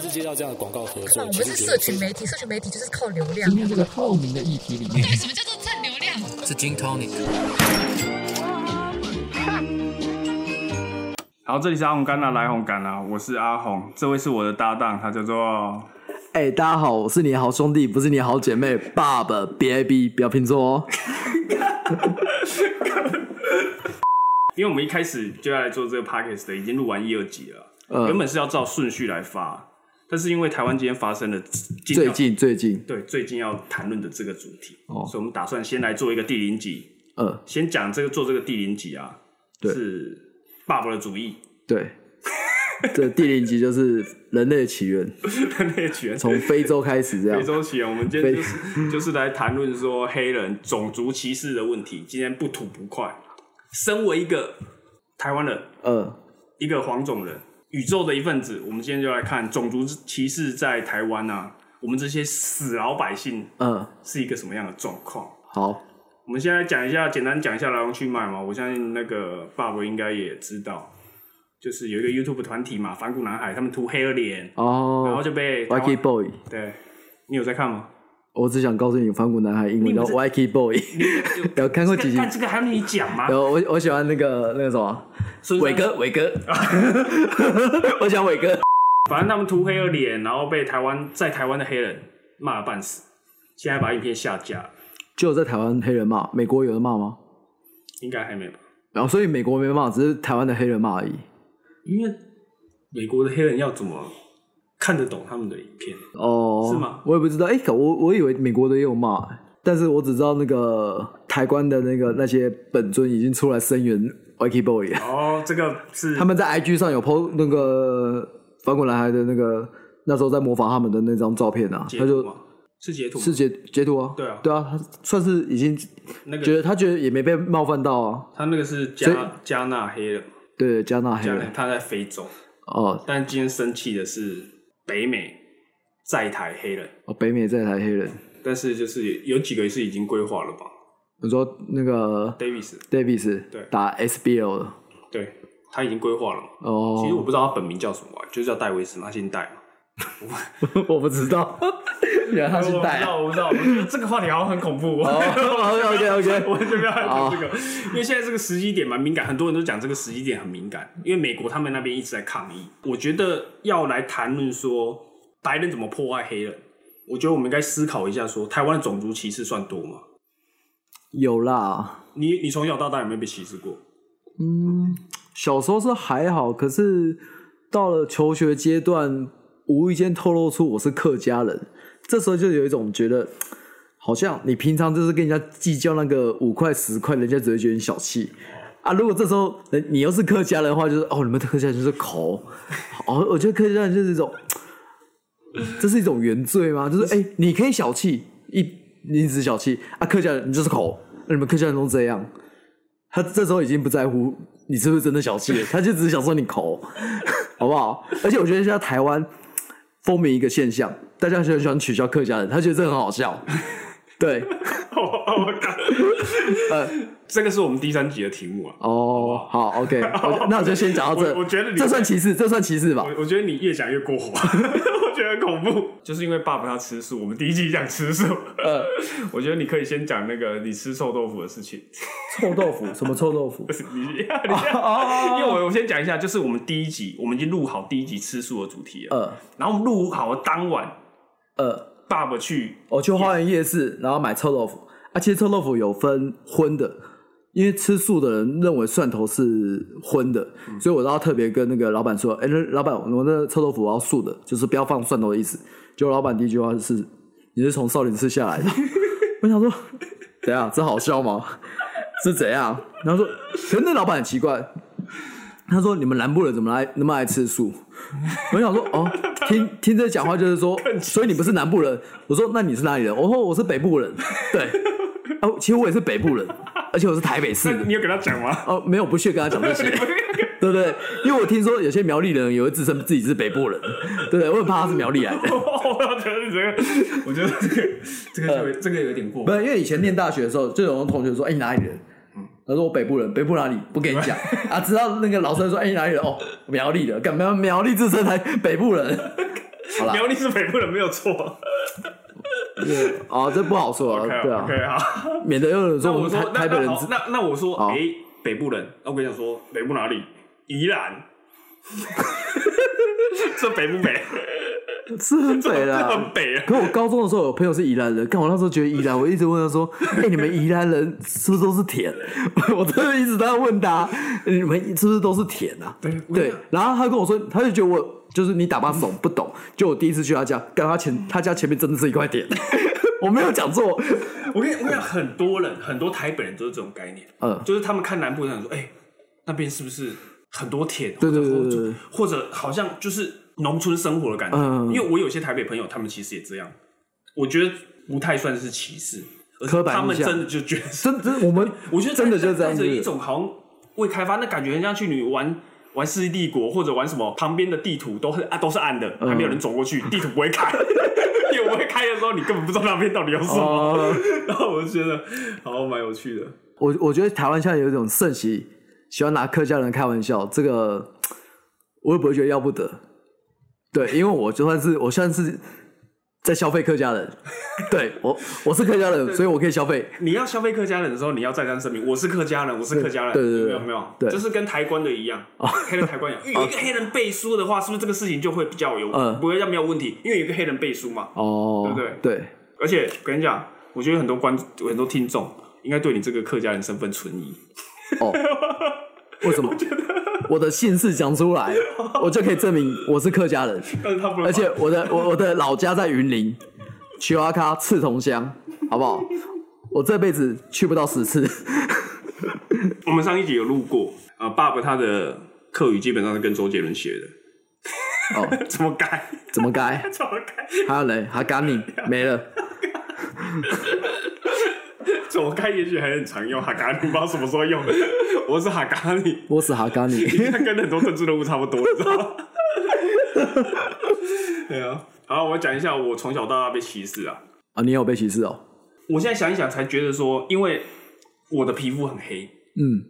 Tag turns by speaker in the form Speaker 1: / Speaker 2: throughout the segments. Speaker 1: 是接到这样的广告合作，
Speaker 2: 我们是社群媒体，社群媒体就是靠流量
Speaker 3: 今。天这个透明的议题里面，
Speaker 2: 什么叫做蹭流量？
Speaker 3: 是 Gin Tonic。
Speaker 4: 好，这里是阿红干啦，来红干啦，我是阿红，这位是我的搭档，他叫做
Speaker 5: 哎、大家好，我是你的好兄弟，不是你的好姐妹，爸爸别 A B，不要拼错哦。
Speaker 4: 因为我们一开始就要来做这个 podcast 的，已经录完一二集了，
Speaker 5: 嗯
Speaker 4: 原本是要照顺序来发，但是因为台湾今天发生了今
Speaker 5: 最近最近，
Speaker 4: 对最近要谈论的这个主题，
Speaker 5: 哦
Speaker 4: 所以我们打算先来做一个第零集，
Speaker 5: 嗯，
Speaker 4: 先讲这个做这个第零集啊，
Speaker 5: 对
Speaker 4: 是爸爸的主意，
Speaker 5: 对，这第零集就是人类起源，
Speaker 4: 那个起源
Speaker 5: 从非洲开始这
Speaker 4: 非
Speaker 5: 样。
Speaker 4: 洲起源，我们今天就是就是 来谈论说黑人种族歧视的问题。今天不吐不快。身为一个台湾人，
Speaker 5: 嗯，
Speaker 4: 一个黄种人，宇宙的一份子，我们今天就来看种族歧视在台湾啊，我们这些死老百姓
Speaker 5: 嗯，
Speaker 4: 是一个什么样的状况？
Speaker 5: 好，
Speaker 4: 我们现在讲一下，简单讲一下来龙去脉嘛。我相信那个爸爸应该也知道，就是有一个 YouTube 团体嘛，反骨男孩，他们涂黑了脸，然后
Speaker 5: 哦
Speaker 4: 就被台湾
Speaker 5: ，Wacky Boy，
Speaker 4: 对，你有在看吗？
Speaker 5: 我只想告诉你，反骨男孩英文叫
Speaker 4: 你不
Speaker 5: Wacky Boy，有看过
Speaker 4: 这
Speaker 5: 几
Speaker 4: 个
Speaker 5: 集？
Speaker 4: 看这个还要你讲吗？
Speaker 5: 有 我我喜欢那个那个什么
Speaker 4: 孙
Speaker 5: 伟
Speaker 4: 中
Speaker 5: 哥伟 哥，我想伟哥，
Speaker 4: 反正他们涂黑了脸，然后被台湾在台湾的黑人骂了半死，现在把影片下架了，
Speaker 5: 只有在台湾黑人骂，美国有人骂吗？
Speaker 4: 应该还没吧？
Speaker 5: 然后所以美国没骂，只是台湾的黑人骂而已。
Speaker 4: 因为美国的黑人要怎么看得懂他们的影片？
Speaker 5: 哦，
Speaker 4: 是吗
Speaker 5: 我也不知道，哎、可我我以为美国的也有骂、但是我只知道那个台湾的那个那些本尊已经出来声援 Wacky Boy 了，
Speaker 4: 哦，这个是
Speaker 5: 他们在 IG 上有 PO 那个翻滚男孩的那个那时候在模仿他们的那张照片啊，
Speaker 4: 截
Speaker 5: 他
Speaker 4: 图
Speaker 5: 就
Speaker 4: 吗？是截图吗，
Speaker 5: 是截截图啊，
Speaker 4: 对啊
Speaker 5: 对啊，他算是已经
Speaker 4: 那
Speaker 5: 觉
Speaker 4: 个
Speaker 5: 得他觉得也没被冒犯到啊，
Speaker 4: 他那个是
Speaker 5: 所以哎
Speaker 4: 加加纳黑人，
Speaker 5: 对加纳黑
Speaker 4: 加纳
Speaker 5: 人
Speaker 4: 他在非洲，
Speaker 5: 哦
Speaker 4: 但今天生气的是北美在台黑人，
Speaker 5: 哦北美在台黑人，
Speaker 4: 但是就是有几个是已经规划了吧
Speaker 5: 你说那个
Speaker 4: ？Davis，
Speaker 5: Davis
Speaker 4: 对
Speaker 5: 打 SBL 的
Speaker 4: 对他已经规划了嘛。
Speaker 5: 哦，
Speaker 4: 其实我不知道他本名叫什么、啊，就叫戴维斯嘛，他姓戴嘛。
Speaker 5: 我不知道，原来他是带、啊。
Speaker 4: 哎我不知道，我不知道，这个话题好像很恐怖。
Speaker 5: 哦，OK OK
Speaker 4: 我
Speaker 5: OK，
Speaker 4: 就不要讲这个，因为现在这个时机点蛮敏感，很多人都讲这个时机点很敏感，因为美国他们那边一直在抗议。我觉得要来谈论说白人怎么破坏黑人，我觉得我们应该思考一下说，台湾的种族歧视算多吗？
Speaker 5: 有啦。
Speaker 4: 你你从小到大有没有被歧视过？
Speaker 5: 嗯，小时候是还好，可是到了求学阶段，无意间透露出我是客家人，这时候就有一种觉得，好像你平常就是跟人家计较那个五块十块，人家只会觉得你小气。啊，如果这时候人你又是客家人的话，就是哦，你们客家人就是抠，哦，我觉得客家人就是一种，这是一种原罪吗？就是哎、你可以小气，一你只小气啊，客家人你就是抠，那你们客家人都这样。他这时候已经不在乎你是不是真的小气了，他就只是想说你抠，好不好？而且我觉得现在台湾风靡一个现象，大家就很喜欢取笑客家人，他觉得这很好笑。对，
Speaker 4: 我靠，这个是我们第三集的题目啊。
Speaker 5: 哦，好，OK，我 那我就先讲到这。
Speaker 4: 我我觉得你
Speaker 5: 这算歧视，这算歧视吧？
Speaker 4: 我我觉得你越讲越过火， 我觉得很恐怖。就是因为爸爸他吃素，我们第一集讲吃素。呃， 我觉得你可以先讲那个你吃臭豆腐的事情。
Speaker 5: 臭豆腐，什么臭豆腐？
Speaker 4: 你 你看， 因为我我先讲一下，就是我们第一集我们已经录好第一集吃素的主题了，
Speaker 5: 呃
Speaker 4: 然后我们录好的当晚，
Speaker 5: 呃，
Speaker 4: 爸爸 去
Speaker 5: 我哦去花园夜市，然后买臭豆腐。啊，其实臭豆腐有分荤的，因为吃素的人认为蒜头是荤的，所以我都要特别跟那个老板说：“哎、那老板，我那臭豆腐我要素的，就是不要放蒜头的意思。”结果老板第一句话是：“你是从少林寺下来的。” 我想说，怎样？这好笑吗？是怎样？然后说，可是那老板很奇怪，他说：“你们南部人怎么来那么爱吃素？” 我想说，哦，听听这讲话就是说，所以你不是南部人。我说，那你是哪里人？我说我是北部人。对，哦，其实我也是北部人，而且我是台北市的。
Speaker 4: 你有跟他讲 吗？
Speaker 5: 哦，没有，不屑跟他讲这些，对不对？因为我听说有些苗栗人也会自称自己是北部人，对不对？我很怕他是苗栗来的。
Speaker 4: 我觉得这个，我
Speaker 5: 呃
Speaker 4: 觉得这个这个就有这个有点过嗯
Speaker 5: 不。是，因为以前念大学的时候，就有同学说：“哎、你哪里人？”他说我北部人，北部哪里不跟你讲啊？直到那个老师说，哎、你哪里人？哦，苗栗的，干嘛苗栗自称才北部 人？好啦
Speaker 4: 苗栗是北部人没有错。
Speaker 5: 对啊，这不好说啊，
Speaker 4: OK
Speaker 5: 对啊，
Speaker 4: OK 好。
Speaker 5: 免得有人
Speaker 4: 那
Speaker 5: 说我
Speaker 4: 我
Speaker 5: 们台
Speaker 4: 说，那
Speaker 5: 台北
Speaker 4: 那
Speaker 5: 人
Speaker 4: 好
Speaker 5: 知，
Speaker 4: 那那我说，
Speaker 5: 好
Speaker 4: 哎，北部人，那我跟你讲说，北部哪里？宜兰。 这北不北？
Speaker 5: 是很北
Speaker 4: 这
Speaker 5: 啦，
Speaker 4: 很北啊。
Speaker 5: 可我高中的时候有朋友是宜兰人，看我那时候觉得宜兰，我一直问他说：“哎、你们宜兰人是不是都是田？” 我真的一直在问他：“你们是不是都是田啊？”对对。然后他跟我说，他就觉得我就是你打巴怂不懂。就我第一次去他家，跟他
Speaker 4: 嗯
Speaker 5: 前他家前面真的是一块 田，我没有讲错。
Speaker 4: 我跟你我跟你讲，很多人，很多台北人都是这种概念，
Speaker 5: 嗯
Speaker 4: 就是他们看南部人说，哎、那边是不是很多田，
Speaker 5: 对对
Speaker 4: 或
Speaker 5: 对对
Speaker 4: 者
Speaker 5: 对
Speaker 4: 或者好像就是农村生活的感觉。
Speaker 5: 嗯
Speaker 4: 因为我有些台北朋友，他们其实也这样，我觉得不太算是歧视，而
Speaker 5: 刻
Speaker 4: 是
Speaker 5: 板
Speaker 4: 他们
Speaker 5: 印象
Speaker 4: 真的就觉得是，
Speaker 5: 真真，我们
Speaker 4: 我觉得
Speaker 5: 真的
Speaker 4: 带
Speaker 5: 就是这样
Speaker 4: 带
Speaker 5: 子
Speaker 4: 着。一种好像未开发，那感觉很像去你玩。玩《世纪帝国》或者玩什么，旁边的地图都是啊都是暗的，
Speaker 5: 嗯
Speaker 4: 还没有人走过去，地图不会开， 地图不会开的时候，你根本不知道那边到底有什么。
Speaker 5: 哦
Speaker 4: 然后 我就觉得好蛮有趣的。
Speaker 5: 我我觉得台湾现在有一种盛行，喜欢拿客家人开玩笑，这个我也不会觉得要不得。对，因为我就算是我算是在消费客家人，对我我是客家人，所以我可以消费。
Speaker 4: 你要消费客家人的时候，你要再三声明，我是客家人，我是客家人，
Speaker 5: 对对对
Speaker 4: 有没有没有，
Speaker 5: 对哦
Speaker 4: 就是跟台官的一样，黑人台官一样，因为有一个黑人背书的话，是不是这个事情就会比较有，
Speaker 5: 嗯
Speaker 4: 不会让没有问题，因为有一个黑人背书嘛。
Speaker 5: 哦，
Speaker 4: 对不
Speaker 5: 对，
Speaker 4: 而且跟你讲，我觉得很多观很多听众应该对你这个客家人身份存疑，
Speaker 5: 哦为什么？我的姓氏讲出来，我就可以证明我是客家人，
Speaker 4: 但是他不能把，
Speaker 5: 而且我的我我的老家在云林，曲阿卡赤铜乡，好不好？我这辈子去不到十次。
Speaker 4: 我们上一集有录过，呃，爸爸他的客语基本上是跟周杰伦学的，
Speaker 5: 哦，
Speaker 4: 怎么改？
Speaker 5: 怎么改？
Speaker 4: 怎么改？
Speaker 5: 还有嘞，还赶你没了。
Speaker 4: 怎么改？也许还很常用哈嘎尼，不知道什么时候用。我是哈嘎尼。
Speaker 5: 我是哈嘎尼，
Speaker 4: 他跟很多政治人物差不多，你知道 吗？对啊。好，我讲一下我从小到大被歧视啊。
Speaker 5: 啊，你有被歧视哦？
Speaker 4: 我现在想一想，才觉得说，因为我的皮肤很黑，
Speaker 5: 嗯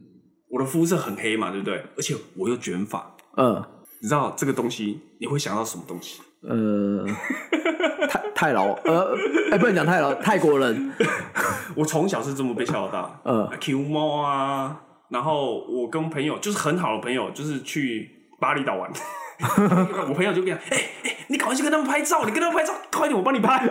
Speaker 4: 我的肤色很黑嘛，对不对？而且我又卷发，
Speaker 5: 呃
Speaker 4: 你知道这个东西，你会想到什么东西？
Speaker 5: 呃，泰泰劳呃，哎、不能讲泰劳，泰国人
Speaker 4: 我从小是这么被笑到大，
Speaker 5: 嗯
Speaker 4: ，Q 猫啊，然后我跟朋友就是很好的朋友，就是去巴厘岛玩， 我朋友就跟我讲，哎、哎、你赶快去跟他们拍照，你跟他们拍照，快点，我帮你拍。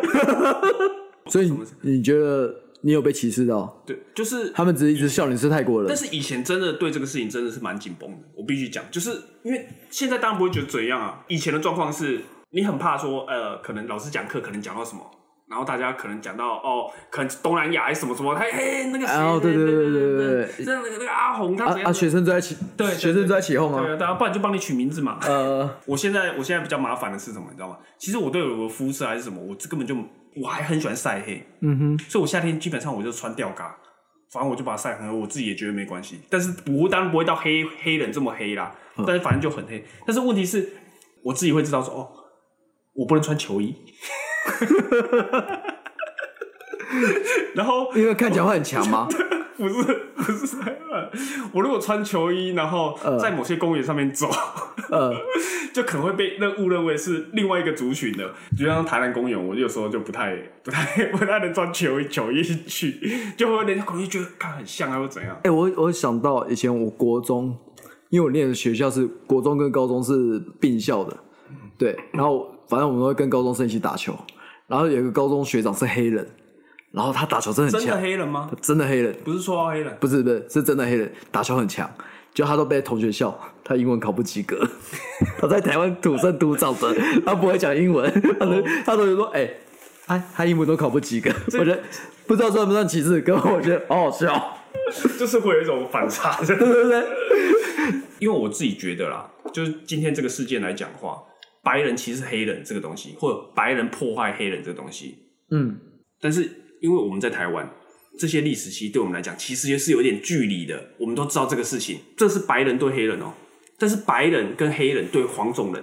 Speaker 5: 所以你你觉得你有被歧视到？
Speaker 4: 对，就是
Speaker 5: 他们只是一直笑你是泰国人
Speaker 4: 但，是以前真的对这个事情真的是蛮紧绷的，我必须讲，就是因为现在当然不会觉得怎样啊。以前的状况是你很怕说，呃，可能老师讲课可能讲到什么，然后大家可能讲到哦，可能东南亚还是什么什么，嘿嘿，那个谁，
Speaker 5: 哦对对对对对对
Speaker 4: 对，那个那个阿红他
Speaker 5: 啊
Speaker 4: 怎样
Speaker 5: 啊，学生都在起，
Speaker 4: 对对
Speaker 5: 学生都在起哄
Speaker 4: 对
Speaker 5: 啊，
Speaker 4: 啊，大家不然就帮你取名 字嘛。
Speaker 5: 呃，
Speaker 4: 我现在我现在比较麻烦的是什么，你知道吗？其实我对我的肤色还是什么，我根本就我还很喜欢晒黑，嗯哼，所以我夏天基本上我就穿吊嘎，反正我就把它晒很黑，我自己也觉得没关系。但是我当然不会到黑黑人这么黑啦，但是反正就很黑。但是问题是，我自己会知道说，哦，我不能穿球衣， 然后
Speaker 5: 因为看起来会很强 吗？
Speaker 4: 不是不是，我如果穿球衣，然后在某些公园上面走，
Speaker 5: 呃，
Speaker 4: 就可能会被认误认为是另外一个族群的。就像台南公园，我有时候就不太 不太不太能穿球衣球衣去，就会人家可能就觉得看很像啊，或怎样。
Speaker 5: 哎、我我想到以前我国中，因为我念的学校是国中跟高中是并校的，对，然后反正我们会跟高中生一起打球，然后有一个高中学长是黑人，然后他打球真的很
Speaker 4: 真的
Speaker 5: 强，
Speaker 4: 黑人吗？
Speaker 5: 真的黑人，
Speaker 4: 不是说黑人，
Speaker 5: 不是不是是真的黑人，打球很强，就他都被同学笑，他英文考不及格， 他在台湾土生土长的，他不会讲英文，他都他都说哎。他他英文都考不及格，我觉得不知道算不算歧视，可我觉得哦好好笑，
Speaker 4: 就是会有一种反差。
Speaker 5: 对不对？
Speaker 4: 因为我自己觉得啦，就是今天这个事件来讲话，白人歧视黑人这个东西，或者白人破坏黑人这个东西，
Speaker 5: 嗯，
Speaker 4: 但是因为我们在台湾，这些历史其实对我们来讲，其实也是有点距离的。我们都知道这个事情，这是白人对黑人哦、但是白人跟黑人对黄种人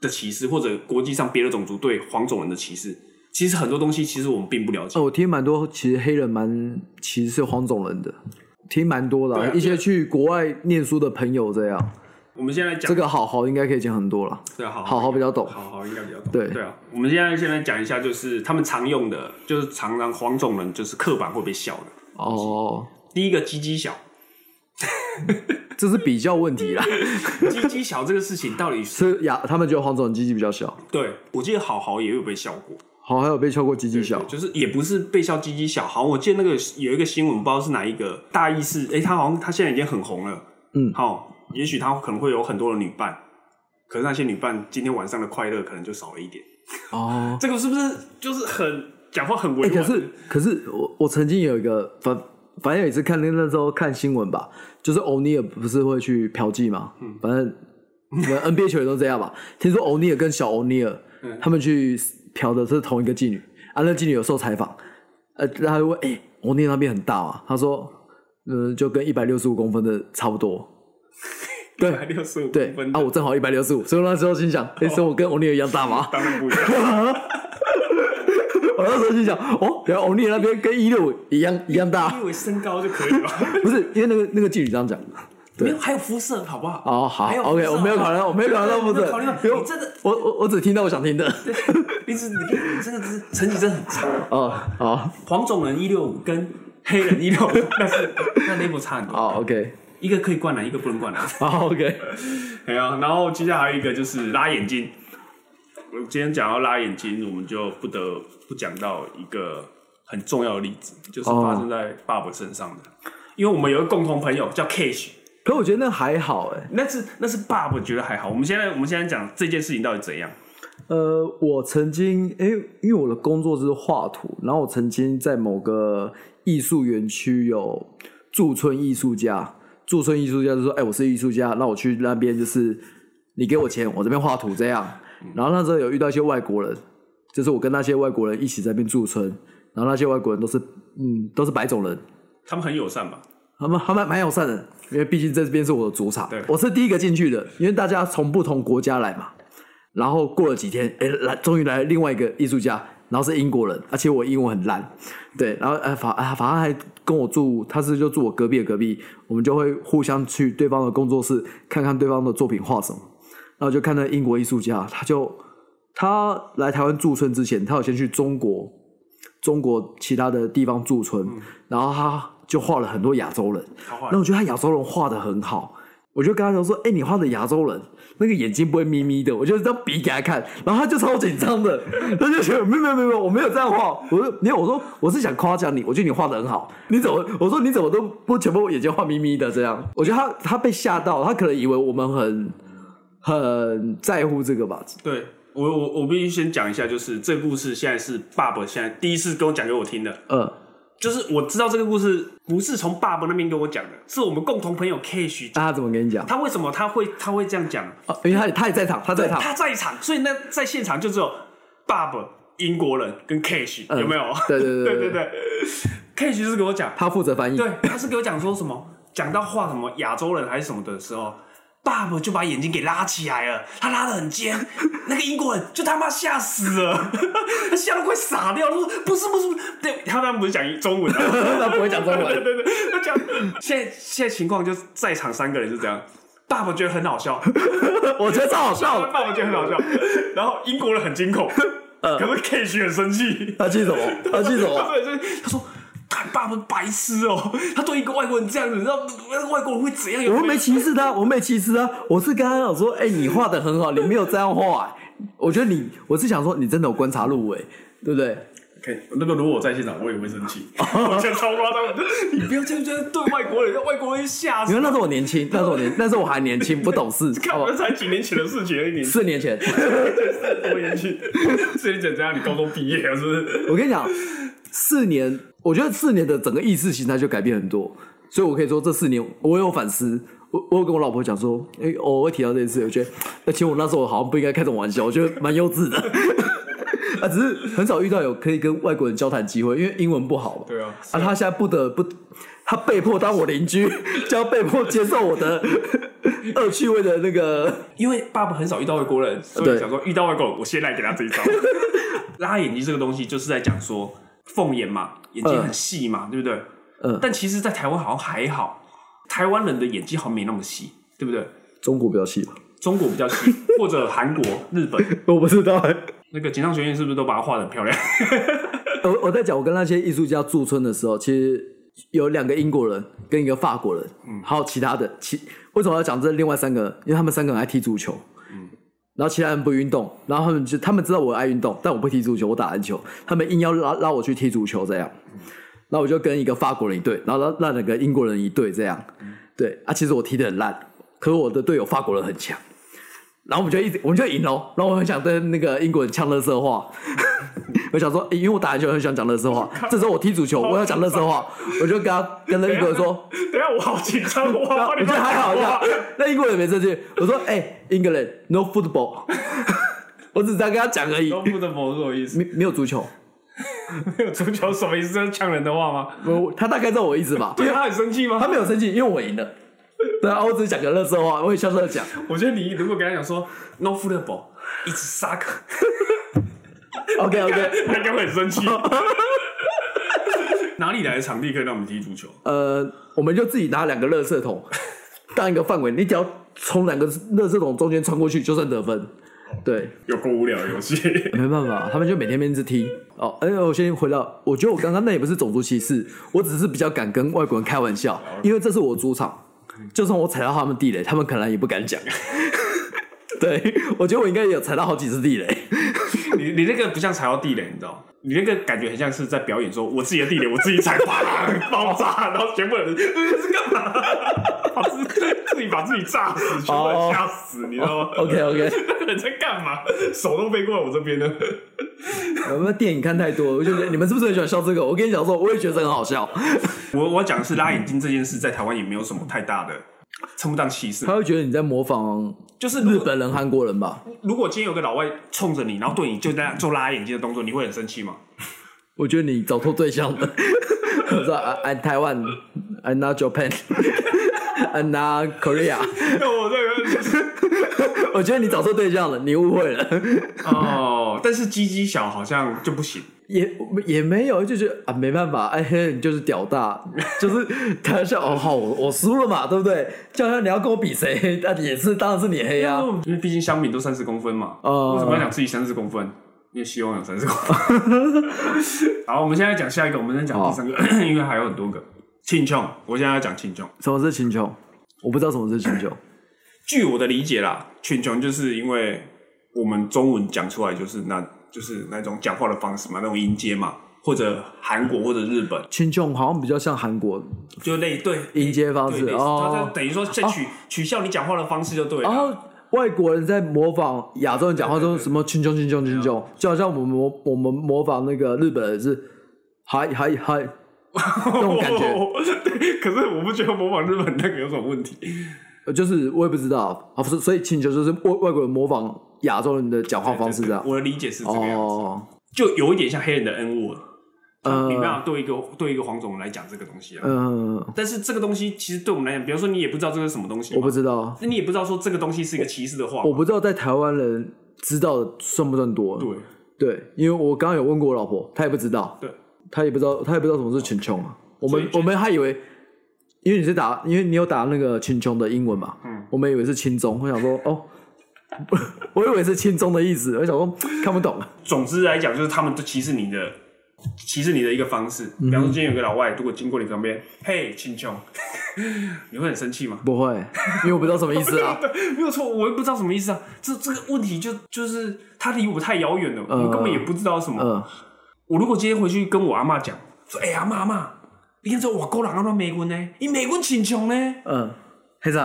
Speaker 4: 的歧视，或者国际上别的种族对黄种人的歧视，其实很多东西其实我们并不了解。
Speaker 5: 哦，我听蛮多，其实黑人蛮歧视黄种人的，听蛮多的啊、
Speaker 4: 对啊
Speaker 5: 一些去国外念书的朋友这样。
Speaker 4: 我们现在讲
Speaker 5: 这个好好应该可以讲很多了，
Speaker 4: 对，啊好
Speaker 5: 好好比较懂。
Speaker 4: 好好应该比较懂。
Speaker 5: 对
Speaker 4: 对啊，我们现在现在讲一下，就是他们常用的，就是常常黄种人就是刻板会被笑的。
Speaker 5: 哦，
Speaker 4: 第一个鸡鸡小，
Speaker 5: 这是比较问题啦，
Speaker 4: 鸡鸡小这个事情到底是
Speaker 5: 是亚他们觉得黄种人鸡鸡比较小，
Speaker 4: 对我记得好好也有被笑过，
Speaker 5: 好还有被敲过鸡鸡小
Speaker 4: 对，就是也不是被笑鸡鸡小，好像我记得那个有一个新闻，不知道是哪一个大意是，哎、他好像他现在已经很红了，
Speaker 5: 嗯
Speaker 4: 好，也许他可能会有很多的女伴，可是那些女伴今天晚上的快乐可能就少了一点，
Speaker 5: 哦。
Speaker 4: 这个是不是就是很讲话很
Speaker 5: 哎、
Speaker 4: 委
Speaker 5: 可
Speaker 4: 婉？
Speaker 5: 是可是我我曾经有一个反反正有一次看那那时候看新闻吧，就是欧尼尔不是会去嫖妓嘛，
Speaker 4: 嗯
Speaker 5: 反正你们 NBA 球员都这样吧。听说欧尼尔跟小欧尼尔
Speaker 4: 嗯
Speaker 5: 他们去嫖的是同一个妓女，啊，那妓女有受采访，呃，他就问，哎、欧尼尔那边很大啊，他说，嗯、就跟一百六十五公分的差不多。对
Speaker 4: 还六十五
Speaker 5: 对
Speaker 4: 公分，哦
Speaker 5: 啊，我正好一百六十五，所以我那时候心想，哎、所以我跟欧尼尔一样大吗？
Speaker 4: 当然不一样。
Speaker 5: 我那时候心想，哦，原来欧尼尔那边跟一六一样一样大
Speaker 4: 你。以为身高就可以了？
Speaker 5: 不是，因为那个那个妓女这样讲。对
Speaker 4: 没有，还有肤色，好不啊好？
Speaker 5: 哦，好
Speaker 4: 还有
Speaker 5: ，OK，
Speaker 4: 肤色
Speaker 5: 我没有考虑到，我没有考虑到不
Speaker 4: 对对
Speaker 5: 准
Speaker 4: 对考虑到，
Speaker 5: 因为
Speaker 4: 你真的，
Speaker 5: 我我我只听到我想听的。
Speaker 4: 你只你你这个只是成绩真的很差。
Speaker 5: 哦，好，
Speaker 4: 黄种人一六五跟黑人一六五， 但是那 level 差很多，
Speaker 5: 好，OK，
Speaker 4: 一个可以灌篮，一个不能灌篮。
Speaker 5: 好，OK，
Speaker 4: 没有，啊然后接下来还有一个就是拉眼睛。我今天讲到拉眼睛，我们就不得不讲到一个很重要的例子，就是发生在爸爸身上的。因为我们有一个共同朋友叫 Cash，
Speaker 5: 可我觉得那还好哎。
Speaker 4: 那是那是爸爸觉得还好。我们现在我们现在讲这件事情到底怎样？
Speaker 5: 呃，我曾经哎，因为我的工作是画图，然后我曾经在某个艺术园区有驻村艺术家，驻村艺术家就说：“哎，我是艺术家，那我去那边就是你给我钱，我这边画图这样。”然后那时候有遇到一些外国人，就是我跟那些外国人一起在那边驻村，然后那些外国人都是嗯都是白种人，
Speaker 4: 他们很友善吧？
Speaker 5: 他们他们蛮友善的，因为毕竟这边是我的主场
Speaker 4: 对，
Speaker 5: 我是第一个进去的，因为大家从不同国家来嘛。然后过了几天，哎，来，终于来了另外一个艺术家，然后是英国人，而且我英文很烂，对，然后呃法啊法还跟我住，他是就住我隔壁的隔壁，我们就会互相去对方的工作室看看对方的作品画什么。然后就看到英国艺术家，他就他来台湾驻村之前，他有先去中国中国其他的地方驻村，然后他就画了很多亚洲人。
Speaker 4: 嗯他画
Speaker 5: 那我觉得他亚洲人画的很好，我就跟他讲说：“哎、你画的亚洲人那个眼睛不会眯眯的。”我就这样比给他看，然后他就超紧张的， 他就觉得没有没有没有没有，我没有这样画。我说没有，我说我是想夸奖你，我觉得你画的很好。你怎么？我说你怎么都不全部眼睛画眯眯的这样？我觉得他他被吓到，他可能以为我们很很在乎这个吧。
Speaker 4: 对我我我必须先讲一下，就是这个故事现在是爸爸现在第一次跟我讲给我听的，
Speaker 5: 呃，
Speaker 4: 就是我知道这个故事不是从爸爸那边跟我讲的，是我们共同朋友 Cash
Speaker 5: 那他怎么跟你讲？
Speaker 4: 他为什么他会他会这样讲？
Speaker 5: 啊因为他也他也在场，他在场。
Speaker 4: 他在场，所以那在现场就只有爸爸英国人跟 Cash、
Speaker 5: 嗯
Speaker 4: 有没有？
Speaker 5: 对对对
Speaker 4: 对
Speaker 5: 对
Speaker 4: 对对，Cash 就是跟我讲，
Speaker 5: 他负责翻译，
Speaker 4: 对，他是给我讲说什么，讲到画什么亚洲人还是什么的时候，爸爸就把眼睛给拉起来了，他拉的很尖， 那个英国人就他妈吓死了， 他吓得快傻掉，他说不是不是，不是对，他当然不 是讲中文啊，
Speaker 5: 他不会讲中
Speaker 4: 对
Speaker 5: 文。
Speaker 4: 对对，他讲现在现在情况就是在场三个人是这样，爸爸觉得很好笑，
Speaker 5: 我觉得超好笑的。
Speaker 4: 爸爸觉得很好笑，然后英国人很惊恐，可是 K 区很生气，
Speaker 5: 他气什么？嗯他哦气什么？
Speaker 4: 对对， 他说。看爸爸白痴哦、他对一个外国人这样子，你知道那个外国人会怎样？有
Speaker 5: 我
Speaker 4: 有
Speaker 5: 又没歧视他，我没歧视他，我是跟他讲说，哎、你画的很好，你没有这样画、我觉得你，我是想说，你真的有观察入围，对不对？
Speaker 4: OK，那个如果我在现场，我也会生 气，我觉得超夸张。你不要这样这样对外国人，让外国人吓
Speaker 5: 因
Speaker 4: 死
Speaker 5: 为。那时候我年轻，那时候我年，那时候我还年轻，不懂事，
Speaker 4: 看，
Speaker 5: 好不好
Speaker 4: 我们才几年前的事情而已，你
Speaker 5: 四年前，
Speaker 4: 多年轻， 所以你怎样？你高中毕业啊了是不是？
Speaker 5: 我跟你讲，四年，我觉得四年的整个意识形态就改变很多，所以我可以说这四年我有反思。我我有跟我老婆讲说，哎、偶尔会提到这件事，我觉得，而且我那时候好像不应该开这种玩笑，我觉得蛮幼稚的。 啊，只是很少遇到有可以跟外国人交谈机会，因为英文不好嘛。
Speaker 4: 对啊
Speaker 5: 啊，他现在不得不，他被迫当我邻居，就要被迫接受我的 恶趣味的那个。
Speaker 4: 因为爸爸很少遇到外国人，所以
Speaker 5: 对
Speaker 4: 想说遇到外国人，我先来给他这一 招。拉眼睛这个东西，就是在讲说凤眼嘛，眼睛很细嘛，对不对？
Speaker 5: 嗯
Speaker 4: 但其实，在台湾好像还好，台湾人的眼睛好像没那么细，对不对？
Speaker 5: 中国比较细吧？
Speaker 4: 中国比较 细，或者韩国、日本
Speaker 5: 我不知道、欸
Speaker 4: 那个锦上学院是不是都把它画的很漂 亮？
Speaker 5: 我我在讲我跟那些艺术家驻村的时候，其实有两个英国人跟一个法国人，还有其他的。其为什么要讲这另外三个人？因为他们三个人爱踢足球，然后其他人不运动，然后他们就他们知道我爱运动，但我不踢足球，我打篮球，他们硬要拉拉我去踢足球这样。那我就跟一个法国人一队，然后让两个英国人一队这样。对啊，其实我踢得很烂，可是我的队友法国人很强。然后我们就一直我们就赢喽，然后我很想跟那个英国人呛乐色话，我想说，诶因为我打篮球很喜欢讲乐色话，这时候我踢足球，我要讲乐色话，我就跟他跟那英国人说，
Speaker 4: 等一下我好紧张，我
Speaker 5: 然后
Speaker 4: 怕
Speaker 5: 我
Speaker 4: 你
Speaker 5: 觉得还好，
Speaker 4: 乱
Speaker 5: 还好
Speaker 4: 讲话。
Speaker 5: 那英国人也没生气，我说，哎、e n g l a n d no football，我只是在跟他讲而已，
Speaker 4: 都不得不是我意思，
Speaker 5: 没没有足球，
Speaker 4: 没有足球什么意思？这是呛人的话吗？
Speaker 5: 我他大概知道我意思吧，
Speaker 4: 对啊他很生气吗
Speaker 5: 他？没有生气，因为我赢了，对啊，我只是讲个乐色话，我也笑笑地讲，
Speaker 4: 我觉得你如果跟他讲说 “no football”，一直 suck，
Speaker 5: OK OK，
Speaker 4: 他应该会很生气。哪里来的场地可以让我们踢足球？
Speaker 5: 呃，我们就自己拿两个垃圾桶当一个范围，你只要从两个垃圾桶中间穿过去就算得分。对，
Speaker 4: 有够无聊的游戏。
Speaker 5: 没办法，他们就每天面子踢。哦，哎、我先回到，我觉得我刚刚那也不是种族歧视，我只是比较敢跟外国人开玩笑，因为这是我主场，就算我踩到他们地雷，他们可能也不敢讲。 对，我觉得我应该有踩到好几次地雷。
Speaker 4: 你你那个不像踩到地雷，你知道吗？你那个感觉很像是在表演，说我自己的地雷我自己踩，啪爆炸，然后全部人呃是干嘛？是自己把自己炸死，全部人吓死，你知道吗
Speaker 5: 哦 OK OK，
Speaker 4: 那个人在干嘛？手都飞过来我这边了。
Speaker 5: 我们电影看太多，我就觉得你们是不是很喜欢笑这个？我跟你讲说，我也觉得很好笑。
Speaker 4: 我我讲的是拉眼睛这件事，在台湾也没有什么太大的称不上歧视，
Speaker 5: 他会觉得你在模仿
Speaker 4: 就是
Speaker 5: 日
Speaker 4: 如果
Speaker 5: 本人、韩国人吧？
Speaker 4: 如果今天有个老外冲着你，然后对你就那样做拉眼睛的动作，你会很生气吗？
Speaker 5: 我觉得你找错对象 了。我知道，I I Taiwan, I not Japan, I not Korea。
Speaker 4: 我这个
Speaker 5: 我觉得你找错对象了，你误会了。
Speaker 4: 哦，但是鸡鸡小好像就不行。
Speaker 5: 也也没有，就觉得啊，没办法，哎嘿，你就是屌大， 就是开玩笑。哦，好，我我输了嘛，对不对？就好像你要跟我比谁，那、也是当然是你黑啊。
Speaker 4: 因为毕竟香米都三十公分嘛，
Speaker 5: 哦
Speaker 4: 为什么要讲自己三十公分？因为希望有三十公分。好，我们现在讲下一个，我们先讲第三个， 因为还有很多个。庆琼，我现在要讲庆琼。
Speaker 5: 什么是请求？我不知道什么是请求。
Speaker 4: 据我的理解啦，群穷就是因为我们中文讲出来就是那就是那种讲话的方式嘛，那种音阶嘛，或者韩国或者日本，
Speaker 5: 请求好像比较像韩国
Speaker 4: 就类对
Speaker 5: 音阶方
Speaker 4: 对
Speaker 5: 式
Speaker 4: 类似，它
Speaker 5: 哦
Speaker 4: 就。等于说在取、取笑你讲话的方式就对了。
Speaker 5: 然 后外国人在模仿亚洲人讲话都是什么群雄群雄群雄，就好像我们模我们模仿那个日本人是嗨嗨嗨，这种感觉，
Speaker 4: 对， 可是我不觉得模仿日本那个有什么 问题。
Speaker 5: 呃就是我也不知道啊，所以所以请求就是外外国人模仿亚洲人的讲话方式这样。
Speaker 4: 我的理解是这个样子，
Speaker 5: 哦，
Speaker 4: 就有一点像黑人的恩物了。
Speaker 5: 呃
Speaker 4: 你没办法对一个对一个黄种人来讲这个东西啊。
Speaker 5: 嗯，
Speaker 4: 但是这个东西其实对我们来讲，比如说你也不知道这个是什么东西嘛，
Speaker 5: 我不知道，
Speaker 4: 那你也不知道说这个东西是一个歧视的话嘛，
Speaker 5: 我不知道在台湾人知道的算不算多。
Speaker 4: 对
Speaker 5: 对，因为我刚刚有问过我老婆，她也不知道。
Speaker 4: 对，
Speaker 5: 他也不知道，他也不知道什么是群穷啊。我
Speaker 4: 所以
Speaker 5: 们
Speaker 4: 就
Speaker 5: 我们还以为，因为你是打，因为你有打那个群穷的英文嘛，嗯，我们以为是轻中，我想说哦， 我以为是轻中的意思，我想说看不懂，啊
Speaker 4: 总之来讲，就是他们都歧视你的，歧视你的一个方式。
Speaker 5: 嗯
Speaker 4: 比方说，今天有个老外如果经过你旁边，嘿，青琼， 你会很生气吗？
Speaker 5: 不会，因为我不知道什么意思啊。
Speaker 4: 对， 没有错，我也不知道什么意思啊。这这个问题就就是它离我太遥远了，
Speaker 5: 嗯
Speaker 4: 我根本也不知道什么。
Speaker 5: 嗯，
Speaker 4: 我如果今天回去跟我阿妈讲，说，哎、阿妈阿妈，你看这外国人阿妈美国呢，伊美国青琼呢，
Speaker 5: 嗯，黑子，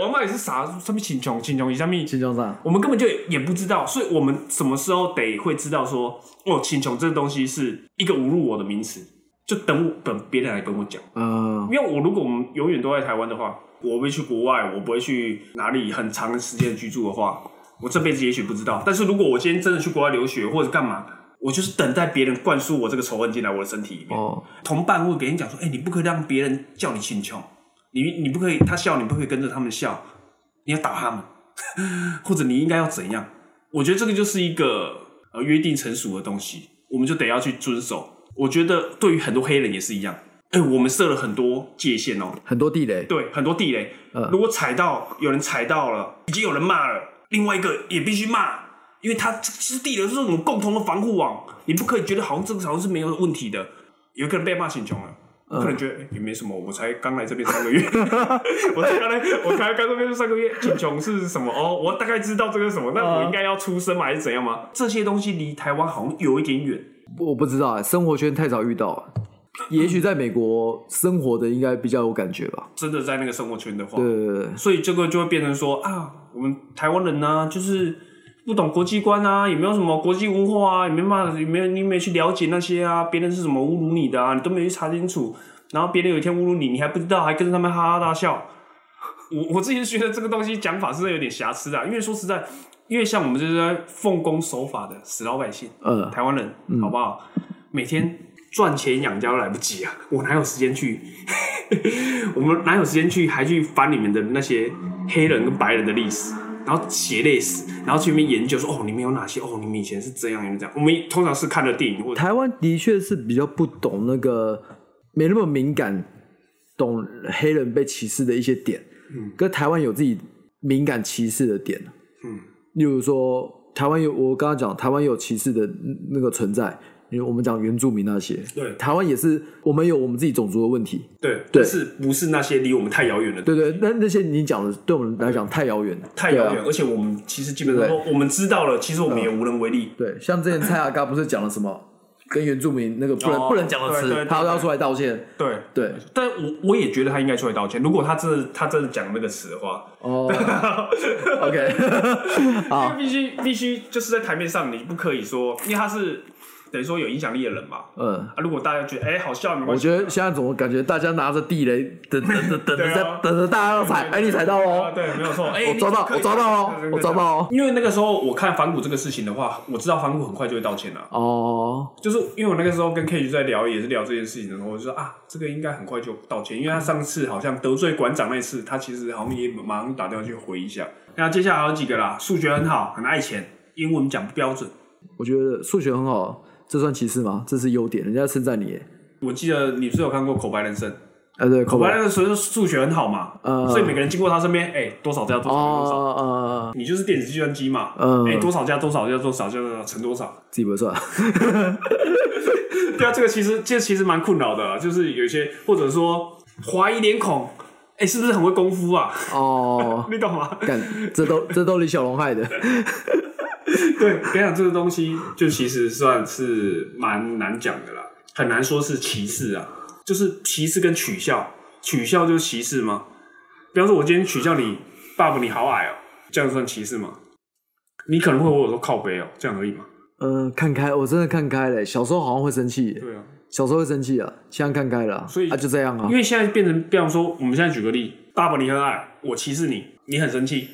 Speaker 4: 我阿妈也是傻，什么青琼，青琼，伊什么？
Speaker 5: 青中上，
Speaker 4: 我们根本就也不知道，所以我们什么时候得会知道说，哦，贫穷这个东西是一个侮辱我的名词，就等我等别人来跟我讲。
Speaker 5: 嗯，
Speaker 4: 因为我如果我们永远都在台湾的话，我不会去国外，我不会去哪里很长时间居住的话，我这辈子也许不知道。但是如果我今天真的去国外留学或者干嘛，我就是等待别人灌输我这个仇恨进来我的身体里面。
Speaker 5: 哦，
Speaker 4: 同伴会给你讲说，哎、你不可以让别人叫你秦琼，你你不可以，他笑你不可以跟着他们笑，你要打他们， 或者你应该要怎样？我觉得这个就是一个呃约定成熟的东西，我们就得要去遵守。我觉得对于很多黑人也是一样，哎、我们设了很多界限哦，
Speaker 5: 很多地雷，
Speaker 4: 对，很多地雷。
Speaker 5: 嗯
Speaker 4: 如果踩到有人踩到了，已经有人骂了，另外一个也必须骂，因为他这这是地雷，这是我们共同的防护网，你不可以觉得好像这个好像是没有问题的。有一个人被骂醒穷了。可能觉得、哎也没什么，我才刚来这边三个月， 我才刚来，我才刚这边三个月，请穷是什么？哦，我大概知道这个是什么，那我应该要出声吗？还是怎样吗？这些东西离台湾好像有一点远，
Speaker 5: 我不知道、欸，生活圈太少遇到了。也许在美国生活的应该比较有感觉吧。
Speaker 4: 真的在那个生活圈的话，
Speaker 5: 对对对对，
Speaker 4: 所以这个就会变成说啊，我们台湾人呢、就是不懂国际观啊，也没有什么国际文化啊，也没办法，也没有你没有去了解那些啊，别人是怎么侮辱你的啊，你都没有去查清楚，然后别人有一天侮辱你，你还不知道，还跟着他们哈哈大笑。我我之前觉得这个东西讲法是有点瑕疵的啊，因为说实在，因为像我们这些奉公守法的死老百姓，
Speaker 5: 嗯
Speaker 4: 台湾人，好不好？每天赚钱养家都来不及啊， 我哪有时间去？ 我们哪有时间去还去翻你们的那些黑人跟白人的历史，然后写历史，然后去那边研究说哦，你们有哪些？哦，你们以前是这样，你们这样。我们通常是看了电影或者
Speaker 5: 台湾的确是比较不懂那个，没那么敏感，懂黑人被歧视的一些点。嗯，跟台湾有自己敏感歧视的点。
Speaker 4: 嗯，
Speaker 5: 例如说，台湾有我刚刚讲，台湾有歧视的那个存在，因为我们讲原住民那些，
Speaker 4: 对
Speaker 5: 台湾也是我们有我们自己种族的问题。
Speaker 4: 对
Speaker 5: 对
Speaker 4: 不是不是那些离我们太遥远了，
Speaker 5: 对对，那那些你讲的，对我们来讲太遥远了，
Speaker 4: 太遥
Speaker 5: 对啊
Speaker 4: 远，而且我们其实基本
Speaker 5: 对
Speaker 4: 上说我们知道了，其实我们也无能为力。
Speaker 5: 对，像之前蔡阿嘎不是讲了什么跟原住民那个不能、
Speaker 4: 哦
Speaker 5: 不能讲的
Speaker 4: 对对
Speaker 5: 词，
Speaker 4: 对
Speaker 5: 他都要出来道歉。
Speaker 4: 对，
Speaker 5: 对，
Speaker 4: 但我我也觉得他应该出来道歉。如果他真的他真的讲那个词的话，
Speaker 5: 哦 ，OK，
Speaker 4: 因
Speaker 5: 好
Speaker 4: 为，必须必须就是在台面上，你不可以说，因为他是等于说有影响力的人嘛。
Speaker 5: 嗯。
Speaker 4: 啊，如果大家觉得哎、好笑，没
Speaker 5: 我
Speaker 4: 关系，
Speaker 5: 觉得现在怎么感觉大家拿着地雷，等等等等
Speaker 4: 对
Speaker 5: 着
Speaker 4: 啊
Speaker 5: 在等着大家要踩，哎，你踩到
Speaker 4: 啊，
Speaker 5: 哦，
Speaker 4: 对，没有错，哎、
Speaker 5: 我抓到，
Speaker 4: 你
Speaker 5: 我抓到
Speaker 4: 可以
Speaker 5: 哦，我抓到哦，
Speaker 4: 因为那个时候我看反骨这个事情的话，我知道反骨很快就会道歉了、
Speaker 5: 哦，
Speaker 4: 就是因为我那个时候跟 K 在聊，也是聊这件事情的时候，我就说啊，这个应该很快就道歉，因为他上次好像得罪馆长那次，他其实好像也马上打电话去回一下。那接下来还有几个啦，数学很好，很爱钱，英文讲不标准。
Speaker 5: 我觉得数学很好，这算歧视吗？这是优点，人家称赞你耶，
Speaker 4: 我记得你不是有看过《口白人生》？
Speaker 5: 哎，对，口
Speaker 4: 口白
Speaker 5: 白，
Speaker 4: 那个时候数学很好嘛，
Speaker 5: 嗯
Speaker 4: 所以每个人经过他身边，哎、多少加多
Speaker 5: 哦
Speaker 4: 少加多少，
Speaker 5: 哦哦，
Speaker 4: 你就是电子计算机嘛，哎、
Speaker 5: 嗯
Speaker 4: 多少加多少加多少加多少乘多少。
Speaker 5: 自己不会算，
Speaker 4: 对啊，这个其实这其实蛮困扰的啊，就是有一些或者说怀疑脸孔，哎、是不是很会功夫啊？
Speaker 5: 哦，
Speaker 4: 你懂吗？
Speaker 5: 干，这都这都李小龙害的，
Speaker 4: 对，跟你讲这个东西，就其实算是蛮难讲的啦，很难说是歧视啊，就是歧视跟取笑，取笑就是歧视吗？比方说，我今天取笑你，爸爸你好矮哦、这样算歧视吗？你可能会问我说靠背哦、这样而已嘛。
Speaker 5: 嗯，看开，我真的看开了，小时候好像会生气耶，
Speaker 4: 对啊，
Speaker 5: 小时候会生气啊，现在看开了啊，
Speaker 4: 所以
Speaker 5: 啊就这样啊
Speaker 4: 因，为现在变成，比方说，我们现在举个例，爸爸你很矮，我歧视你，你很生气，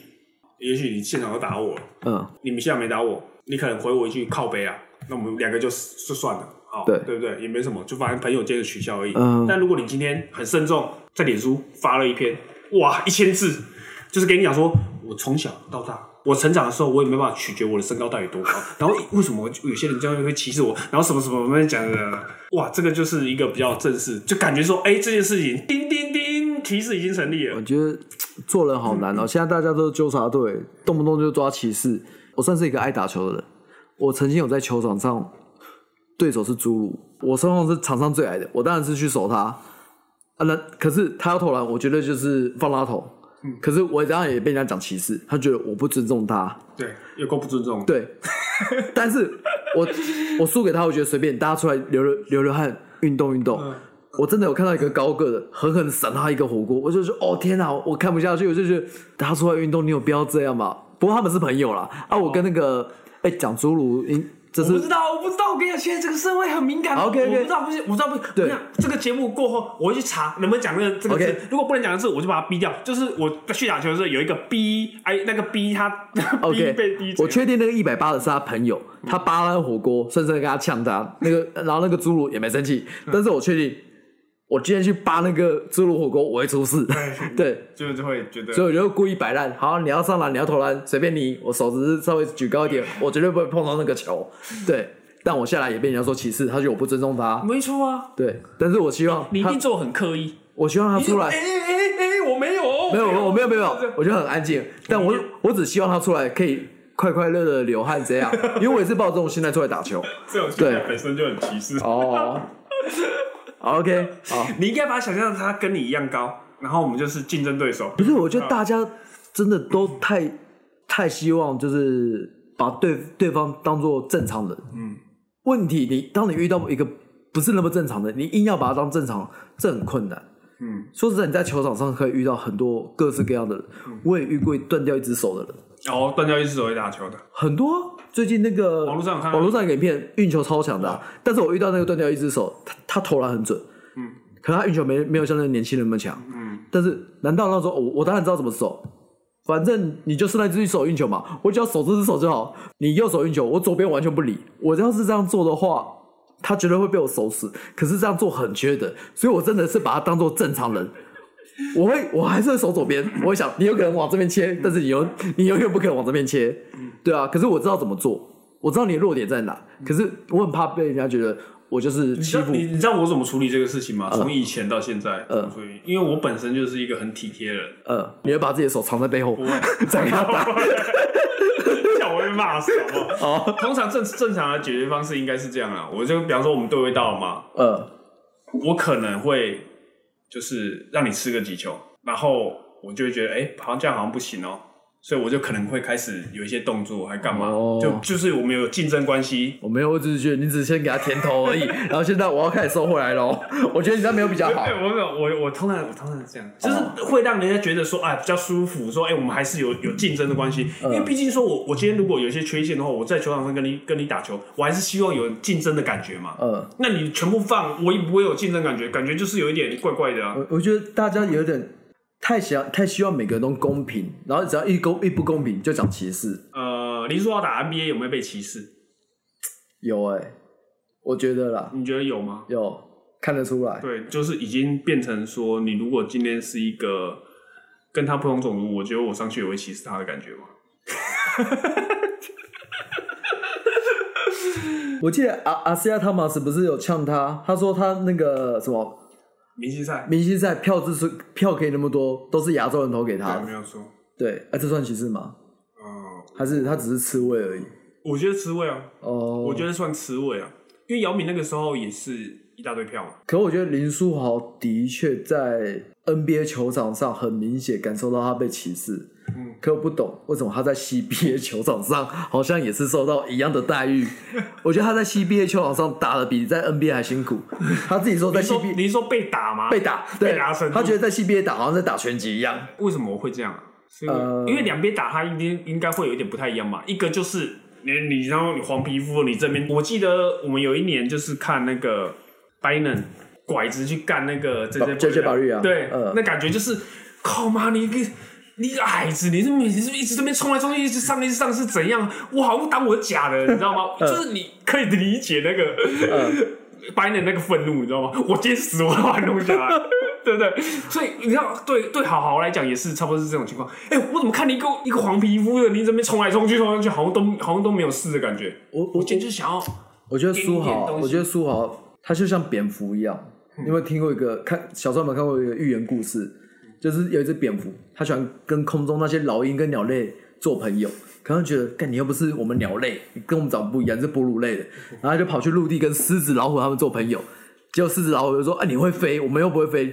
Speaker 4: 也许你现场就打我了，
Speaker 5: 嗯，
Speaker 4: 你们现在没打我，你可能回我一句靠背啊，那我们两个就就算了，好、
Speaker 5: 对
Speaker 4: 对不对？也没什么，就反正朋友间的取笑而已。
Speaker 5: 嗯
Speaker 4: 但如果你今天很慎重，在脸书发了一篇，哇，一千字，就是给你讲说，我从小到大。我成长的时候，我也没办法取决我的身高到 底多高。然后为什么有些人这样会歧视我？然后什么什么，我们讲的，哇，这个就是一个比较正式，就感觉说，哎、这件事情，叮叮叮，提示已经成立了
Speaker 5: 我。觉得做人好难哦、现在大家都是纠察队，动不动就抓歧视。我算是一个爱打球的人，我曾经有在球场上，对手是侏儒，我身后是场上最矮的，我当然是去守他啊。那可是他要投篮，我觉得就是放他投。可是我当然也被人家讲歧视，他觉得我不尊重他。
Speaker 4: 对，有够不尊重。
Speaker 5: 对，但是我我输给他，我觉得随便，大家出来流流流流汗，运动运动。我真的有看到一个高个的狠狠闪他一个火锅，我就说哦天哪，我看不下去，我就觉得他出来运动，你有必要这样吗？不过他们是朋友啦，啊，我跟那个哎讲侏儒，应这
Speaker 4: 我不
Speaker 5: 是
Speaker 4: 知道，我不知道。我跟你讲，现在这个社会很敏感。
Speaker 5: OK，OK
Speaker 4: 我不知道，不是，我知道不是。
Speaker 5: 对
Speaker 4: 我跟你讲这个节目过后，我会去查能不能讲那个这个
Speaker 5: OK
Speaker 4: 字。如果不能讲的字，我就把它逼掉。就是我去打球的时候有一个逼，哎，那个逼 他逼
Speaker 5: OK
Speaker 4: 被逼。。
Speaker 5: 哦我确定那个一百八的是他朋友，他扒他的火锅，甚至跟他呛他那个，然后那个侏儒也没生气，但是我确定。我今天去扒那个侏儒火锅，我会出事。对，
Speaker 4: 就就会觉得
Speaker 5: 所以我就故意摆烂。好，你 要上篮，你要投篮，随便你，我手只是稍微举高一点，我绝对不会碰到那个球。对，但我下来也被人家说歧视，他觉得我不尊重他。
Speaker 1: 没错啊，
Speaker 5: 对，但是我希望
Speaker 1: 你一
Speaker 5: 他
Speaker 1: 定做得很刻意，
Speaker 5: 我希望他
Speaker 1: 你
Speaker 5: 出
Speaker 1: 就
Speaker 5: 来
Speaker 1: 哎，哎哎，我没有，
Speaker 5: 没有，我没有，没有
Speaker 1: 这，
Speaker 5: 我觉得很安静。但我我只希望他出来可以快快乐乐地流汗这样，因为我也是抱着这种心态出来打球。
Speaker 4: 这种心
Speaker 5: 对
Speaker 4: 态本身就很歧视。
Speaker 5: 哦，OK，好，
Speaker 4: 你应该把它想象成他跟你一样高，然后我们就是竞争对啊手。
Speaker 5: 不是，我觉得大家真的都太太希望就是把对对方当做正常人。嗯，问题你当你遇到一个不是那么正常的，你硬要把他当正常，这很困难。嗯，说实在，你在球场上可以遇到很多各式各样的人，
Speaker 4: 嗯
Speaker 5: 我也遇过断掉一只手的人。
Speaker 4: 哦，断掉一只手会打球的，
Speaker 5: 很多啊、最近那个
Speaker 4: 网络上有看到嗯
Speaker 5: 网络上有影片，运球超强的啊、但是我遇到那个断掉一只手，他他投篮很准，嗯，可他运球没没有像那个年轻人那么强，嗯，但是难道那时候我我当然知道怎么守，反正你就是那只手运球嘛，我只要守这只手就好，你右手运球，我左边完全不理，我要是这样做的话。他绝对会被我守死，可是这样做很缺德，所以我真的是把他当做正常人，我会，我还是会守左边。我会想，你有可能往这边切，但是你永你永远不可能往这边切，对啊。可是我知道怎么做，我知道你的弱点在哪，可是我很怕被人家觉得我就是
Speaker 4: 你
Speaker 5: 欺
Speaker 4: 知道
Speaker 5: 负嗯
Speaker 4: 你。你知道我怎么处理这个事情吗？从以前到现在，
Speaker 5: 呃
Speaker 4: 所以因为我本身就是一个很体贴的 人，
Speaker 5: 呃，你会把自己的手藏在背 后，再给他打。
Speaker 4: 叫我会被骂死好不好？通常正正常的解决方式应该是这样啊，我就比方说我们对位到嘛，
Speaker 5: 呃，
Speaker 4: 我可能会就是让你吃个几球，然后我就会觉得，哎、好像这样好像不行哦，所以我就可能会开始有一些动作，还干嘛？
Speaker 5: 哦
Speaker 4: 就就是我们有竞争关系，
Speaker 5: 我没有，我只是觉得你只是先给他甜头而 已，然后现在我要开始收回来喽。我觉得你这样没有比较好
Speaker 4: 对，。我没有，我我通常我通常是这样，就是会让人家觉得说，哎，比较舒服，说，哎，我们还是有有竞争的关系，因
Speaker 5: 嗯
Speaker 4: 为毕竟说我我今天如果有一些缺陷的话，我在球场上跟你跟你打球，我还是希望有竞争的感觉嘛。
Speaker 5: 呃，
Speaker 4: 那你全部放，我也不会有竞争感觉，感觉就是有一点怪怪的啊。
Speaker 5: 我我觉得大家有点太想太希望每个人都公平，然后只要一公一不公平就讲歧视。嗯
Speaker 4: 呃，林书豪打 NBA 有没有被歧视？
Speaker 5: 有哎、我觉得啦，
Speaker 4: 你觉得有吗？
Speaker 5: 有看得出来。
Speaker 4: 对，就是已经变成说，你如果今天是一个跟他不同种族，我觉得我上去也会歧视他的感觉嘛。
Speaker 5: 我记得阿阿斯亚汤马斯不是有呛他，他说他那个什么
Speaker 4: 明星赛
Speaker 5: 明星赛票支持票给那么多，都是亚洲人投给他
Speaker 4: 对
Speaker 5: 的。
Speaker 4: 没有说，
Speaker 5: 对，哎、这算歧视吗？
Speaker 4: 嗯，
Speaker 5: 还是他只是吃味而已？
Speaker 4: 我觉得吃味啊，
Speaker 5: 哦，
Speaker 4: 我觉得算吃味啊，因为姚明那个时候也是一大堆票嘛。
Speaker 5: 可我觉得林书豪的确在 NBA 球场上很明显感受到他被歧视。嗯，可我不懂为什么他在 CBA 球场上好像也是受到一样的待 遇。我觉得他在 CBA 球场上打的比在 NBA 还辛苦。他自己说在
Speaker 4: 你说
Speaker 5: CBA
Speaker 4: 你说被打吗？
Speaker 5: 被打，对，
Speaker 4: 被打的程度
Speaker 5: 他觉得在 CBA 打好像在打拳击一样。
Speaker 4: 为什么我会这样啊？是因为、
Speaker 5: 呃
Speaker 4: 因为两边打他应该应该会有一点不太一样嘛。一个就是你你然后你黄皮肤，你这边我记得我们有一年就是看那个 b i n a n 拐子去干那个 J J
Speaker 5: JJ 保利啊
Speaker 4: 对，
Speaker 5: 呃
Speaker 4: 那感觉就是靠妈你一个。你个矮子，你是每次一直这边冲来冲去，一直上一直上是怎样？我好像当我假的，你知道吗？就是你可以理解那个、白人那个愤怒，你知道吗？我今天死我都把你弄下来，对不对？所以你知道，对对，好好来讲也是差不多是这种情况。哎、我怎么看你一个一个黄皮肤的，你怎么冲来冲去冲来冲去，好像都好像都没有事的感觉。
Speaker 5: 我
Speaker 4: 我
Speaker 5: 我
Speaker 4: 今天就是想要，
Speaker 5: 我觉得苏
Speaker 4: 给你一点
Speaker 5: 豪，
Speaker 4: 东西嗯
Speaker 5: 我觉得苏豪他就像蝙蝠一样。你有没有听过一个看小时候有没有看过一个寓言故事？就是有一只蝙蝠，它喜欢跟空中那些老鹰跟鸟类做朋友，可能觉得，干你又不是我们鸟类，你跟我们长得不一样，你是哺乳类的，
Speaker 4: 嗯
Speaker 5: 然后它就跑去陆地跟狮子、老虎他们做朋友。结果狮子、老虎就说：“啊，你会飞，我们又不会飞，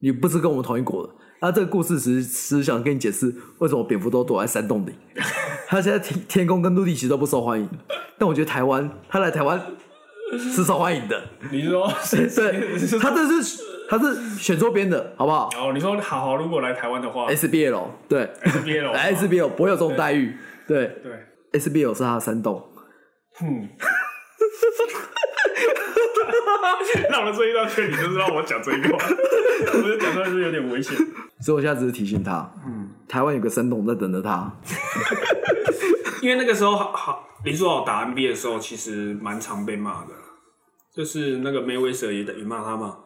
Speaker 5: 你不是跟我们同一国的。”那这个故事只是只是想跟你解释，为什么蝙蝠都躲在山洞里。它现在天天空跟陆地其实都不受欢迎，但我觉得台湾，它来台湾是受欢迎 的。
Speaker 4: 你说，
Speaker 5: 对，它这是它是选错边的，好不好
Speaker 4: 哦，你说好好，如果来台湾的话
Speaker 5: 哎？SBL 对 哎
Speaker 4: SBL
Speaker 5: 来 SBL 不会有这种待遇。对
Speaker 4: 对，
Speaker 5: ，SBL 是它的山洞。
Speaker 4: 嗯。 绕了这一大圈，你就知道我讲这 一个话，我就讲出来是有点危险。
Speaker 5: 所以我现在只是提醒他，嗯，台湾有个山洞在等着他。
Speaker 4: 因为那个时候好好林书豪打 NBA 的时候，其实蛮常被骂的，就是那个梅威瑟也也骂他嘛，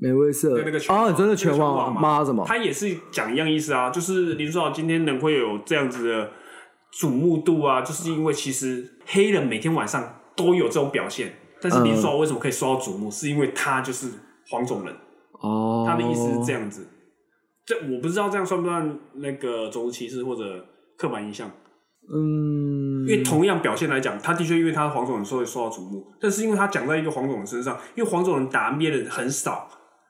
Speaker 5: 美味社
Speaker 4: 对那个拳
Speaker 5: 哦，你真的
Speaker 4: 拳
Speaker 5: 全忘
Speaker 4: 嘛，
Speaker 5: 了骂他什么？
Speaker 4: 他也是讲一样意思啊，就是林书豪今天能会有这样子的瞩目度啊，就是因为其实黑人每天晚上都有这种表现。但
Speaker 5: 嗯
Speaker 4: 是林书豪为什么可以受到瞩目，是因为他就是黄种人，
Speaker 5: 哦，
Speaker 4: 他的意思是这样子。这我不知道这样算不算那个种族歧视或者刻板印象，
Speaker 5: 嗯，
Speaker 4: 因为同样表现来讲，他的确因为他是黄种人，所以受到瞩目。但是因为他讲在一个黄种人身上，因为黄种人打 NBA 的很少，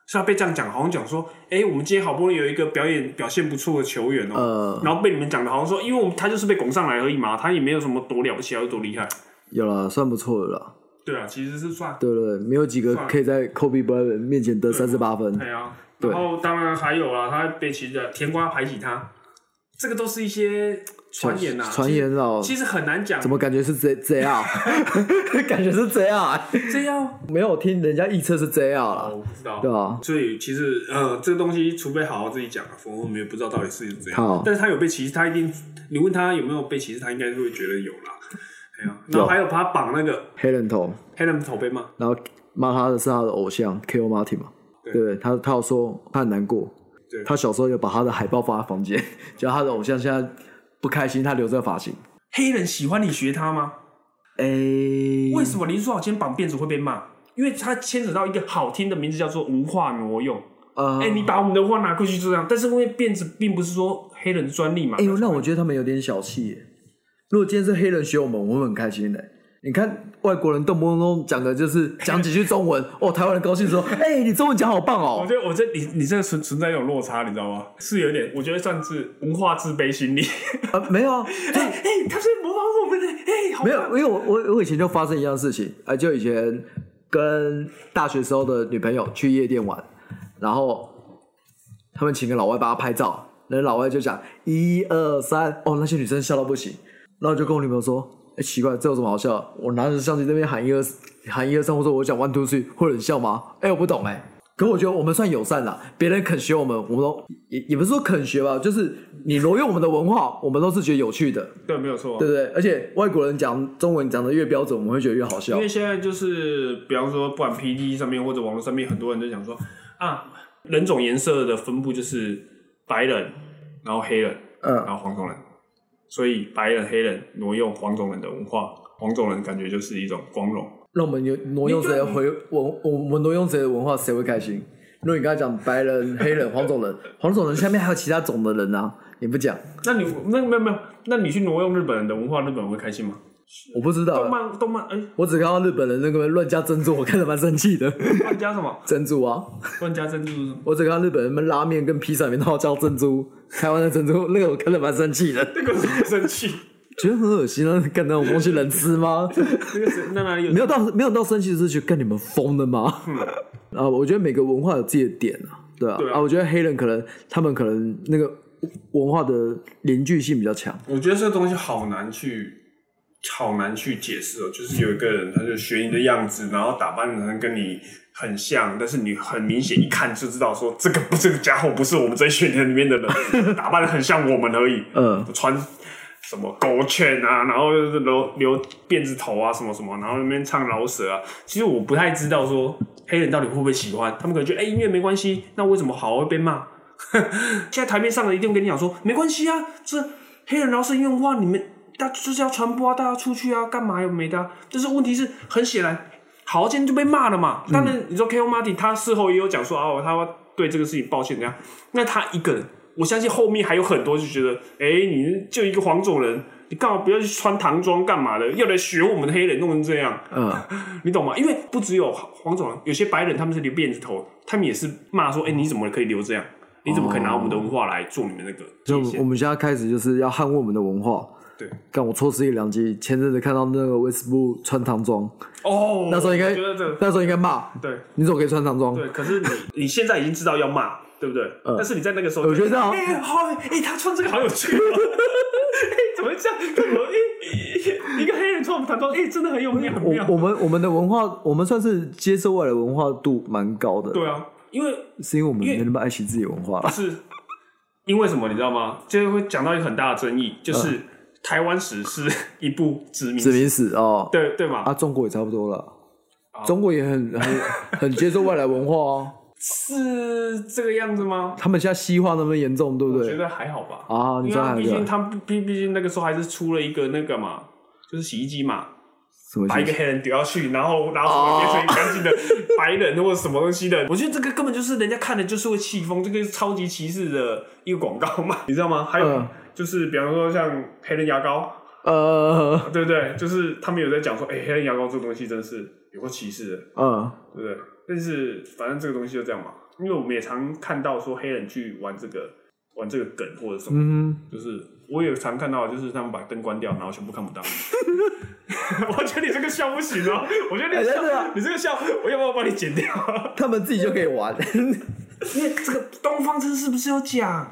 Speaker 4: 所以他被这样讲，好像讲说，哎、我们今天好不容易有一个表演表现不错的球员哦、
Speaker 5: 呃
Speaker 4: 然后被你们讲的好像说，因为我们他就是被拱上来而已嘛，他也没有什么多了不起，还有多厉害。
Speaker 5: 有了，算不错了啦。
Speaker 4: 对啊，其实是算
Speaker 5: 对对，对没有几个
Speaker 4: 算了
Speaker 5: 可以在 Kobe Bryant 面前得三十八分。
Speaker 4: 对啊。
Speaker 5: 对
Speaker 4: 然后当然还有啊，他被其的甜瓜排挤他，这个都是一些传言啊，
Speaker 5: 传言啊
Speaker 4: 其实其实很难讲。
Speaker 5: 怎么感觉是 J J R？感觉是啊 J R，
Speaker 4: 这样？
Speaker 5: 没有听人家预测是 J R
Speaker 4: 啊，
Speaker 5: 啦，
Speaker 4: 我不知道。
Speaker 5: 对吧？
Speaker 4: 所以其实呃，这个东西除非好好自己讲啊，否则我们也不知道到底是怎样
Speaker 5: 好。
Speaker 4: 但是他有被歧视，他一定，你问他有没有被歧视，他应该会觉得有啦。哎呀，然后还有把他绑那个
Speaker 5: 黑人头，
Speaker 4: 黑人头被骂，
Speaker 5: 然后骂他的是他的偶像 K.O. Martin 嘛，
Speaker 4: 对
Speaker 5: 对他他有说他很难过
Speaker 4: 对，
Speaker 5: 他小时候有把他的海报放在房间， 叫他的偶像现在不开心，他留这个发型。哎
Speaker 4: 黑人喜欢你学他吗？
Speaker 5: 诶，
Speaker 4: 为什么林书豪今天绑辫子会被骂？因为他牵扯到一个好听的名字叫做文化挪用。
Speaker 5: 呃，
Speaker 4: 哎、你把我们的话拿过去就这样，但是因为辫子并不是说黑人专利嘛。
Speaker 5: 哎、那我觉得他们有点小气耶。如果今天是黑人学我们，我们会很开心的。你看外国人动不动讲的就是讲几句中文，哦，台湾人高兴说：“哎、你中文讲好棒
Speaker 4: 我
Speaker 5: 哦
Speaker 4: 觉得我这你你这个存存在一种落差，你知道吗？是有点，我觉得算是文化自卑心理。！”
Speaker 5: 啊，没有啊，
Speaker 4: 哎、 哎他是模仿我们的，哎、好
Speaker 5: 没有，因为我我我以前就发生一样事情，啊，就以前跟大学时候的女朋友去夜店玩，然后他们请个老外帮她拍照，那老外就讲一二三，哦，那些女生笑到不行，然后我就跟我女朋友说，哎、奇怪，这有什么好笑的？我拿着相机那边喊一二喊一二三，或者我讲 one two three，会有人笑吗？哎、我不懂哎、可我觉得我们算友善啦，别人肯学我们，我们都也也不是说肯学吧，就是你挪用我们的文化，我们都是觉得有趣的。
Speaker 4: 对，没有错。啊
Speaker 5: 对不对？而且外国人讲中文讲的越标准，我们会觉得越好笑
Speaker 4: 因为。现在就是，比方说，不管 P D 上面或者网络上面，很多人都讲说啊，人种颜色的分布就是白人，然后黑人，然
Speaker 5: 嗯，
Speaker 4: 后黄种人，所以白人、黑人挪用黄种人的文化，黄种人感觉就是一种光荣。
Speaker 5: 那我们有挪用谁的回文，我我们挪用谁的文化，谁会开心？如果你刚才讲白人、黑人、黄种人， 黄种人下面还有其他种的人啊，你不讲，
Speaker 4: 那你那没有没有，那你去挪用日本人的文化，日本人会开心吗？
Speaker 5: 我不知
Speaker 4: 动
Speaker 5: 道。啊
Speaker 4: 漫动 漫，哎、
Speaker 5: 我只看到日本人那个乱加珍珠，我看着蛮生气的。
Speaker 4: 乱加什么？
Speaker 5: 珍珠啊，
Speaker 4: 乱加珍珠是什么？
Speaker 5: 我只看到日本人们拉面跟披萨里面都要加珍珠，台湾的珍珠那个我看着蛮生气的，
Speaker 4: 那个是生气，
Speaker 5: 觉得很恶心啊！干那种东西能吃吗？
Speaker 4: 那个是那哪里有
Speaker 5: 没？有到没有到生气是去干你们疯了吗？啊，我觉得每个文化有自己的点啊，对啊，
Speaker 4: 嗯对啊
Speaker 5: 啊我觉得黑人可能他们可能那个文化的连续性比较强，
Speaker 4: 我觉得这个东西好难去，好难去解释哦。就是有一个人，他就学你的样子，然后打扮成跟你很像，但是你很明显一看就知道说，这个不这个家伙不是我们这一群人里面的人， 打扮的很像我们而 已。
Speaker 5: 嗯，
Speaker 4: 穿什么狗犬啊，然后就是留留辫子头啊，什么什么，然后那边唱饶舌啊。其实我不太知道说黑人到底会不会喜欢，他们可能觉得哎、音乐没关系，那为什么好会被骂？ 现在台面上的一定会跟你讲说没关系啊，这黑人饶舌音乐文化啊你们大就是要传播啊，大家出去啊，干嘛有没的啊、但是问题是很显然，好今天就被骂了
Speaker 5: 嗯
Speaker 4: 嘛。当然你说 K.O. Martin 他事后也有讲说啊，他对这个事情抱歉怎样，那他一个人，我相信后面还有很多就觉得，哎、你就一个黄种人，你干嘛不要去穿唐装干嘛的，要来学我们的黑人弄成这样，
Speaker 5: 嗯，
Speaker 4: 你懂吗？因为不只有黄种人，有些白人他们是留辫子头，他们也是骂说，哎、你怎么可以留这样？你怎么可以拿我们的文化来做你们那个
Speaker 5: 就
Speaker 4: 界限
Speaker 5: 我们现在开始就是要捍卫我们的文化。
Speaker 4: 对，
Speaker 5: 干我错失一个良机，前阵子看到那个威斯布鲁穿唐装，
Speaker 4: 哦，
Speaker 5: 那时候应该
Speaker 4: 我觉得这个
Speaker 5: 那时候应该骂，
Speaker 4: 对。
Speaker 5: 你怎么可以穿唐装？
Speaker 4: 对，可是你你现在已经知道要骂，对不对？但是你在那个时候
Speaker 5: 嗯
Speaker 4: 就，
Speaker 5: 我觉得这样
Speaker 4: 哎、好，哎、他穿这个好有趣、哦， 哎、怎么会这样？怎么，哎、一个黑人穿我们唐装，哎、真的很有妙，很妙
Speaker 5: 我我们我们的文化，我们算是接受外来文化度蛮高的，
Speaker 4: 对啊，因为
Speaker 5: 是因为我们
Speaker 4: 因为
Speaker 5: 没那么爱惜自己的文化了。
Speaker 4: 是因为什么，你知道吗？这会讲到一个很大的争议，就是台湾史是一部殖民
Speaker 5: 指
Speaker 4: 史，
Speaker 5: 名嗯史哦，
Speaker 4: 对对嘛？
Speaker 5: 啊，中国也差不多了，
Speaker 4: 啊
Speaker 5: 中国也很很 很接受外来文化啊。
Speaker 4: 是这个样子吗？
Speaker 5: 他们现在西化那么严重，对不
Speaker 4: 我觉
Speaker 5: 对？
Speaker 4: 得还好吧。
Speaker 5: 啊，你
Speaker 4: 因为
Speaker 5: 知道
Speaker 4: 他
Speaker 5: 还
Speaker 4: 毕
Speaker 5: 有
Speaker 4: 竟他毕毕竟那个时候还是出了一个那个嘛，就是洗衣机嘛，哦
Speaker 5: 什么
Speaker 4: 把一
Speaker 5: 意
Speaker 4: 个
Speaker 5: 思？
Speaker 4: 黑人丢下去，然后然后变成一个干净的 白人或者什么东西的，我觉得这个根本就是人家看的就是会气疯，这个是超级歧视的一个广告 嘛，你知道吗？还有
Speaker 5: 嗯
Speaker 4: 就是比方说像黑人牙膏，
Speaker 5: 呃
Speaker 4: 对不对？就是他们有在讲说，哎、黑人牙膏这个东西真的是有过歧视的，
Speaker 5: 呃，
Speaker 4: 对不对？但是反正这个东西就这样嘛，因为我们也常看到说黑人去玩这个玩这个梗或者什么，
Speaker 5: 嗯
Speaker 4: 就是我也常看到，就是他们把灯关掉，然后全 部看不到。我觉得你这个笑不行哦，我觉得你这
Speaker 5: 哎真
Speaker 4: 个
Speaker 5: 的
Speaker 4: 笑
Speaker 5: 啊，哎
Speaker 4: 你这个笑，我要不要帮你剪掉？
Speaker 5: 哼，他们自己就可以 玩。
Speaker 4: 因为这个 东方真是不是有 讲？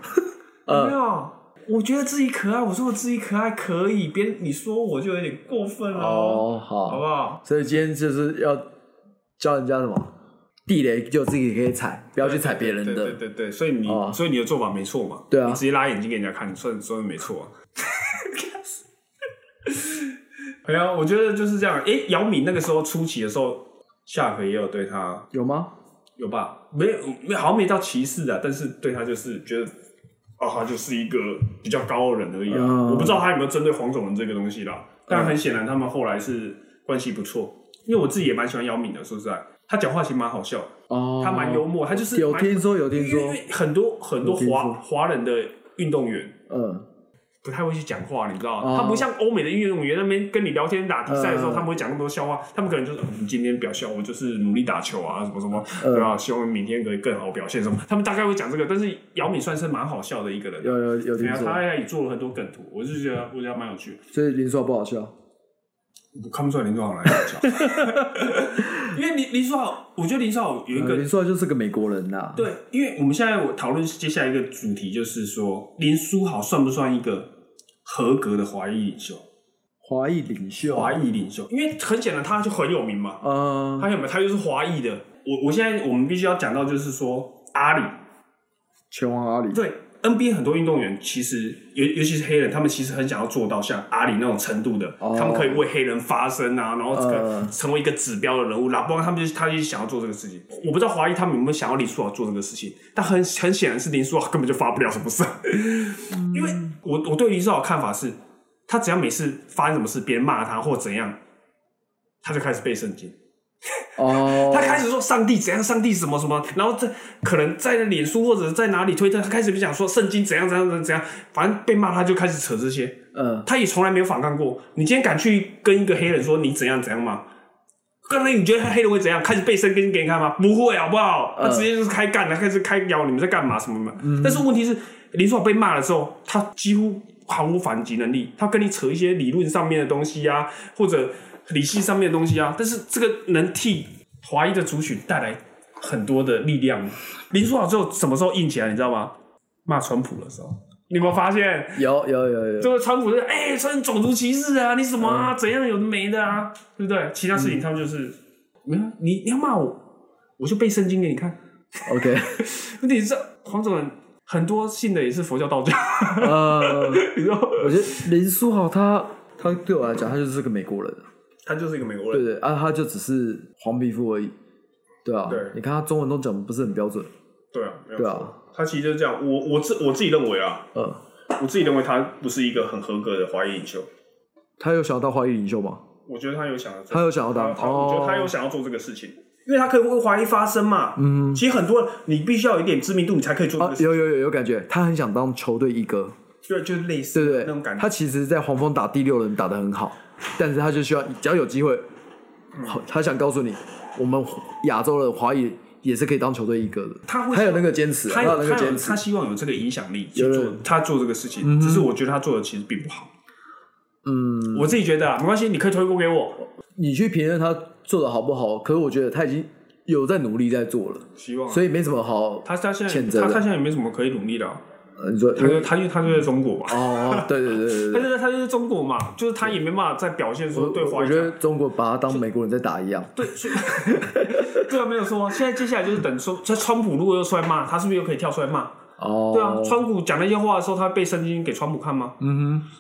Speaker 4: 有
Speaker 5: 呃，
Speaker 4: 没有？我觉得自己可爱，我说我自己可爱可以，别人你说我就有点过分了哦，
Speaker 5: 哦，
Speaker 4: 好
Speaker 5: 好
Speaker 4: 不，好？
Speaker 5: 所以今天就是要教人家什么地雷，就自己可以踩，不要去踩别人
Speaker 4: 对对
Speaker 5: 的。
Speaker 4: 对对，所以你、
Speaker 5: 哦
Speaker 4: 所以你的做法没错嘛？
Speaker 5: 对啊
Speaker 4: 你直接拉眼睛给人家看，算算没错、啊。 哎呀，我觉得就是这样。哎、姚明那个时候初期的时候，夏培也有对他
Speaker 5: 有吗？
Speaker 4: 有吧？没有，没有好像没到歧视啊，但是对他就是觉得，哦，他就是一个比较高的人而已啊。
Speaker 5: 嗯
Speaker 4: 我不知道他有没有针对黄种人这个东西啦，但很显然他们后来是关系不错。因为我自己也蛮喜欢姚明的，说实在，他讲话其实蛮好笑的，
Speaker 5: 哦，
Speaker 4: 他蛮幽默，他就是
Speaker 5: 有
Speaker 4: 蛮
Speaker 5: 听说有听
Speaker 4: 因为因
Speaker 5: 说，
Speaker 4: 为很多很多
Speaker 5: 有听说
Speaker 4: 华华人的运动员
Speaker 5: 嗯，
Speaker 4: 不太会去讲话，你知道吗？
Speaker 5: 哦
Speaker 4: 他不像欧美的运动员那边跟你聊天打比赛的时候，
Speaker 5: 嗯
Speaker 4: 他们会讲那么多笑话，他们可 能就是、呃你今天表现，我就是努力打球啊，什么什么，
Speaker 5: 嗯
Speaker 4: 对吧？希望明天可以更好表现什么，他们大概会讲这个。但是姚明算是蛮好笑的一个人，
Speaker 5: 有有有
Speaker 4: 对
Speaker 5: 听
Speaker 4: 啊，
Speaker 5: 说
Speaker 4: 他，也做了很多梗图，我就觉得我觉得蛮 有趣的。
Speaker 5: 所以林书豪不好笑。
Speaker 4: 我看不出来林书豪来搞笑， 因为林林书豪，我觉得林书豪有一
Speaker 5: 呃
Speaker 4: 个
Speaker 5: 林书豪就是个美国人呐。
Speaker 4: 对，因为我们现在我讨论接下来一个主题，就是说林书豪算不算一个合格的华裔领袖？
Speaker 5: 华裔领袖，
Speaker 4: 华裔领袖，因为很显然他就很有名嘛，
Speaker 5: 呃，
Speaker 4: 他有没有？他就是华裔的。嗯我我现在我们必须要讲到，就是说阿里
Speaker 5: 拳王阿里，
Speaker 4: 对 NBA 很多运动员，其实尤尤其是黑人，他们其实很想要做到像阿里那种程度的，
Speaker 5: 哦
Speaker 4: 他们可以为黑人发声啊，然后这个
Speaker 5: 呃
Speaker 4: 成为一个指标的人物。拉布他们就他就想要做这个事情，我不知道华裔他们有没有想要林书豪做这个事情，但很很显然是林书豪根本就发不了什么声，因为我我对林书豪的看法是，他只要每次发生什么事，别人骂他或怎样，他就开始背圣经。
Speaker 5: 哦，
Speaker 4: 他开始说上帝怎样，上帝什么什么，然后在可能在脸书或者在哪里推特，他开始就讲说圣经怎样怎样怎样怎样，反正被骂他就开始扯这些，
Speaker 5: 嗯，
Speaker 4: 他也从来没有反抗过。你今天敢去跟一个黑人说你怎样怎样吗？刚才你觉得黑人会怎样？开始背圣经给你看吗？不会，好不好？他
Speaker 5: 嗯
Speaker 4: 直接就是开干了，开始开咬你们在干嘛什么嘛。但是问题是，林书豪被骂了之后，他几乎毫无反击能力，他跟你扯一些理论上面的东西啊，或者理性上面的东西啊，但是这个能替华裔的族群带来很多的力量吗。林书豪最后什么时候硬起来？你知道吗？骂川普的时候，你有没有发现？
Speaker 5: 有有有
Speaker 4: 这
Speaker 5: 有，
Speaker 4: 个川普就哎、穿种族歧视啊，你什么啊，怎样有的没的啊，对不对？其他事情他们就是，没有啊你你要骂我，我就背圣经给你看。
Speaker 5: OK，
Speaker 4: 问题是黄种人很多信的也是佛教道教，
Speaker 5: 呃，
Speaker 4: 你知道吗，
Speaker 5: 我觉得林书豪他他对我来讲，他就是个美国人，
Speaker 4: 他就是一个美国
Speaker 5: 对，对啊，他就只是黄皮肤而已，对啊，
Speaker 4: 对
Speaker 5: 你看他中文都讲得不是很标准，
Speaker 4: 对啊，没有
Speaker 5: 对啊，
Speaker 4: 他其实就是这样。我我自我自己认为啊，
Speaker 5: 呃，
Speaker 4: 我自己认为他不是一个很合格的华裔领袖。
Speaker 5: 他有想要当华裔领袖吗？
Speaker 4: 我觉得他有想要做，呃
Speaker 5: 他有想要当
Speaker 4: 他我觉得他
Speaker 5: 哦
Speaker 4: 有想要做这个事情，因为他可以为华裔发声嘛。嗯，其实很多人你必须要有一点知名度，你才可以做这
Speaker 5: 啊
Speaker 4: 个，事。
Speaker 5: 有有有有感觉，他很想当球队一哥，
Speaker 4: 对，就是类似
Speaker 5: 对不对？
Speaker 4: 那种感觉。
Speaker 5: 他其实，在黄蜂打第六人打得很好，但是他就需要只要有机会，
Speaker 4: 嗯
Speaker 5: 好，他想告诉你，我们亚洲人华裔也是可以当球队一哥的。
Speaker 4: 他会
Speaker 5: 他有那个坚持啊，
Speaker 4: 他
Speaker 5: 有
Speaker 4: 有
Speaker 5: 那
Speaker 4: 他
Speaker 5: 个
Speaker 4: 有
Speaker 5: 坚持
Speaker 4: 他，希望有这个影响力去
Speaker 5: 有嗯
Speaker 4: 做
Speaker 5: 人
Speaker 4: 他做这个事情，只是我觉得他做的其实并不好。嗯，我自己觉得啊，没关系，你可以推锅给我。
Speaker 5: 你去评论他做的好不好，可是我觉得他已经有在努力在做了，
Speaker 4: 希望啊
Speaker 5: 所以没什么好。
Speaker 4: 他他现
Speaker 5: 谴
Speaker 4: 在
Speaker 5: 责
Speaker 4: 他
Speaker 5: 的
Speaker 4: 他现在也没什么可以努力的啊，
Speaker 5: 呃你说
Speaker 4: 他就他因为他就在中国嘛，
Speaker 5: 哦，对对对对
Speaker 4: 他
Speaker 5: 对
Speaker 4: 就在他就在中国嘛，就是他也没办法再表现说
Speaker 5: 我
Speaker 4: 对华
Speaker 5: 我
Speaker 4: 裔
Speaker 5: 觉
Speaker 4: 这
Speaker 5: 得
Speaker 4: 样。
Speaker 5: 中国把他当美国人在打一样，
Speaker 4: 对，所以 对啊，没有错啊。现在接下来就是等说，这川普如果又出来骂，他是不是又可以跳出来骂？
Speaker 5: 哦，
Speaker 4: 对啊，川普讲那些话的时候，他被圣经给川普看吗？嗯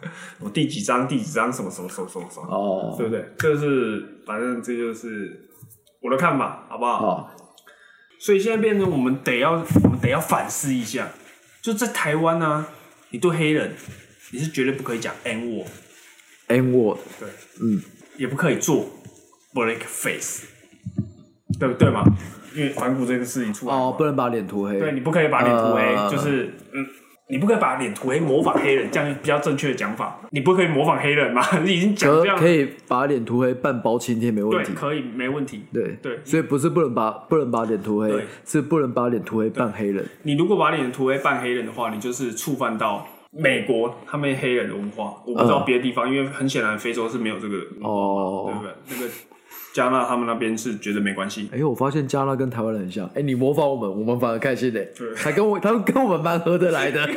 Speaker 4: 哼，我第几章第几章什么什么什么什么什么，
Speaker 5: 哦
Speaker 4: 对，不对？这是反正这就是我的看法，好不好？
Speaker 5: 好，
Speaker 4: 所以现在变成我们得要我们得要反思一下，就在台湾呢、啊，你对黑人你是绝对不可以讲 N 我，
Speaker 5: N word，
Speaker 4: 对，
Speaker 5: 嗯，
Speaker 4: 也不可以做 black face，对不对嘛？因为反骨这个事情出来
Speaker 5: 哦，
Speaker 4: 嘛
Speaker 5: 不能把脸涂黑。
Speaker 4: 对你不可以把脸涂黑，
Speaker 5: 呃
Speaker 4: 就是嗯，你不可以把脸涂黑，模仿黑人，这样比较正确的讲法。你不可以模仿黑人嘛？ 你已经讲
Speaker 5: 可
Speaker 4: 这样，
Speaker 5: 可以把脸涂黑，半包青天没问
Speaker 4: 对，
Speaker 5: 题。
Speaker 4: 可以，没问题。
Speaker 5: 对
Speaker 4: 对
Speaker 5: 所以不是不能把不能把脸涂黑
Speaker 4: 对，
Speaker 5: 是不能把脸涂黑扮黑人。
Speaker 4: 你如果把脸涂黑扮黑人的话，你就是触犯到美国他们黑人的文化。我不知道
Speaker 5: 嗯
Speaker 4: 别的地方，因为很显然非洲是没有这个文化嗯对不
Speaker 5: 哦，
Speaker 4: 对？那个加纳他们那边是觉得没关系。
Speaker 5: 哎，我发现加纳跟台湾人很像。哎，你模仿我们，我们反而开心嘞
Speaker 4: 对。
Speaker 5: 还跟我，他们跟我们蛮合得来的。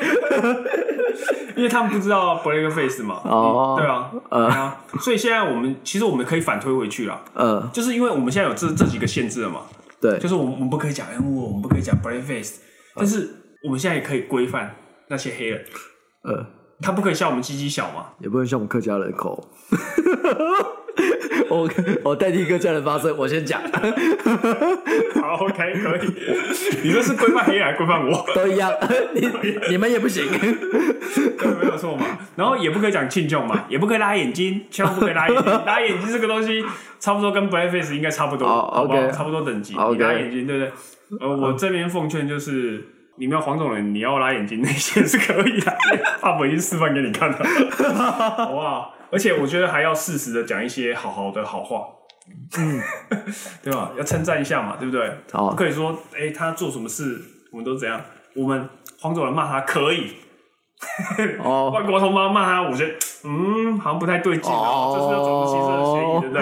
Speaker 4: 因为他们不知道 black face 嘛，
Speaker 5: 哦
Speaker 4: 对啊，对啊，所以现在我们其实我们可以反推回去啦，
Speaker 5: 嗯，
Speaker 4: 就是因为我们现在有这这几个限制了嘛，
Speaker 5: 对
Speaker 4: 就，是我们我们不可以讲 N 我们不可以讲 black face，但是我们现在也可以规范那些黑人，
Speaker 5: 呃，
Speaker 4: 他不可以像我们鸡鸡小嘛，
Speaker 5: 也不能像我们客家人口。 我我代替客家人发声，我先讲，
Speaker 4: 好，OK，可以，你这是规范黑人还是规范我，
Speaker 5: 都一样， 你你们也不 行。
Speaker 4: 对 没有错嘛，然后也不可以讲庆祝 嘛，也不可以拉眼睛，千万不可以拉眼睛，拉眼睛这个东西差不多跟 black face 应该差不多，
Speaker 5: 哦
Speaker 4: 好不好？
Speaker 5: OK 哦
Speaker 4: 差不多等级，
Speaker 5: OK
Speaker 4: 你拉眼睛对不对？呃，我这边奉劝就是，你们要黄种人，你要拉眼睛那些是可以的， 阿伯已经示范给你看了， 好不好？而且我觉得还要适时的讲一些好好的好话。嗯， 对吧？要称赞一下嘛，对不对？
Speaker 5: 好
Speaker 4: 不可以说，哎、他做什么事，我们都怎样？我们黄种人骂他可以，
Speaker 5: 哦，
Speaker 4: 外国同胞骂他，我觉得嗯，好像不太对劲
Speaker 5: 哦
Speaker 4: 哦，这是要种族歧视的嫌疑，对不对？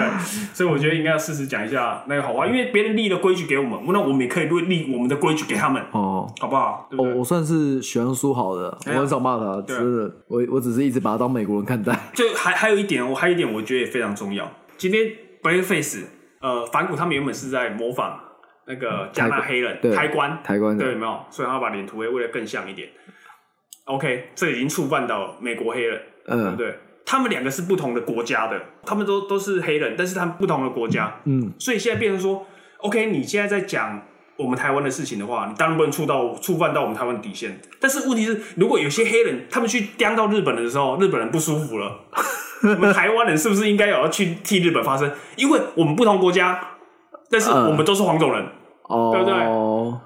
Speaker 4: 所以我觉得应该要适时讲一下那个好话，因为别人立了规矩给我们，那我们也可以立我们的规矩给他们，
Speaker 5: 哦。
Speaker 4: 好不好？对不
Speaker 5: 我
Speaker 4: 对？
Speaker 5: 我算是喜欢苏豪的，我
Speaker 4: 呀
Speaker 5: 很少骂他，
Speaker 4: 对啊
Speaker 5: 真的，我我只是一直把他当美国人看待。
Speaker 4: 就还还有一点，我还有一点，我觉得也非常重要。今天 Blackface，呃，反骨他们原本是在模仿那个加纳黑人
Speaker 5: 对
Speaker 4: 抬棺，
Speaker 5: 抬棺的
Speaker 4: 对，有没有？所以他把脸涂黑，为了更像一点。OK，这已经触犯到美国黑人，对不
Speaker 5: 嗯
Speaker 4: 对？他们两个是不同的国家的，他们都都是黑人，但是他们不同的国家，
Speaker 5: 嗯，
Speaker 4: 所以现在变成说，OK，你现在在讲我们台湾的事情的话，你当然不能触到触犯到我们台湾的底线。但是问题是，如果有些黑人他们去刁到日本人的时候，日本人不舒 服了，我们台湾人是不是应该也要去替日本发声？因为我们不同国家，但是
Speaker 5: 嗯
Speaker 4: 我们都是黄种人。
Speaker 5: 哦，
Speaker 4: 对不对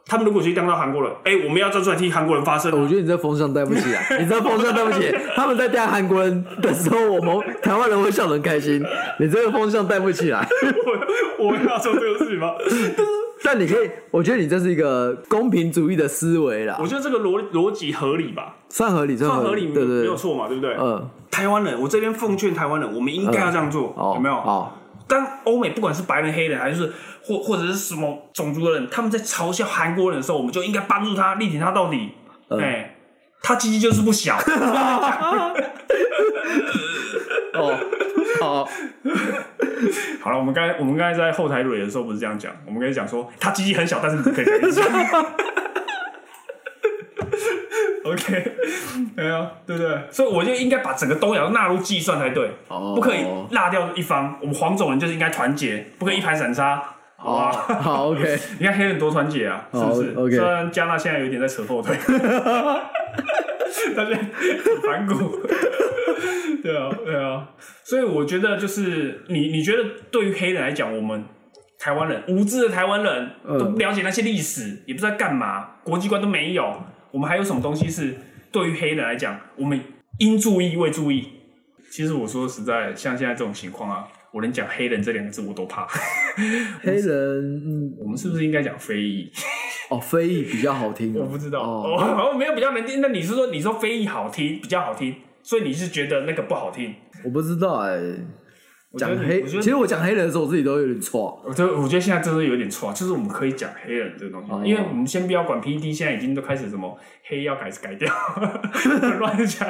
Speaker 4: 他们如果去刁到韩国人，哎、我们要站出来替韩国人发声啊、
Speaker 5: 我觉得你这风向带不起啊！你这风向带不起。他们在带韩国人的时候，我们台湾人会笑得很开心。你这个风向带不起来。
Speaker 4: 我我要做这个事情吗？
Speaker 5: 但你可以，我觉得你这是一个公平主义的思维啦
Speaker 4: 我，觉得这个逻逻辑合理吧，
Speaker 5: 算合理，算
Speaker 4: 算合理，
Speaker 5: 对对
Speaker 4: 没
Speaker 5: 对
Speaker 4: 有，错嘛，对不对？
Speaker 5: 嗯，
Speaker 4: 台湾人，我这边奉劝台湾人，我们应该要这样做，
Speaker 5: 哦，
Speaker 4: 有没有？
Speaker 5: 哦，
Speaker 4: 当欧美不管是白人、黑人，还是或或者是什么种族的人，他们在嘲笑韩国人的时候，我们就应该帮助他，力挺他到底。
Speaker 5: 呃
Speaker 4: 哎、他鸡鸡就是不 小，
Speaker 5: 哦，好，
Speaker 4: 好了，我们刚才我们刚才在后台蕊的时候不是这样讲，我们刚才讲说他鸡鸡很小，但是你不可以这样讲。OK，对啊，对不对？所以我就应该把整个东亚都纳入计算才对，
Speaker 5: 哦
Speaker 4: 不可以落掉一方。我们黄种人就是应该团结，不可以一盘散沙，好
Speaker 5: 哦，
Speaker 4: 吧？
Speaker 5: 好，OK，
Speaker 4: 你看黑人多团结啊，是不是
Speaker 5: 好，OK
Speaker 4: 虽然加纳现在有点在扯后腿， 但是很反骨。对啊，对啊，所以我觉得就是你，你觉得对于黑人来讲，我们台湾人无知的台湾人
Speaker 5: 嗯
Speaker 4: 都不了解那些历史，也不知道干嘛，国际观都没有，我们还有什么东西是对于黑人来讲，我们应注意未注意？其实我说实在，像现在这种情况啊，我连讲黑人这两个字我都怕。
Speaker 5: 黑人，嗯
Speaker 4: 我们是不是应该讲非裔？
Speaker 5: 哦，非裔比较好听哦，
Speaker 4: 我不知道，
Speaker 5: 哦，
Speaker 4: 哦， 没有比较难听。那你是说你说非议好听比较好听，所以你是觉得那个不好听？
Speaker 5: 我不知道哎，
Speaker 4: 我觉
Speaker 5: 讲
Speaker 4: 得
Speaker 5: 黑，
Speaker 4: 我觉
Speaker 5: 其
Speaker 4: 得
Speaker 5: 实我讲黑人的时候，我自己都有点错，
Speaker 4: 我觉得我觉得现在真的有点错，就是我们可以讲黑人这个东西，
Speaker 5: 哦
Speaker 4: 因为我们先不要管 PED，现在已经都开始什么黑要改改掉， 乱 讲，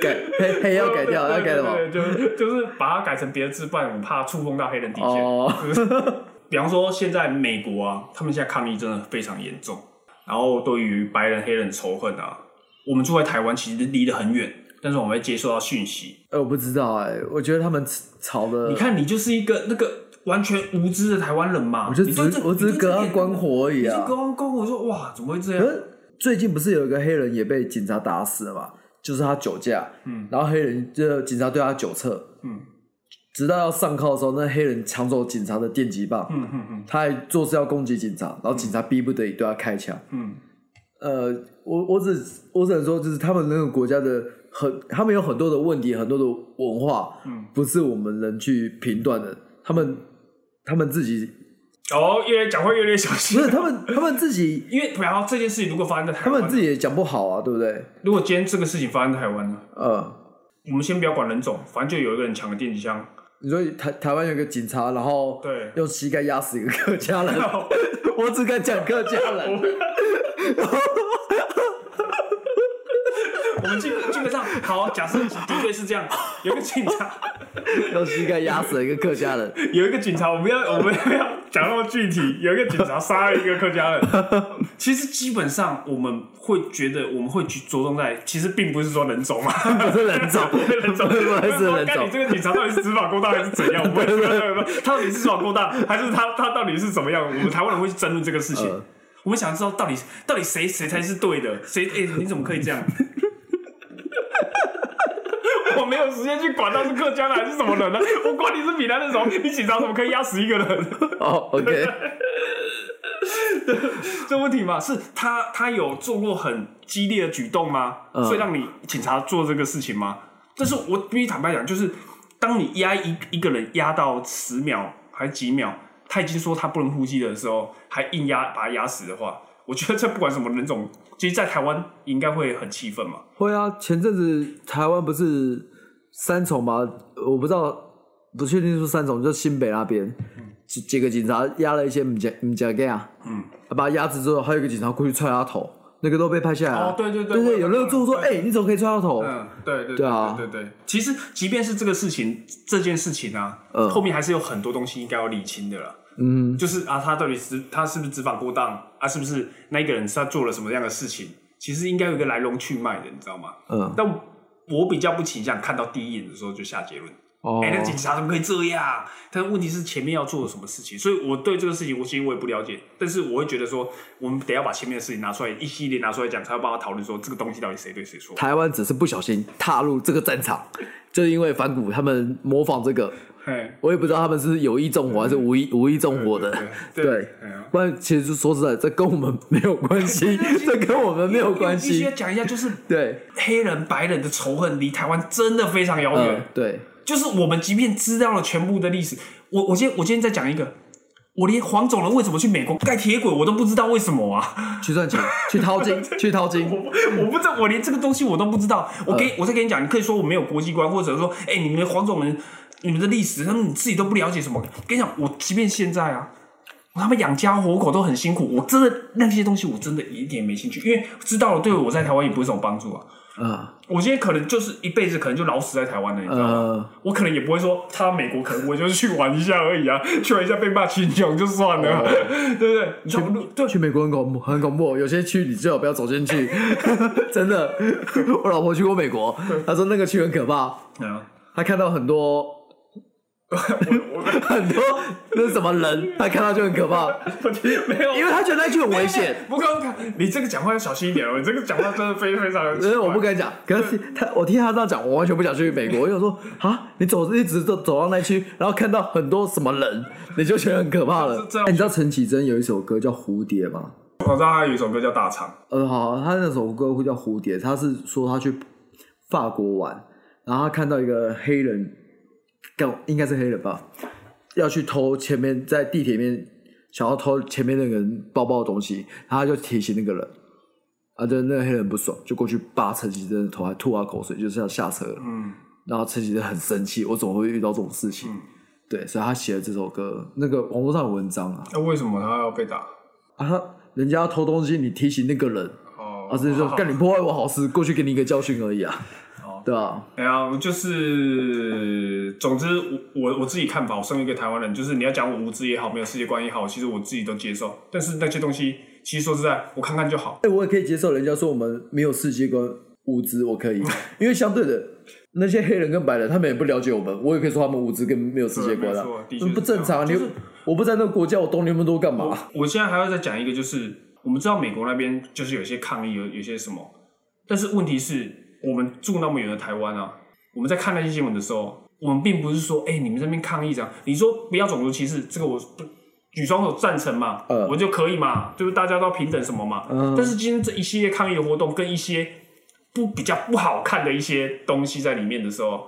Speaker 5: 改黑黑要改掉，要改什么？
Speaker 4: 对，对对就就是把它改成别的字，不然我怕触碰到黑人底线。
Speaker 5: 哦，
Speaker 4: 比方说，现在美国啊，他们现在抗议真的非常严重，然后对于白人、黑人仇恨啊，我们住在台湾其实离得很远，但是我们会接受到讯息，
Speaker 5: 哎，我不知道哎，我觉得他们吵的，
Speaker 4: 你，看，你就是一个那个完全无知的台湾人嘛。
Speaker 5: 我就
Speaker 4: 你对
Speaker 5: 只
Speaker 4: 这
Speaker 5: 我只是隔岸观，火而
Speaker 4: 你
Speaker 5: 已
Speaker 4: 对这
Speaker 5: 啊
Speaker 4: 你就，隔岸观火说哇，怎么会这
Speaker 5: 可
Speaker 4: 样？
Speaker 5: 是最近不是有一个黑人也被警察打死了嘛？就是他酒驾，嗯，然后黑人就警察对他酒测，
Speaker 4: 嗯，
Speaker 5: 直到要上铐的时候，那黑人抢走警察的电击棒，
Speaker 4: 嗯嗯嗯
Speaker 5: 他还做事要攻击警察，然后警察逼不得已对他开枪。
Speaker 4: 嗯，
Speaker 5: 呃，我我只我只能说，就是他们那个国家的很，他们有很多的问题，很多的文化，
Speaker 4: 嗯，
Speaker 5: 不是我们能去评断的。他们他们自己
Speaker 4: 哦，越来讲话越来越小
Speaker 5: 不
Speaker 4: 心
Speaker 5: 是，他们他们自己
Speaker 4: 因为然后这件事情如果发生在台
Speaker 5: 他
Speaker 4: 湾，
Speaker 5: 们自己也讲不好啊，对不对？
Speaker 4: 如果今天这个事情发生在台湾呢，
Speaker 5: 呃，
Speaker 4: 我们先不要管人种，反正就有一个人抢了电击枪，
Speaker 5: 你说台台湾有个警察，然后
Speaker 4: 对
Speaker 5: 用膝盖压死一个客家 人，我只敢讲客家人，
Speaker 4: 我们基基本上好，假设的确是这样，有一个警察，
Speaker 5: 用膝盖压死了一个客家人，
Speaker 4: 有一个警察，我们要我们不要讲那么具体，有一个警察杀了一个客家人。其实基本上我们会觉得，我们会去着重在，其实并不是说人种嘛，，
Speaker 5: 不是人种
Speaker 4: 人种，
Speaker 5: 不是人种
Speaker 4: 看你这个警察到底是执法勾当还是怎样？我们会他到底是执法勾当，还是他他到底是怎么样？我们台湾人会去争论这个事情。
Speaker 5: 嗯
Speaker 4: 我们想知道到底到底谁谁才是对的，谁哎、你怎么可以这样？ 我没有时间去管他是客家的还是什么人呢、我管你是闽南的什么，你警察怎么可以压死一个人？
Speaker 5: 哦，OK，
Speaker 4: 这问题嘛，是他他有做过很激烈的举动吗？
Speaker 5: 嗯
Speaker 4: 所以让你警察做这个事情吗？但是我必须坦白讲，就是当你压一一个人压到十秒还几秒，他已经说他不能呼吸的时候，还硬压把他压死的话，我觉得这不管什么人种，其实在台湾应该会很气愤嘛。
Speaker 5: 会啊，前阵子台湾不是三重吗？我不知道，不确定是不是三重，就新北那边，几几个警察压了一些唔加唔加 gay 啊，嗯，把他压制之后，还有一个警察过去踹他头，那个都被拍下来了。
Speaker 4: 哦对对对
Speaker 5: 对
Speaker 4: 我有
Speaker 5: 有那个住说，
Speaker 4: 看到
Speaker 5: 哎、你怎么可以踹他头？
Speaker 4: 嗯，对对
Speaker 5: 对啊
Speaker 4: 对对对。其实，即便是这个事情，这件事情啊，
Speaker 5: 嗯
Speaker 4: 后面还是有很多东西应该要理清的啦。嗯，就是啊，他到底是他是不是执法过当啊？是不是那一个人是他做了什么样的事情？其实应该有一个来龙去脉的，你知道吗？
Speaker 5: 嗯，
Speaker 4: 但我比较不倾向看到第一眼的时候就下结论。
Speaker 5: 哦
Speaker 4: 哎、那警察怎么可以这样？但问题是前面要做什么事情，所以我对这个事情，我其实我也不了解，但是我会觉得说，我们得要把前面的事情拿出来，一系列拿出来讲，才有办法讨论说这个东西到底谁对谁错。
Speaker 5: 台湾只是不小心踏入这个战场，就是因为反骨他们模仿这个，
Speaker 4: 嘿，
Speaker 5: 我也不知道他们是有意纵火还是无意无意纵火的。
Speaker 4: 对
Speaker 5: 对
Speaker 4: 哎呀，
Speaker 5: 不然其实说实在，这跟我们没有关系， 这跟我们没有关
Speaker 4: 必须要
Speaker 5: 系。
Speaker 4: 讲一下，就是
Speaker 5: 对，
Speaker 4: 黑人白人的仇恨离台湾真的非常遥远。
Speaker 5: 嗯，对，
Speaker 4: 就是我们即便知道了全部的历史，我我今天我今天再讲一个，我连黄种人为什么去美国盖铁轨，我都不知道为什 么啊！
Speaker 5: 去赚钱，去掏 金，去掏金。
Speaker 4: 我不知道，我连这个东西我都不知道。我
Speaker 5: 嗯
Speaker 4: 给、我再跟你讲，你可以说我没有国际观，或者说，哎、你们的黄种人，你们的历史，他们你自己都不了解什么。跟你讲，我即便现在啊，他们养家活口都很辛苦，我真的那些东西我真的一点没兴趣，因为知道了对我在台湾也不是什么帮助啊。
Speaker 5: 啊，
Speaker 4: 我今天可能就是一辈子，可能就老死在台湾了，你知道吗？
Speaker 5: 呃，
Speaker 4: 我可能也不会说他美国，可能我就是去玩一下而已啊， 去玩一下被骂群雄就算了，
Speaker 5: 呃
Speaker 4: 对不对？你就对
Speaker 5: 去美国很恐怖，很恐怖。有些区你最好不要走进去， 真的。我老婆去过美国，她说那个区很可怕，
Speaker 4: 啊，
Speaker 5: 她看到很多
Speaker 4: 我我
Speaker 5: 很多那是什么 人，她看到就很可怕，
Speaker 4: 我 没有，
Speaker 5: 因为她觉得那区很危 险。
Speaker 4: 不过不过你这个讲话要小心一点哦，你这个讲话真的非非常的奇怪，
Speaker 5: 因呃为我不 敢讲，可是她我听她这样讲，我完全不想去美国。我就说啊，你走一直走走到那区，然后看到很多什么人，你就觉得很可怕了
Speaker 4: 这这。样
Speaker 5: 哎，你知道陈绮贞有一首歌叫《蝴蝶》吗？
Speaker 4: 我知道他有一首歌叫《哦大肠
Speaker 5: 呃，好，他那首歌会叫《蝴蝶》，他是说他去法国玩，然后他看到一个黑人，干应该是黑人吧，要去偷前面在地铁里面想要偷前面那个人包包的东西，然后他就提醒那个人，啊，对，那个黑人不爽，就过去扒陈绮贞的头，还吐他口水，就是要下车。嗯，然后陈绮贞很生气，我怎么会遇到这种事情？对，所以他写了这首歌，那个网络上有文章啊，》。
Speaker 4: 那为什么他要被打？
Speaker 5: 啊，他人家要偷东西，你提醒那个人。
Speaker 4: 哦
Speaker 5: 啊，直接说干你破坏我好 事，过去给你一个教训而已啊，对吧、
Speaker 4: 哎呀，我就是，总之我我我自己看法，我身为一个台湾人，就是你要讲我无知也好，没有世界观也好，其实我自己都接受。但是那些东西，其实说实在，我看看就好。
Speaker 5: 哎、我也可以接受人家说我们没有世界观无知，我可 以，因为相对的那些黑人跟白人，他们也不了解我们，我也可以说他们无知跟没有世界观
Speaker 4: 对没
Speaker 5: 啊
Speaker 4: 错的，确
Speaker 5: 这
Speaker 4: 是
Speaker 5: 不正常啊。
Speaker 4: 这
Speaker 5: 你
Speaker 4: 样就是
Speaker 5: 我不在那个国家，我懂你们多干嘛？
Speaker 4: 我现在还要再讲一个，就是我们知道美国那边就是有些抗议，有有些什么，但是问题是我们住那么远的台湾啊，我们在看那些新闻的时候，我们并不是说，哎、你们这边抗议这样，你说不要种族歧视，这个我不举双手赞成嘛，
Speaker 5: 呃
Speaker 4: 我就可以嘛，就是大家都平等什么嘛。
Speaker 5: 嗯
Speaker 4: 但是今天这一系列抗议的活动跟一些不比较不好看的一些东西在里面的时候，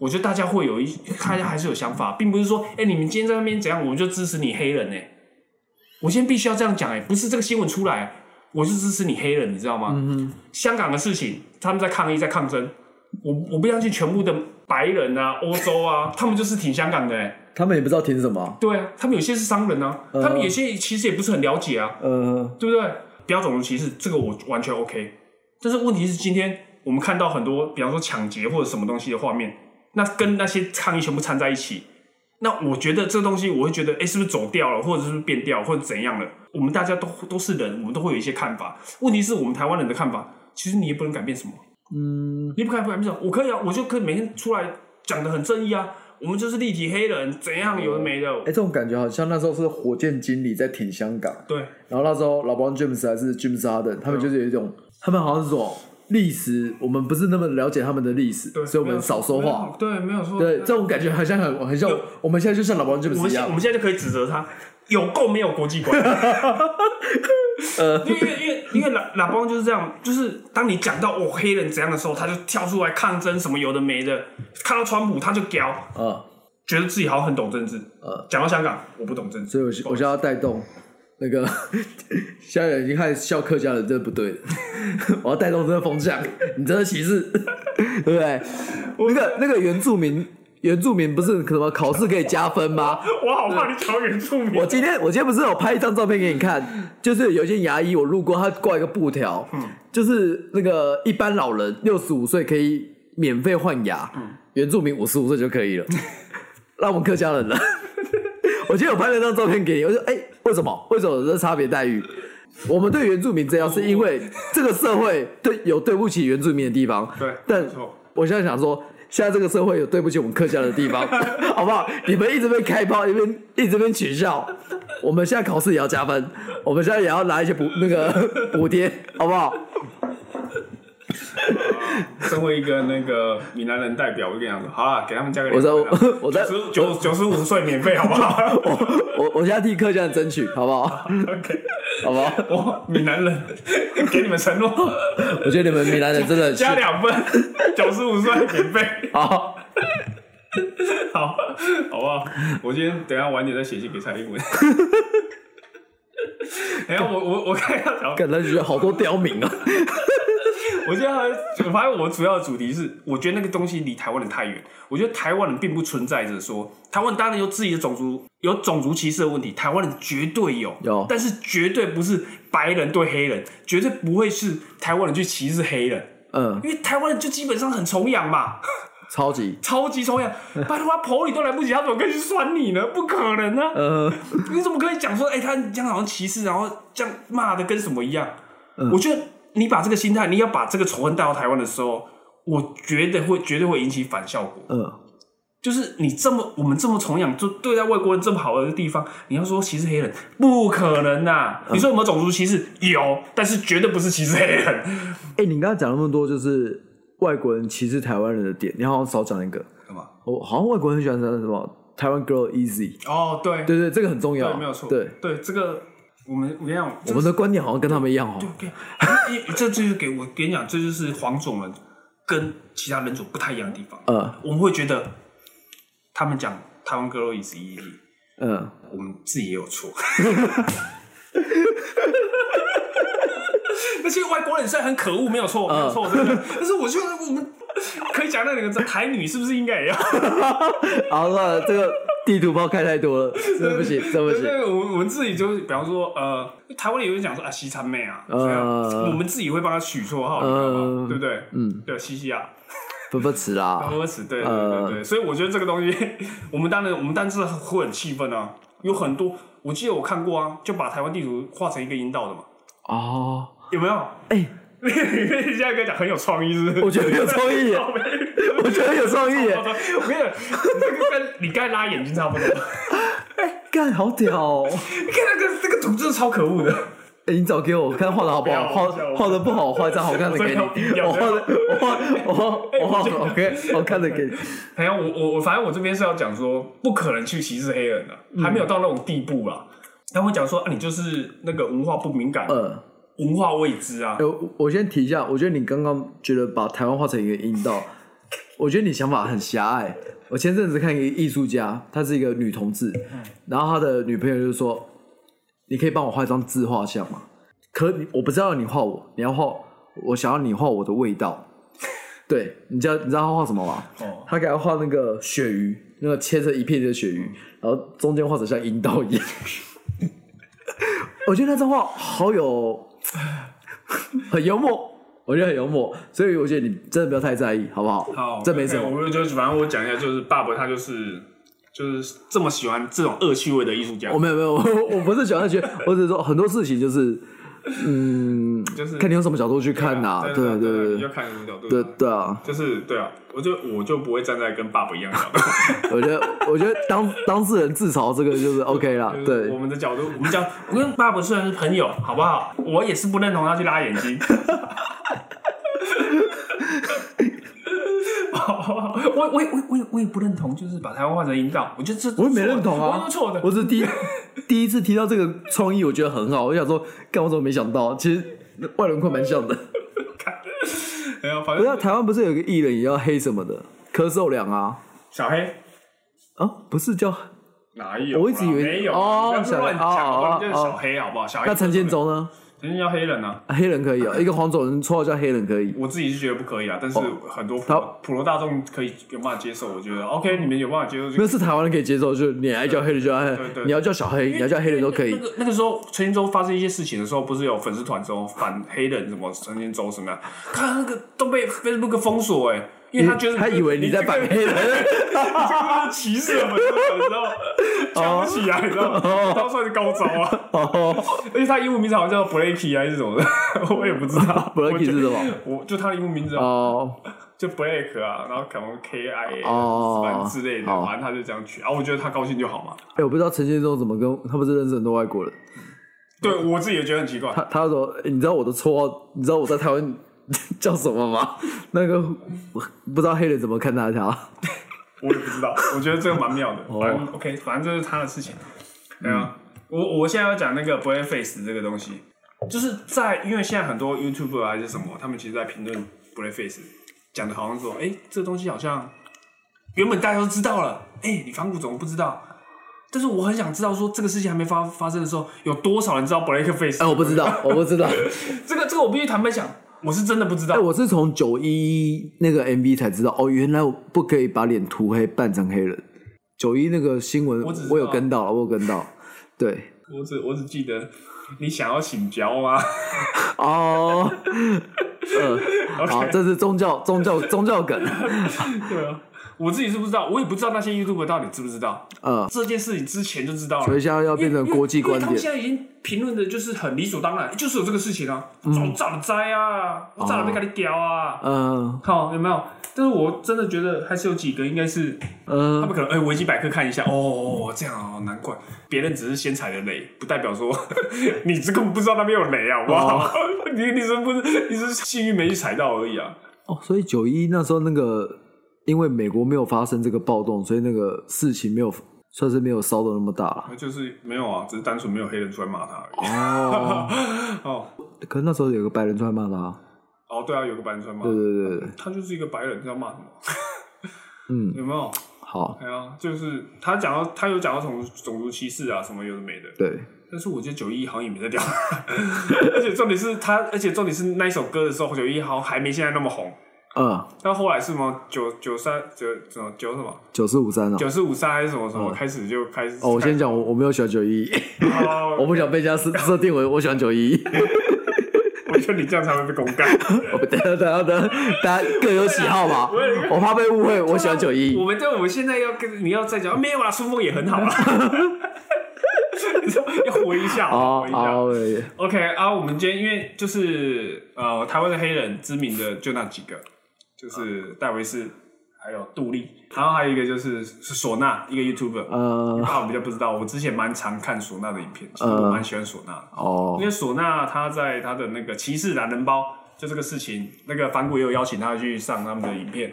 Speaker 4: 我觉得大家会有一，大家还是有想法，并不是说，哎、你们今天在那边怎样，我们就支持你黑人呢、我今天必须要这样讲，哎，不是这个新闻出来，我是支持你黑人，你知道吗？香港的事情，他们在抗议，在抗争。我我不相信全部的白人啊、欧洲啊，他们就是挺香港的、欸。
Speaker 5: 他们也不知道挺什么，
Speaker 4: 对啊，他们有些是商人啊，他们有些其实也不是很了解啊，
Speaker 5: 呃，
Speaker 4: 对不对？不要种族歧视，这个我完全 OK。但是问题是，今天我们看到很多，比方说抢劫或者什么东西的画面，那跟那些抗议全部掺在一起，那我觉得这东西，我会觉得，哎、是不是走掉了，或者是不是变掉，或者怎样了？我们大家都都是人，我们都会有一些看法。问题是我们台湾人的看法，其实你也不能改变什么。嗯，你不改不改变什么？我可以啊，我就可以每天出来讲的很正义啊。我们就是立体黑人，怎样有的没的。
Speaker 5: 哎、这种感觉好像那时候是火箭经理在挺香港，
Speaker 4: 对，
Speaker 5: 然后那时候老帮 James 还是 James Harden，他们就是有一种，他们好像是这种历史，我们不是那么了解他们的历史
Speaker 4: 对，，
Speaker 5: 所以我
Speaker 4: 没有
Speaker 5: 们少说话。
Speaker 4: 对，没有说
Speaker 5: 对，这种感觉好像很很像
Speaker 4: 有，
Speaker 5: 我们现在就像老帮
Speaker 4: 我
Speaker 5: James
Speaker 4: 们
Speaker 5: 一
Speaker 4: 现我
Speaker 5: 样
Speaker 4: 们，现在就可以指责他有够没有国际 观。
Speaker 5: 呃
Speaker 4: 因为因为因为因为喇喇叭就是这样，就是当你讲到哦黑人怎样的时候，他就跳出来抗争什么有的没的，看到川普他就屌，
Speaker 5: 啊，
Speaker 4: 觉得自己好像很懂政治。
Speaker 5: 呃，
Speaker 4: 讲到香港，我不懂政治，
Speaker 5: 所以我我现在要带动那个， 现在已经开始笑客家人，这不对的， 我要带动这个风向，你真的歧视， 对不对？那个那个原住民。原住民不是什么考试可以加分吗？
Speaker 4: 我好怕你讲原住民
Speaker 5: 我。今天我今天不是有拍一张照片给你看，就是有一件牙医我路过，他挂一个布条，就是那个一般老人六十五岁可以免费换牙，原住民五十五岁就可以了，那我们客家人了。 我今天有拍了张照片给你，我说哎、为什么？为什么有这差别待遇？我们对原住民这
Speaker 4: 哦
Speaker 5: 样，是因为这个社会对有对不起原住民的地方，
Speaker 4: 对
Speaker 5: 但
Speaker 4: 没错
Speaker 5: 我现在想说，现在这个社会有对不起我们客家的地 方，好不好？你们一直被开炮，一边一直被取笑，我们现在考试也要加分，我们现在也要拿一些补那个补贴，好不好？
Speaker 4: 身为一个那个闽南人代表，我就跟你讲说，好了，给他们加个
Speaker 5: 我在
Speaker 4: 两百啦
Speaker 5: 我在
Speaker 4: 90九九十五岁免费，好 不 好？
Speaker 5: 我我现在替客家人争取，好不好？
Speaker 4: OK，
Speaker 5: 好不好？
Speaker 4: 我闽南人 给你们承诺，
Speaker 5: 我觉得你们闽南人真的很逊
Speaker 4: 加两分， 九十五岁免费。
Speaker 5: 好，
Speaker 4: 好， 好不好？我今天等一下晚点再写信给蔡英 文。等一下我我我看一下讲，
Speaker 5: 感觉觉得好多刁民啊，
Speaker 4: 我现在还我发现我主要的主题是，我觉得那个东西离台湾人太远。我觉得台湾人并不存在着说，台湾当然有自己的种族有种族歧视的问题，台湾人绝对有，
Speaker 5: 有
Speaker 4: 但是绝对不是白人对黑人，绝对不会是台湾人去歧视黑人，
Speaker 5: 嗯，
Speaker 4: 因为台湾人就基本上很崇洋嘛。
Speaker 5: 超级，
Speaker 4: 超 级崇洋，拜托他捧你都来不及，他怎么可以去酸你呢？不可能啊！
Speaker 5: 呃，
Speaker 4: 你怎么可以讲说，哎、他这样好像歧视，然后这样骂的跟什么一样？
Speaker 5: 呃
Speaker 4: 我觉得你把这个心态，你要把这个仇恨带到台湾的时候，我觉得会绝对会引起反效果。
Speaker 5: 嗯，
Speaker 4: 就是你这么我们这么崇洋，就对待外国人这么好的地方，你要说歧视黑人，不可能呐、
Speaker 5: 呃
Speaker 4: 你说有没有种族歧视？有，但是绝对不是歧视黑 人。
Speaker 5: 哎、你刚刚讲那么多，就是外国人歧视台湾人的点，你好像少讲一个，
Speaker 4: 干嘛？
Speaker 5: 我好像外国人很喜欢讲什么台湾 girl easy，
Speaker 4: 哦，对
Speaker 5: 对对，这个很重要，
Speaker 4: 对，没有错，
Speaker 5: 对，
Speaker 4: 对，这个我们我跟你讲，
Speaker 5: 我们的观点好像跟他们一样哦，
Speaker 4: 对，因为这就是给我跟你讲，这就是黄种人跟其他人种不太一样的地方。
Speaker 5: 呃
Speaker 4: 我们会觉得他们讲台湾 girl is easy，
Speaker 5: 嗯，
Speaker 4: 我们自己也有错。那些外国人虽然很可恶，没有错，没有
Speaker 5: 嗯
Speaker 4: 错，真的。但是我觉得我们可以讲那两个字，台女是不是应该也要？
Speaker 5: 好了，这个地图炮开太多 了，真的不行，真的不
Speaker 4: 对
Speaker 5: 行，
Speaker 4: 对，我们我们自己就是，比方说，呃，台湾也有人讲说啊，西餐妹啊，
Speaker 5: 嗯
Speaker 4: 这样我们自己会帮他取绰号，你知道吗？
Speaker 5: 嗯
Speaker 4: 对不对？
Speaker 5: 嗯，
Speaker 4: 对，西西啊，
Speaker 5: 不不吃啦，
Speaker 4: 喝死，对对
Speaker 5: 呃
Speaker 4: 对对，所以我觉得这个东西， 我们当然我们当然是会很气愤啊，有很多，我记得我看过啊，就把台湾地图画成一个阴道的嘛，
Speaker 5: 哦，
Speaker 4: 有没有？
Speaker 5: 哎、
Speaker 4: 你现在跟我讲很有创意，是不是？
Speaker 5: 我觉得有创意耶
Speaker 4: 靠背
Speaker 5: 我觉得有创意耶，
Speaker 4: 我跟你讲，这个跟你刚才拉眼睛差不多。你
Speaker 5: 干好屌、哦，
Speaker 4: 看那个这个图真的超可恶的，
Speaker 5: 哎、你找给我，我看画的好不好？
Speaker 4: 不要
Speaker 5: 画
Speaker 4: 我不要我
Speaker 5: 画的不好，我画一张好看的给你
Speaker 4: 我真的要低。调
Speaker 5: 我画的，我画，我画，我画
Speaker 4: 哎我觉得
Speaker 5: 好看好看的给 你。
Speaker 4: 还有我我我反正我这边是要讲说，不可能去歧视黑人的、还没有到那种地步啦。他会讲说啊，你就是那个文化不敏感，
Speaker 5: 呃，
Speaker 4: 文化未知啊
Speaker 5: 哎。我我先提一下，我觉得你刚刚觉得把台湾画成一个阴道，我觉得你想法很狭隘。我前阵子看一个艺术家，她是一个女同志，然后她的女朋友就说：“你可以帮我画一张自画像吗？”可你我不知道你画我，你要画我想要你画我的味道。对，你知道你知道她画什么吗？
Speaker 4: 哦
Speaker 5: 她给她画那个鳕鱼，那个切成一片一片的鳕鱼，然后中间画成像阴道一样。 我觉得那张画好有 很幽默，我觉得很幽默，所以我觉得你真的不要太在意，好不好？
Speaker 4: 好，
Speaker 5: 这没什
Speaker 4: OK，
Speaker 5: 么。
Speaker 4: 我们就是反正我讲一下，就是爸爸他就是就是这么喜欢这种恶趣味的艺术家
Speaker 5: 我，没有没有，我 我不是喜欢学，我只是说很多事情就是，嗯，
Speaker 4: 就是
Speaker 5: 看你用什么角度去看呐、
Speaker 4: 对啊
Speaker 5: 对
Speaker 4: 对
Speaker 5: 对
Speaker 4: 你要
Speaker 5: 对
Speaker 4: 看什么角度，
Speaker 5: 对对啊！
Speaker 4: 就是对啊，我就我就不会站在跟爸爸一样的 角度，
Speaker 5: 我觉得我觉得当当事人自嘲这个就是 OK 啦
Speaker 4: 就，是
Speaker 5: 对
Speaker 4: 我，们的角度，我们讲，我跟爸爸虽然是朋友，好不好？我也是不认同他去拉眼 睛。我我也我也我也我也不认同，就是把台湾画成阴道，我觉得这
Speaker 5: 我也没认同
Speaker 4: 我
Speaker 5: 啊
Speaker 4: 都，错的，
Speaker 5: 我只是第一 第一次听到这个创意，我觉得很好，我想说，干我怎么没想到？其实外轮廓蛮像的。
Speaker 4: 没有，反
Speaker 5: 不是啊
Speaker 4: 正
Speaker 5: 台湾不是有个艺人也叫黑什么的，柯受良啊
Speaker 4: 小黑
Speaker 5: 啊，不是叫
Speaker 4: 哪有啦？啊
Speaker 5: 我一直以为
Speaker 4: 没有
Speaker 5: 哦
Speaker 4: 你不要乱讲，
Speaker 5: 小黑
Speaker 4: 好不好
Speaker 5: 哦哦
Speaker 4: 就是
Speaker 5: 哦
Speaker 4: 小黑好不好？小黑
Speaker 5: 那陈建州呢？
Speaker 4: 陈建州黑人啊，
Speaker 5: 啊黑人可以啊，一个黄种人绰号叫黑人可以。
Speaker 4: 我自己是觉得不可以啊，但是
Speaker 5: 哦
Speaker 4: 很多普
Speaker 5: 他
Speaker 4: 普罗大众可以有办法接受，我觉得 OK，你们有办法接受就
Speaker 5: 没有是台湾人可以接受，就是你爱叫黑人就叫黑
Speaker 4: 对对
Speaker 5: 人，你要叫小黑，你要叫黑人都可以
Speaker 4: 那。个那个时候，陈建州发生一些事情的时候，不是有粉丝团说反黑人什么陈建州什么样，他那个都被 Facebook 封锁哎、因为他觉得
Speaker 5: 他以为你在
Speaker 4: 摆
Speaker 5: 反黑 人，
Speaker 4: 歧视我们，你知道吗？瞧不起啊，你知道吗？
Speaker 5: 哦
Speaker 4: 他算是高招啊，而且他英文名字好像叫 Blakey 啊还是什么的， 我也不知道
Speaker 5: Blakey 是什么？
Speaker 4: 我就他的英文名字啊，
Speaker 5: 哦，
Speaker 4: 就 Blake 啊，然后可能 K I A
Speaker 5: 哦
Speaker 4: 反正之类的，
Speaker 5: 好
Speaker 4: 反正他就这样取啊，我觉得他高兴就好嘛。
Speaker 5: 哎，我不知道陈建州怎么跟他不是认识很多外国人，
Speaker 4: 对
Speaker 5: 嗯
Speaker 4: 我自己也觉得很奇怪，
Speaker 5: 他他说哎你知道我的绰号，你知道我在台湾 叫什么吗？那个我不知道黑人怎么看待他。
Speaker 4: 我也不知道， 我觉得这个蛮妙的。反正 OK，反正这是他的事情。对啊，我我现在要讲那个 b l a k face 这个东西，就是在因为现在很多 YouTuber 还是什么，他们其实在评论 b l a k face，讲的好像说，哎、这东西好像原本大家都知道了，哎、你反骨怎么不知道？但是我很想知道，说这个事情还没发发生的时候，有多少人知道 b l a k face？
Speaker 5: 哎，我不知道，我不知 道。
Speaker 4: 这个这个我必须坦白讲，我是真的不知道。
Speaker 5: 哎，我是从九一那个 MV 才知道，哦，原来我不可以把脸涂黑扮成黑人。九一那个新闻
Speaker 4: 我只知道
Speaker 5: 我有跟到了，我有跟 到，对。
Speaker 4: 我只我只记得你想要请教吗？
Speaker 5: 哦，呃，好，这是宗教宗教宗教 梗，
Speaker 4: 对啊，我自己是不知道，我也不知道那些 YouTube 到底知不知道
Speaker 5: 呃，
Speaker 4: 这件事情，之前就知道了。
Speaker 5: 所以现在要
Speaker 4: 因为
Speaker 5: 变成国际观
Speaker 4: 因为因为他们
Speaker 5: 点。
Speaker 4: 现在已经评论的就是很理所当然，就是有这个事情啊，早早的栽啊，我早了被给你屌啊，
Speaker 5: 嗯
Speaker 4: 好、有没有？但是我真的觉得还是有几个应该是他
Speaker 5: 嗯，
Speaker 4: 们可能哎，维基百科看一下，哦哦，哦这样哦，难怪别人只是先踩的雷，不代表说 你这根本不知道那边有雷啊，好不
Speaker 5: 哦
Speaker 4: 好？ 你你是不是你是幸运没去踩到而已啊？
Speaker 5: 哦，所以九一那时候那个，因为美国没有发生这个暴动，所以那个事情没有算是没有烧的那么大了。
Speaker 4: 就是没有啊，只是单纯没有黑人出来骂他而已。
Speaker 5: 哦，
Speaker 4: 哦
Speaker 5: 可是那时候有个白人出来骂他，
Speaker 4: 哦，对啊，有个白人穿吗？
Speaker 5: 对对对对，
Speaker 4: 他就是一个白人，要骂什么？
Speaker 5: 嗯，
Speaker 4: 有没有？
Speaker 5: 好，
Speaker 4: 哎呀，就是他讲到他有讲到种种族歧视啊，什么有的没的。
Speaker 5: 对，
Speaker 4: 但是我觉得九一好像也没在屌， 而且重点是他，而且重点是那一首歌的时候，九一好像还没现在那么红。
Speaker 5: 嗯，
Speaker 4: 但后来是什么九九三九什么九什么
Speaker 5: 九四五三了。
Speaker 4: 九四五三还是什么什么、
Speaker 5: 嗯
Speaker 4: 开始就开始
Speaker 5: 哦，我先讲，我我没有喜欢九一，
Speaker 4: 哦
Speaker 5: 我不想被人家设设定为我喜欢九一。
Speaker 4: 我觉得你这样才会被公干。
Speaker 5: 我等下等下等下，大家各有喜好嘛。我怕被误会，我喜欢九一
Speaker 4: 我。们对我们现在要跟你要再讲，啊没有啦，春风也很好啊。 你知道要回一下，
Speaker 5: 哦
Speaker 4: 回一下。
Speaker 5: 哦，对
Speaker 4: OK 啊，我们今天因为就是呃，台湾的黑人知名的就那几个，就是戴维斯，还有杜丽，然后还有一个就是是唢呐，一个 YouTuber。
Speaker 5: 呃，
Speaker 4: 那我比较不知道，我之前蛮常看唢呐的影片，其实我蛮喜欢唢呐的。
Speaker 5: 哦
Speaker 4: 因，为唢呐他在他的那个骑士懒人包就这个事情，那个反骨也有邀请他去上他们的影片、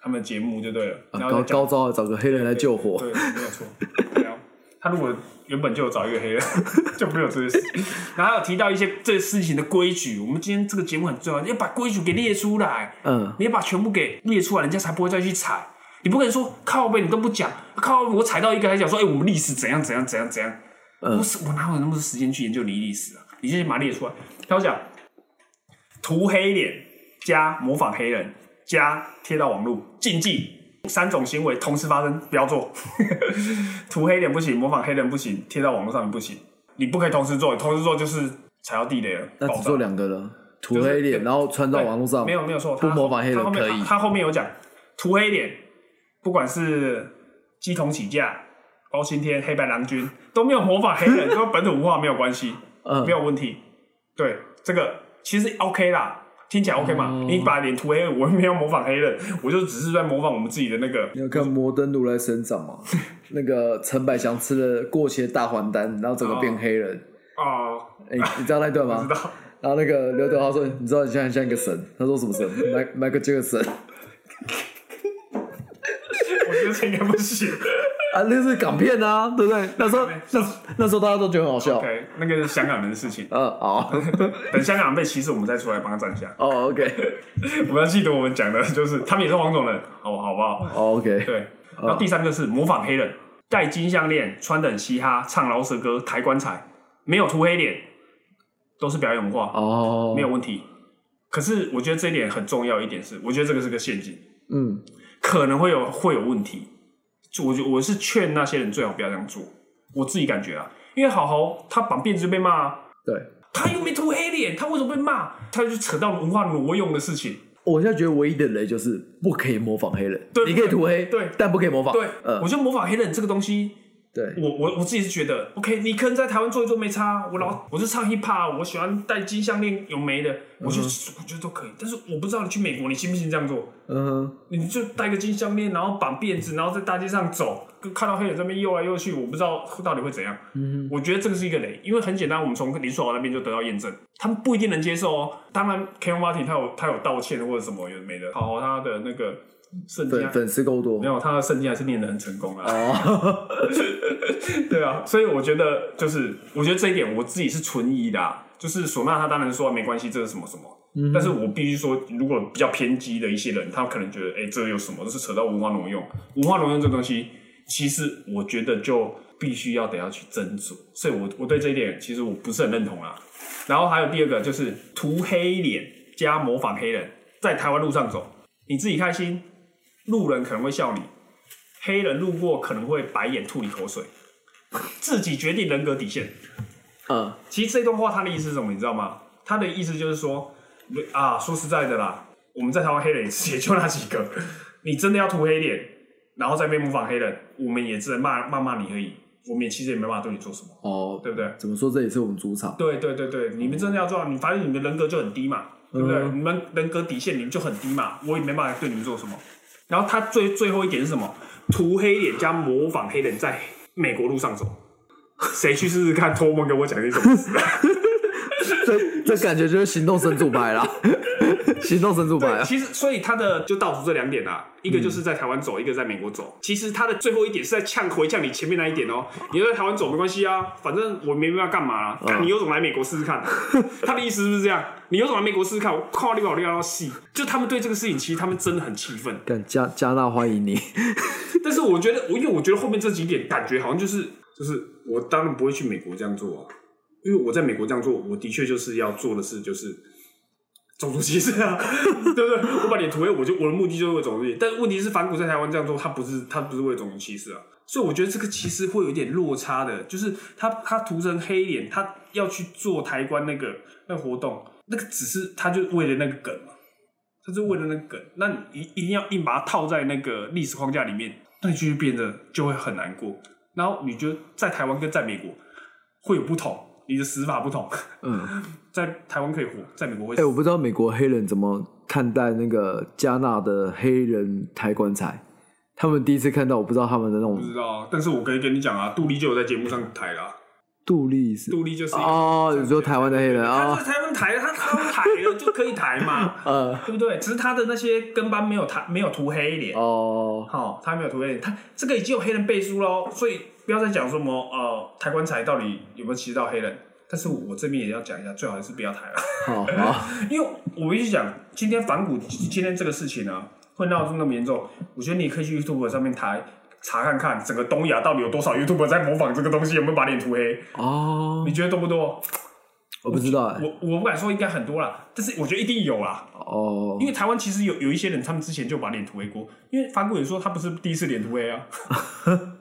Speaker 4: 他们的节目就对了。然后
Speaker 5: 高
Speaker 4: 就讲
Speaker 5: 呃高招找个黑人来救火，
Speaker 4: 对，没有错。对啊，他如果原本就有找一个黑人， 就没有这些事。然后还有提到一些这事情的规矩，我们今天这个节目很重要，你要把规矩给列出来，
Speaker 5: 嗯，
Speaker 4: 你要把全部给列出来，人家才不会再去踩。你不可能说靠背你都不讲，靠背我踩到一个还讲说，哎、我们历史怎样怎样怎样怎样，
Speaker 5: 嗯
Speaker 4: 不是我哪有那么多时间去研究你历史啊？你先把它列出来。他讲涂黑脸加模仿黑人加贴到网络禁忌三种行为同时发生，不要做。 涂黑脸不行，模仿黑人不行，贴到网络上面不行，你不可以同时做，同时做就是踩到地雷了。
Speaker 5: 那
Speaker 4: 爆
Speaker 5: 只
Speaker 4: 炸
Speaker 5: 做两个人，涂
Speaker 4: 就是
Speaker 5: 黑脸，
Speaker 4: 对
Speaker 5: 然后穿到网络上，
Speaker 4: 没有没有错，
Speaker 5: 不
Speaker 4: 他
Speaker 5: 模仿黑人
Speaker 4: 他后面
Speaker 5: 可以
Speaker 4: 他他后面有讲涂黑脸，不管是鸡同起价、包青天、黑白郎君都没有模仿黑人，跟本土文化没有关系，
Speaker 5: 嗯
Speaker 4: 没有问题。对这个其实 OK 啦，听起来 OK 嘛？
Speaker 5: 哦
Speaker 4: 你把脸涂黑，我没有模仿黑人，我就只是在模仿我们自己的那个
Speaker 5: 你有看《摩登如来神掌》 吗？那个陈百祥吃了过期的大还丹，然后整个变黑人。
Speaker 4: 啊，
Speaker 5: 哎、你知道那段
Speaker 4: 哦我
Speaker 5: 吗
Speaker 4: 知？道。
Speaker 5: 然后那个刘德华说：“你知道你现在很像一个神。”他说：“什么神？迈迈克啊杰克神
Speaker 4: 我觉得这应该 不行。
Speaker 5: 啊，那是港片啊，对不对？那时候那那时候大家都觉得很好笑。
Speaker 4: OK，那个是香港人的事情，
Speaker 5: 嗯，好，
Speaker 4: 等香港人被歧视，我们再出来帮他站下。
Speaker 5: 哦，OK，OK，、
Speaker 4: 我们要记得我们讲的就是他们也是黄种人，好好不好？
Speaker 5: o k
Speaker 4: 对，然后第三个是模仿黑人，戴金项链，穿的很嘻哈，唱饶舌歌，抬棺材，没有涂黑脸，都是表演文化，
Speaker 5: 哦，
Speaker 4: 没有，问题。可是我觉得这一点很重要一点是，我觉得这个是个陷阱，
Speaker 5: 嗯，
Speaker 4: 可能会有会有问题。就我觉我是劝那些人最好不要这样做，我自己感觉啊，因为好好他绑辫子就被骂、啊，
Speaker 5: 对。
Speaker 4: 他又没涂黑脸，他为什么被骂？他就扯到文化挪用的事情。
Speaker 5: 我现在觉得唯一的雷就是不可以模仿黑人，
Speaker 4: 对
Speaker 5: 你可以涂黑，
Speaker 4: 对
Speaker 5: 但不可以模仿，
Speaker 4: 对，
Speaker 5: 呃
Speaker 4: 我，觉得模仿黑人这个东西
Speaker 5: 对，
Speaker 4: 我我我自己是觉得，OK，你可能在台湾做一做没差，我老我是唱 hiphop，我喜欢戴金项链有没的，我觉得、我觉得都可以。但是我不知道你去美国，你信不信这样做？
Speaker 5: 嗯哼，
Speaker 4: 你就戴个金项链，然后绑辫子，然后在大街上走，跟看到黑人这边游来游去，我不知道到底会怎样。嗯，我觉得这个是一个雷，因为很简单，我们从林书豪那边就得到验证，他们不一定能接受哦。当然 k e n Martin 他有他有道歉或者什么有的没的，好他的那个圣经啊
Speaker 5: 粉粉丝够多
Speaker 4: 没，有他的圣经还是念得很成功啊。
Speaker 5: 哦，
Speaker 4: 对啊，所以我觉得就是，我觉得这一点我自己是存疑的啊、就是唢呐，他当然说啊没关系，这是什么什么，但是我必须说，如果比较偏激的一些人，他可能觉得，哎、这有什么？这是扯到文化挪用，文化挪用这东西，其实我觉得就必须要得要去斟酌。所以我我对这一点其实我不是很认同啊。然后还有第二个就是涂黑脸加模仿黑人，在台湾路上走，你自己开心，路人可能会笑你，黑人路过可能会白眼吐你口水。自己决定人格底线。
Speaker 5: 嗯，
Speaker 4: 其实这段话他的意思是什么，你知道吗？他的意思就是说，啊，说实在的啦，我们在台湾黑人也是也就那几个，你真的要涂黑脸，然后再被模仿黑人，我们也只能骂骂骂你而已，我们也其实也没办法对你做什么，
Speaker 5: 哦，
Speaker 4: 对不对？
Speaker 5: 怎么说？这也是我们主场，
Speaker 4: 对对对对，你们真的要做到，你反正你们人格就很低嘛，对不对？你们人格底线你们就很低嘛，我也没办法对你们做什么。然后他最最后一点是什么？涂黑脸加模仿黑人在美国路上走，谁去试试看？托梦给我讲这种事。
Speaker 5: 这这感觉就是行动神主牌啦，行动神主牌
Speaker 4: 对，
Speaker 5: 啊，
Speaker 4: 其实所以他的就倒数这两点啦，一个就是在台湾走，一个在美国走。其实他的最后一点是在呛回呛你前面那一点哦、你要在台湾走没关系啊，反正我没办法干嘛啊、干你有种来美国试试看。他的意思是不是这样？你有种来美国试试看，我靠你老六要戏。就他们对这个事情，其实他们真的很气愤。
Speaker 5: 干加加纳欢迎你，
Speaker 4: 但是我觉得，我因为我觉得后面这几点感觉好像就是就是我当然不会去美国这样做啊，因为我在美国这样做，我的确就是要做的事就是种族歧视啊， 对不对？我把脸涂黑，我就我的目的就是为种族歧视。但是问题是，反骨在台湾这样做，他不是他不是为种族歧视啊，所以我觉得这个其实会有一点落差的，就是他他涂成黑脸，他要去做台湾那个那个活动，那个只是他就为了那个梗嘛。他就为了那个梗，那你一一定要硬把它套在那个历史框架里面，那你继续变得就会很难过。然后你觉得在台湾跟在美国会有不同，你的死法不同，
Speaker 5: 嗯，
Speaker 4: 在台湾可以活，在美国会
Speaker 5: 哎、
Speaker 4: 死。
Speaker 5: 我不知道美国黑人怎么看待那个加纳的黑人抬棺材，他们第一次看到，我不知道他们的那
Speaker 4: 不知
Speaker 5: 种
Speaker 4: 道，但是我可以跟你讲啊，杜丽就有在节目上抬啦，
Speaker 5: 杜立是
Speaker 4: 杜丽就是一个
Speaker 5: 哦，你说台湾的黑人
Speaker 4: 他
Speaker 5: 啊
Speaker 4: 是，台湾抬，他他们抬了就可以抬嘛，
Speaker 5: 呃，
Speaker 4: 对不对？只是他的那些跟班没有他没有涂黑脸，好、
Speaker 5: 哦，
Speaker 4: 他没有涂黑脸，他这个已经有黑人背书喽，所以不要再讲说什么呃抬棺材到底有没有歧视到黑人。但是我这边也要讲一下，最好还是不要抬了，
Speaker 5: 好好，
Speaker 4: 因为我必须讲，今天反骨今天这个事情呢、会闹出那么严重，我觉得你可以去 YouTube 上面抬查看看，整个东亚到底有多少 YouTube 在模仿这个东西，有没有把脸涂黑？
Speaker 5: 哦
Speaker 4: 你，觉得多不多？
Speaker 5: 我不知道哎、
Speaker 4: 我我不敢说应该很多啦，但是我觉得一定有啦，
Speaker 5: 哦
Speaker 4: 因，为台湾其实有有一些人，他们之前就把脸涂黑过，因为反骨也说他不是第一次脸涂黑啊，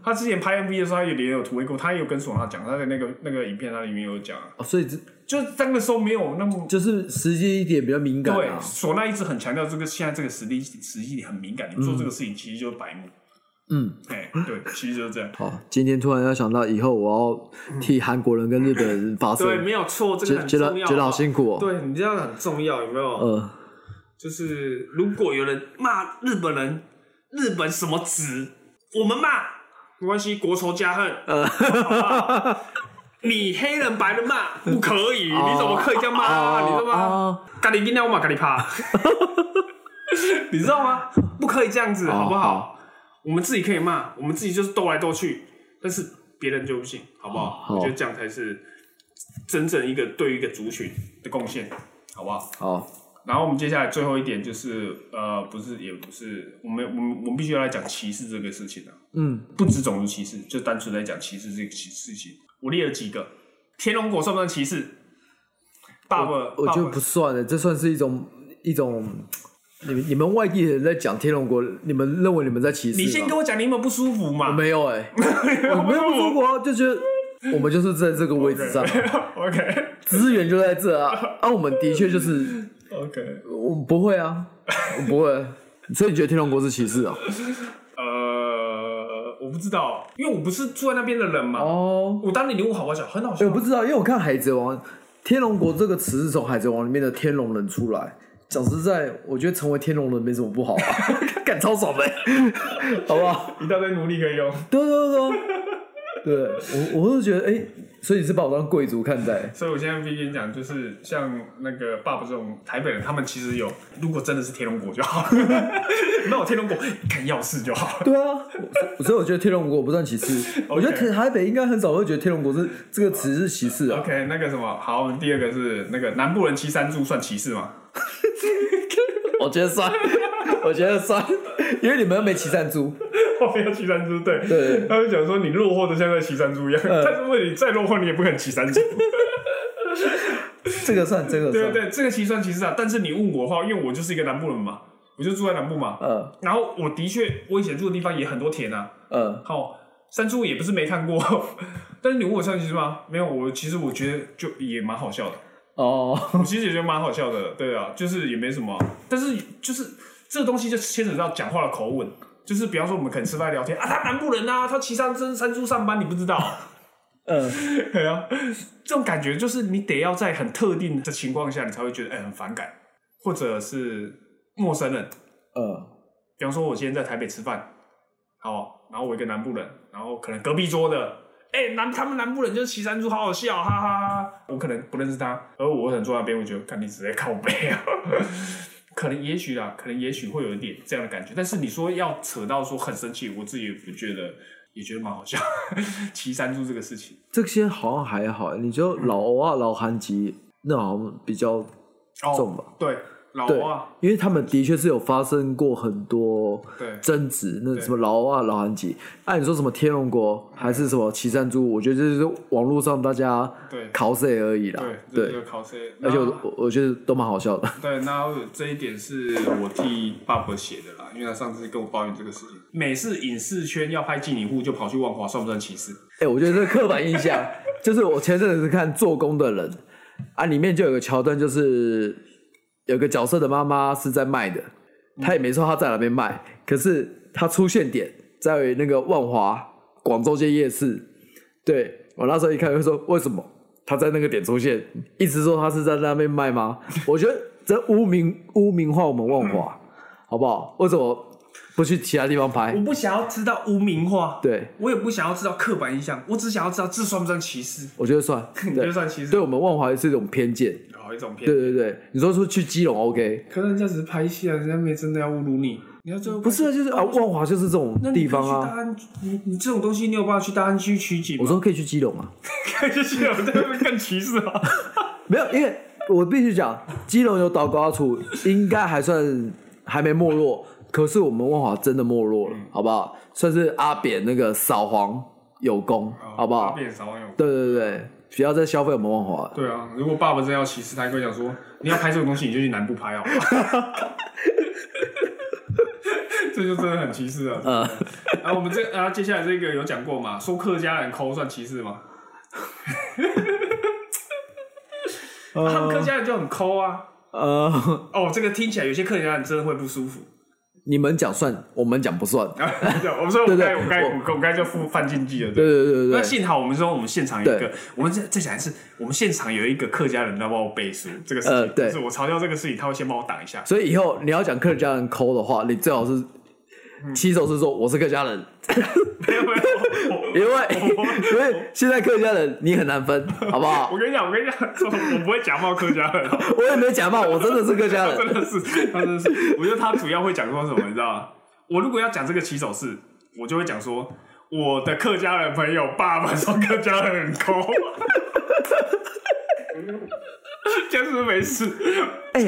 Speaker 4: 他之前拍 MV 的时候，他也脸有涂黑过，他也有跟索娜讲，他的那个那个影片他里面有讲啊，
Speaker 5: 哦所以这
Speaker 4: 就是那个时候没有那么。
Speaker 5: 就是时间一点比较敏感
Speaker 4: 对，
Speaker 5: 啊，
Speaker 4: 唢呐一直很强调这个现在这个实力实力很敏感，你做这个事情其实就是 白目。
Speaker 5: 嗯，
Speaker 4: 哎、对，其实就是这样。
Speaker 5: 好，今天突然要想到以后我要替韩国人跟日本人发声，
Speaker 4: 嗯对，没有错，这
Speaker 5: 觉
Speaker 4: 个很
Speaker 5: 觉
Speaker 4: 重要啊
Speaker 5: 得觉得好辛苦哦，
Speaker 4: 对你这样很重要，有没有？
Speaker 5: 呃，
Speaker 4: 就是如果有人骂日本人，日本什么子，我们骂没关系，国仇家恨。好不好你黑人白人骂不可 以，你怎么可以这样骂啊？
Speaker 5: 哦
Speaker 4: 你知道吗
Speaker 5: 哦？
Speaker 4: 咖喱今天我骂咖喱趴， 你知道吗？不可以这样子，
Speaker 5: 哦
Speaker 4: 好不好
Speaker 5: 好？
Speaker 4: 我们自己可以骂，我们自己就是斗来斗去，但是别人就不行，好不好？
Speaker 5: 好
Speaker 4: 我觉得这样才是真正一个对于一个族群的贡献，好不好？
Speaker 5: 好，
Speaker 4: 然后我们接下来最后一点就是，呃，不是，也不是，我们我们我们必须要来讲歧视这个事情啊，
Speaker 5: 嗯，
Speaker 4: 不止种族歧视，就单纯来讲歧视这个歧事情。我列了几个，天龙果算不算歧视？爸爸，
Speaker 5: 我
Speaker 4: 爸
Speaker 5: 觉得
Speaker 4: 爸
Speaker 5: 不算欸的，这算是一种一种，你们你们外地人在讲天龙国，你们认为你们在歧视吗？
Speaker 4: 你先跟我讲，你有没有不舒服嘛
Speaker 5: 我没有 哎、我没有不出国，就觉得我们就是在这个位置 上啊，
Speaker 4: ？OK
Speaker 5: 资源就在这啊，啊，我们的确就是，
Speaker 4: OK，
Speaker 5: 我不会啊，我不会，所以你觉得天龙国是歧视啊？
Speaker 4: 呃，我不知道，因为我不是住在那边的人嘛。
Speaker 5: 哦，
Speaker 4: 我当你礼物好好讲，很好
Speaker 5: 哎
Speaker 4: 笑。
Speaker 5: 我不知道，因为我看《海贼王》，天龙国这个词是从《海贼王》里面的天龙人出来。讲实在，我觉得成为天龙人没什么不好啊， 干超爽的，好不好？
Speaker 4: 一大堆奴隶可以用，
Speaker 5: 对对对对，对我我是觉得，哎、所以你是把我当贵族看待，
Speaker 4: 所以我现在必须跟你讲，就是像那个爸爸这种台北人，他们其实有，如果真的是天龙果就好， 那我天龙果看钥匙就好。
Speaker 5: 对啊，我所以我觉得天龙国不算歧视。我觉得台北应该很少会觉得天龙国是这个词是歧视啊。
Speaker 4: OK，那个什么，好，我们第二个是那个南部人骑山猪算歧视吗？
Speaker 5: 我觉得算，我觉得算，因为你们又没骑山猪。
Speaker 4: 我不要骑山猪，对，
Speaker 5: 对嗯
Speaker 4: 他们讲说你落后的像在骑山猪一样，但是问你再落后你也不肯骑山猪，
Speaker 5: 这个算，这个
Speaker 4: 对
Speaker 5: 算。
Speaker 4: 对对，这个其实算歧视啊。但是你问我的话，因为我就是一个南部人嘛，我就住在南部嘛，
Speaker 5: 呃
Speaker 4: 然后我的确我以前住的地方也很多田啊，
Speaker 5: 呃，
Speaker 4: 好，山猪也不是没看过， 但是你问我算歧视吗？没有，我其实我觉得就也蛮好笑的，
Speaker 5: 哦，
Speaker 4: 我其实也觉得蛮好笑的，对啊，就是也没什么，但是就是这个东西就牵扯到讲话的口吻，就是比方说我们可能吃饭聊天啊，他南部人啊，他骑山山山猪上班，你不知道，
Speaker 5: 嗯、
Speaker 4: 对啊，这种感觉就是你得要在很特定的情况下，你才会觉得哎、很反感，或者是陌生人，
Speaker 5: 呃，
Speaker 4: 比方说，我今天在台北吃饭，好，然后我一个南部人，然后可能隔壁桌的，哎、南他们南部人就是骑山猪，好好笑，哈哈哈哈。我可能不认识他，而我可能坐那边，我觉得，看你直接靠背啊。 可能也许啦，可能也许会有一点这样的感觉，但是你说要扯到说很生气，我自己也不觉得，也觉得蛮好笑。 骑山猪这个事情，
Speaker 5: 这些好像还好，你就老欧啊、老韩籍那好像比较重吧？
Speaker 4: 哦对，老
Speaker 5: 对
Speaker 4: 啊，，
Speaker 5: 因为他们的确是有发生过很多
Speaker 4: 对
Speaker 5: 争执，那什么老啊、老韩籍，按、你说什么天龙国还是什么岐山猪，我觉得这就是网络上大家
Speaker 4: 对
Speaker 5: 考谁而已啦
Speaker 4: 对，，
Speaker 5: 对，
Speaker 4: 这个考试，
Speaker 5: 而且
Speaker 4: 那
Speaker 5: 我我我觉得都蛮好笑的，
Speaker 4: 对，那这一点是我替爸爸写的啦，因为他上次跟我抱怨这个事情。美式影视圈要拍经理户就跑去万华，算不算歧视？
Speaker 5: 哎、我觉得这个刻板印象就是我前阵子看《做工的人》啊，里面就有个桥段，就是有个角色的妈妈是在卖的，她也没说她在哪边卖，可是她出现点在那个万华广州街夜市。对我那时候一看就说，为什么他在那个点出现，一直说他是在那边卖吗？我觉得这污名污名化我们万华，好不好？为什么不去其他地方拍
Speaker 4: 我？不想要知道污名化，
Speaker 5: 对，
Speaker 4: 我也不想要知道刻板印象，我只想要知道这算不算歧视？
Speaker 5: 我觉得算，
Speaker 4: 你觉
Speaker 5: 对
Speaker 4: 得，算歧视？哦
Speaker 5: 对我们万华是一种偏见。
Speaker 4: 有一种偏
Speaker 5: 对，对对，你说说去基隆 OK，
Speaker 4: 可是人家只是拍戏啊，人家没真的要侮辱你。你要最后
Speaker 5: 不是啊，就是啊，万华就是这种
Speaker 4: 那你
Speaker 5: 地
Speaker 4: 可以
Speaker 5: 方
Speaker 4: 去
Speaker 5: 啊
Speaker 4: 大。安，你你这种东西，你有办法去大安区取景吗？
Speaker 5: 我说可以去基隆啊，
Speaker 4: 看 就去了，这会不会更歧视啊？
Speaker 5: 没有，因为我必须讲，基隆有倒高处，应该还算还没没落，可是我们万华真的没落了，好不好？算是阿扁那个扫黄有功，
Speaker 4: 哦
Speaker 5: 好不好？
Speaker 4: 变少网友。
Speaker 5: 对对对，不要再消费我们万华了。
Speaker 4: 对啊，如果爸爸真要歧视，他应该讲说，你要拍这种东西，你就去南部拍好 了。这就真的很歧视啊！
Speaker 5: 呃，
Speaker 4: 啊，我们这啊，接下来这个有讲过嘛？说客家人抠算歧视吗？ 啊他们客家人就很抠啊！
Speaker 5: 呃，
Speaker 4: 哦，这个听起来有些客家人真的会不舒服。
Speaker 5: 你们讲算，我们讲不算。
Speaker 4: 对我们说我
Speaker 5: 对对
Speaker 4: 该我该
Speaker 5: 我
Speaker 4: 我该就负犯禁忌了。
Speaker 5: 对对对对
Speaker 4: 那
Speaker 5: 对，
Speaker 4: 幸好我们说我们现场有一个
Speaker 5: 对，
Speaker 4: 我们再再讲一次，我们现场有一个客家人在帮我背书这个事情，
Speaker 5: 呃对
Speaker 4: 就是我嘲笑这个事情，他会先帮我挡一下。
Speaker 5: 所以以后你要讲客家人抠的话，你最好是起手是说我是客家人，
Speaker 4: 没有没有，我
Speaker 5: 因为 因为现在客家人你很难分，好不好
Speaker 4: 我？跟你讲，我跟你讲，我不会假冒客家 人，
Speaker 5: 我也没假冒，我真的是客家人。
Speaker 4: 真的是，他真的是，我觉得他主要会讲说什么，你知道吗？我如果要讲这个起手式，我就会讲说。我的客家人朋友爸爸说客家人很抠， 这样是不是没事？
Speaker 5: 哎、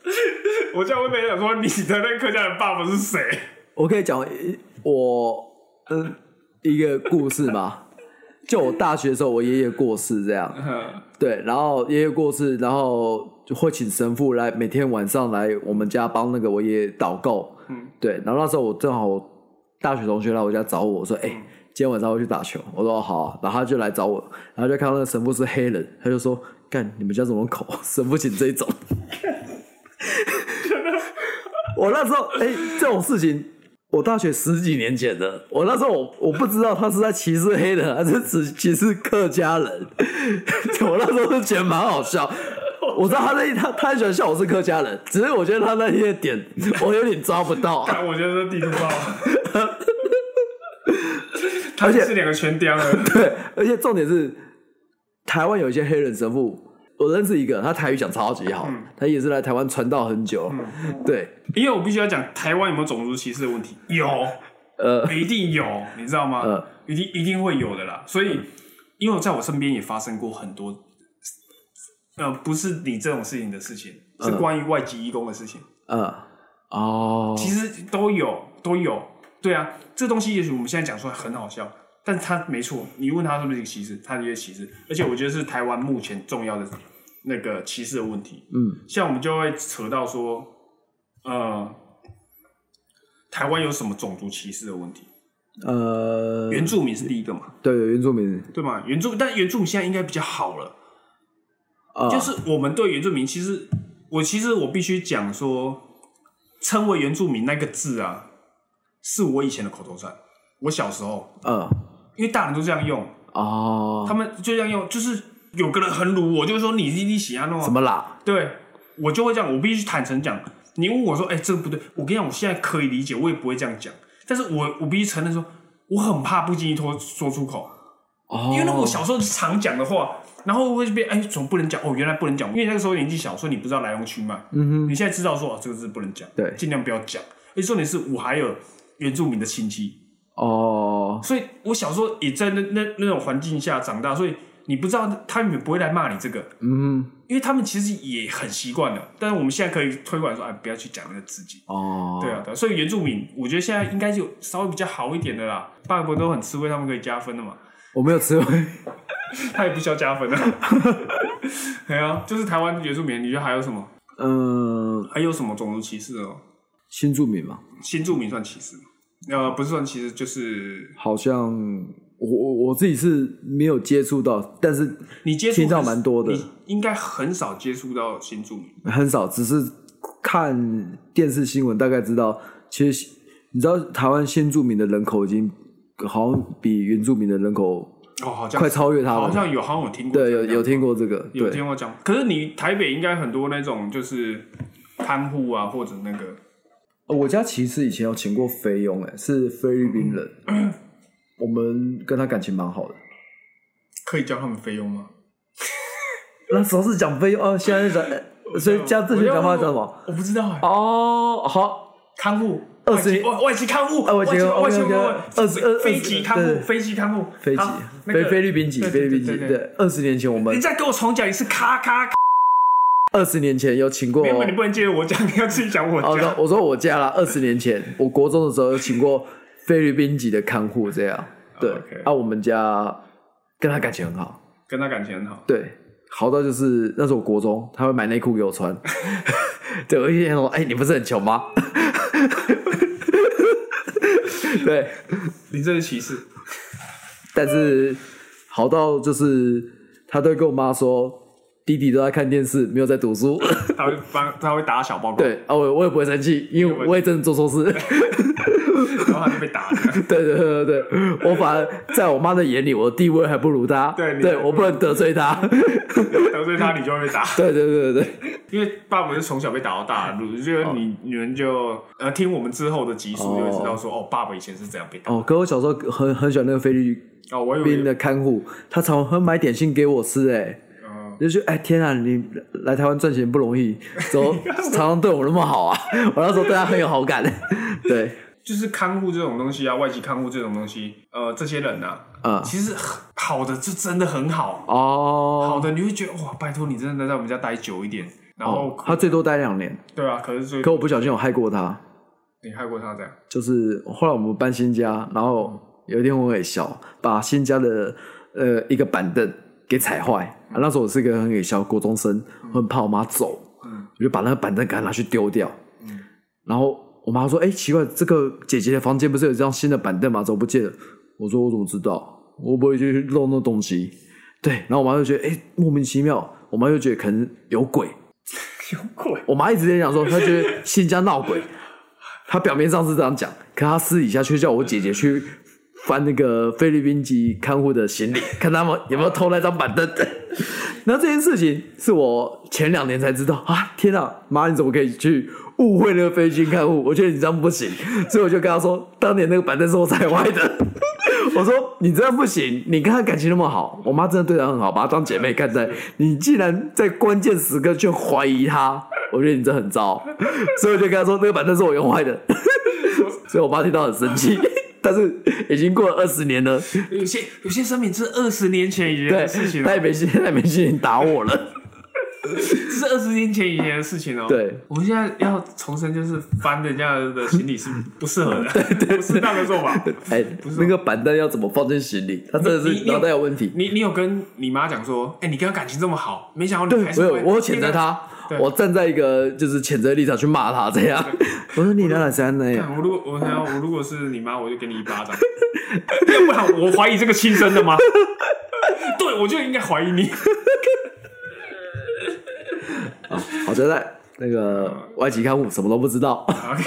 Speaker 4: 我这样会被人讲说你的那客家人爸爸是谁？
Speaker 5: 我可以讲一我嗯一个故事吗？就我大学的时候，我爷爷过世，这样
Speaker 4: 嗯
Speaker 5: 对，然后爷爷过世，然后就会请神父来每天晚上来我们家帮那个我爷爷祷告，嗯，对，然后那时候我正好我大学同学来我家找我，我说，哎、今天晚上要去打球，我说好啊、然后他就来找我，然后就看到那个神父是黑人，他就说，干你们家怎么口 神父请这一种，我那时候，哎、这种事情，我大学十几年前的，我那时候我我不知道他是在歧视黑人还是只歧视客家人， 我那时候就觉得蛮好笑。我知道他那他他很喜欢笑我是客家人，只是我觉得他那些点我有点抓不到、
Speaker 4: 但我觉得这地图 炮，
Speaker 5: 而且
Speaker 4: 是两个全叼了。
Speaker 5: 对，而且重点是，台湾有一些黑人神父，我认识一个，他台语讲超级好，
Speaker 4: 嗯
Speaker 5: 他也是来台湾传道很久，对，
Speaker 4: 因为我必须要讲台湾有没有种族歧视的问题，有，
Speaker 5: 呃，
Speaker 4: 一定有，你知道吗？
Speaker 5: 呃
Speaker 4: 一定一定会有的啦。所以，因为在我身边也发生过很多，呃，不是你这种事情的事情，是关于外籍义工的事情，
Speaker 5: 呃，哦，
Speaker 4: 其实都有都有。对啊，这东西也许我们现在讲出来很好笑，但他没错，你问他是不是歧视，他的确歧视，而且我觉得是台湾目前重要的那个歧视的问题。
Speaker 5: 嗯，
Speaker 4: 像我们就会扯到说，呃，台湾有什么种族歧视的问题？
Speaker 5: 呃，
Speaker 4: 原住民是第一个嘛，
Speaker 5: 对原住民，
Speaker 4: 对吗？原住，但原住民现在应该比较好了。
Speaker 5: 啊、
Speaker 4: 就是我们对原住民，其实我其实我必须讲说，称为原住民那个字啊，是我以前的口头禅。我小时候，
Speaker 5: 呃，
Speaker 4: 因为大人都这样用，
Speaker 5: 哦，
Speaker 4: 他们就这样用，就是有个人很辱我，就会说你你你喜欢弄啊
Speaker 5: 什么啦？
Speaker 4: 对我就会这样，我必须坦诚讲。你问我说，哎、这个不对，我跟你讲，我现在可以理解，我也不会这样讲。但是我我必须承认说，我很怕不经意脱说出口，啊
Speaker 5: 哦，
Speaker 4: 因为那我小时候常讲的话，然后会变，哎、怎么不能讲？哦，原来不能讲，因为那个时候年纪小，所以你不知道来龙去脉。嗯哼，你现在知道说，哦，这个字不能讲，
Speaker 5: 对
Speaker 4: 尽量不要讲。而且重点是我还有原住民的亲戚，
Speaker 5: 哦，
Speaker 4: 所以我小时候也在那那那种环境下长大，所以你不知道他们也不会来骂你这个，
Speaker 5: 嗯，
Speaker 4: 因为他们其实也很习惯了。但是我们现在可以推广说，哎，不要去讲那个自己。
Speaker 5: 哦，
Speaker 4: 对啊，，对啊，所以原住民，我觉得现在应该就稍微比较好一点的啦。爸爸都很吃亏，他们可以加分的嘛，
Speaker 5: 我没有词 汇，
Speaker 4: 他也不需要加分的。 对啊，就是台湾原住民，你觉得还有什么？
Speaker 5: 嗯、
Speaker 4: 还有什么种族歧视哦？
Speaker 5: 新住民嘛，
Speaker 4: 新住民算歧视吗？呃，不是算歧视，就是
Speaker 5: 好像我我我自己是没有接触到，但是
Speaker 4: 你接触
Speaker 5: 听到蛮多的
Speaker 4: 你应该很少接触到新住民。
Speaker 5: 很少，只是看电视新闻大概知道，其实你知道台湾新住民的人口已经好像比原住民的人口
Speaker 4: 哦，好像
Speaker 5: 快超越他
Speaker 4: 好
Speaker 5: 了。
Speaker 4: 像有，好像有听过，
Speaker 5: 对，有有听
Speaker 4: 过，
Speaker 5: 过这个，
Speaker 4: 有
Speaker 5: 对
Speaker 4: 听过讲。可是你台北应该很多那种就是看护啊，或者那个
Speaker 5: 呃我家其实以前有请过菲佣，哎，是菲律宾人，
Speaker 4: 嗯
Speaker 5: 我们跟他感情蛮好的。
Speaker 4: 可以叫他们菲佣吗？
Speaker 5: 那时候是讲菲佣，哦，现在是讲，呃所以家正确讲话叫什么？？
Speaker 4: 我不知道哎，
Speaker 5: 哦，好，
Speaker 4: 看护。
Speaker 5: 二十
Speaker 4: 外籍外外籍看护，
Speaker 5: 啊外籍
Speaker 4: 外外籍
Speaker 5: OK，OK，
Speaker 4: 外
Speaker 5: 二十二
Speaker 4: 飞机看
Speaker 5: 二十
Speaker 4: 护，
Speaker 5: 对
Speaker 4: 飞机看护，
Speaker 5: 飞机
Speaker 4: 好，啊那
Speaker 5: 菲
Speaker 4: 个
Speaker 5: 菲律宾籍，
Speaker 4: 对
Speaker 5: 菲律
Speaker 4: 对
Speaker 5: 宾籍，
Speaker 4: 对
Speaker 5: 对，二十年前我
Speaker 4: 你
Speaker 5: 们，
Speaker 4: 再给我重讲一次，咔咔咔！
Speaker 5: 二十年前有请过
Speaker 4: 没，有，你不能接着我讲，你要自己讲我
Speaker 5: 哦，
Speaker 4: 讲。
Speaker 5: 那我说我家啦，二十年前，我国中的时候有请过菲律宾籍的看护，这样对
Speaker 4: OK。
Speaker 5: 啊，我们家跟他感情很好，
Speaker 4: 跟他感情很好，
Speaker 5: 对，好到就是那时候我国中，他会买内裤给我穿。对，我一天说，哎、你不是很穷吗？ 对，
Speaker 4: 你这是歧视。
Speaker 5: 但是好到就是他都会跟我妈说，弟弟都在看电视，没有在读书。
Speaker 4: 他会 帮，他会打小报告，，
Speaker 5: 对啊，我我也不会生气，因为我也真的做错事。
Speaker 4: 然后他就被 打了。
Speaker 5: 对对对对对，我反而在我妈的眼里，我的地位还不如她。
Speaker 4: 对你还
Speaker 5: 对
Speaker 4: 不如
Speaker 5: 我不能得罪她。
Speaker 4: 得罪他，你就会被打。
Speaker 5: 对对对对对，
Speaker 4: 因为爸爸是从小被打到大的，我觉得
Speaker 5: 哦
Speaker 4: 你你们就呃听我们之后的集数就会知道说，哦，爸爸以前是怎样被打。
Speaker 5: 哦，可我小时候很很喜欢那个菲律
Speaker 4: 哦，我以
Speaker 5: 宾
Speaker 4: 为
Speaker 5: 的看护，他常会买点心给我吃、哎。
Speaker 4: 嗯
Speaker 5: 就觉得哎天啊，你来台湾赚钱不容易，怎 么常常对我那么好啊？ 我那时候对他很有好感。 对，
Speaker 4: 就是看护这种东西啊，外籍看护这种东西，呃，这些人呐，
Speaker 5: 嗯，
Speaker 4: 其实好的就真的很好，好
Speaker 5: 哦，
Speaker 4: 的你会觉得哇，拜托你真的在我们家待久一点，然后
Speaker 5: 哦，他最多待两年，
Speaker 4: 对啊，可是最
Speaker 5: 可我不小心有害过他。
Speaker 4: 你害过他这样，
Speaker 5: 就是后来我们搬新家，然后有一天我很小，把新家的呃一个板凳给踩坏、啊。那时候我是一个很小国中生，我很怕我妈走，
Speaker 4: 嗯
Speaker 5: 我就把那个板凳给它拿去丢掉。
Speaker 4: 嗯
Speaker 5: 然后我妈说：“哎、奇怪，这个姐姐的房间不是有一张新的板凳吗？怎么不见了？”我说：“我怎么知道？我不会去弄那东西。”对，然后我妈就觉得：“哎、莫名其妙。”我妈就觉得可能有鬼。
Speaker 4: 有鬼，
Speaker 5: 我妈一直在讲说，她觉得新家闹鬼。她表面上是这样讲，可她私底下却叫我姐姐去翻那个菲律宾籍看护的行李，看他们有没有偷那张板凳。 然后这件事情是我前两年才知道啊！天啊，妈，你怎么可以去误会那个菲律宾看护？我觉得你这样不行，所以我就跟她说，当年那个板凳是我踩歪的。 我说你这样不行，你跟她感情那么好，我妈真的对她很好，把她当姐妹看待。你既然在关键时刻却怀疑她，我觉得你这很 糟。所以我就跟她说，那个板凳是我用坏的。所以我妈听到很生 气，但是已经过了二十年了，
Speaker 4: 有些有些生命是二十年前以前
Speaker 5: 对
Speaker 4: 的事，情、
Speaker 5: 她也
Speaker 4: 哦，
Speaker 5: 没心，她也没心情打我了。
Speaker 4: 这是二十年前以前的事情哦。
Speaker 5: 对，
Speaker 4: 我们现在要重申，就是翻人家的行李是不 适合的，不适当的做法。
Speaker 5: 哎、
Speaker 4: 是
Speaker 5: 那个板凳要怎么放进行李？ 他真的
Speaker 4: 你
Speaker 5: 是
Speaker 4: 你
Speaker 5: 脑袋有问题。
Speaker 4: 你你有跟你妈讲说，哎、你跟她感情这么好，没想到
Speaker 5: 对
Speaker 4: 你还，是
Speaker 5: 我有
Speaker 4: 会
Speaker 5: 我有谴责。他，
Speaker 4: 对
Speaker 5: 我站在一个就是谴责的立场去骂他这样。 我说你哪哪三呢？
Speaker 4: 看我如果我想要我如果是你妈，我就给你一巴掌。要不然我怀疑这个亲生的吗？ 对，我就应该怀 疑你。
Speaker 5: 好交代。那个外籍看护什么都不知道，
Speaker 4: OK，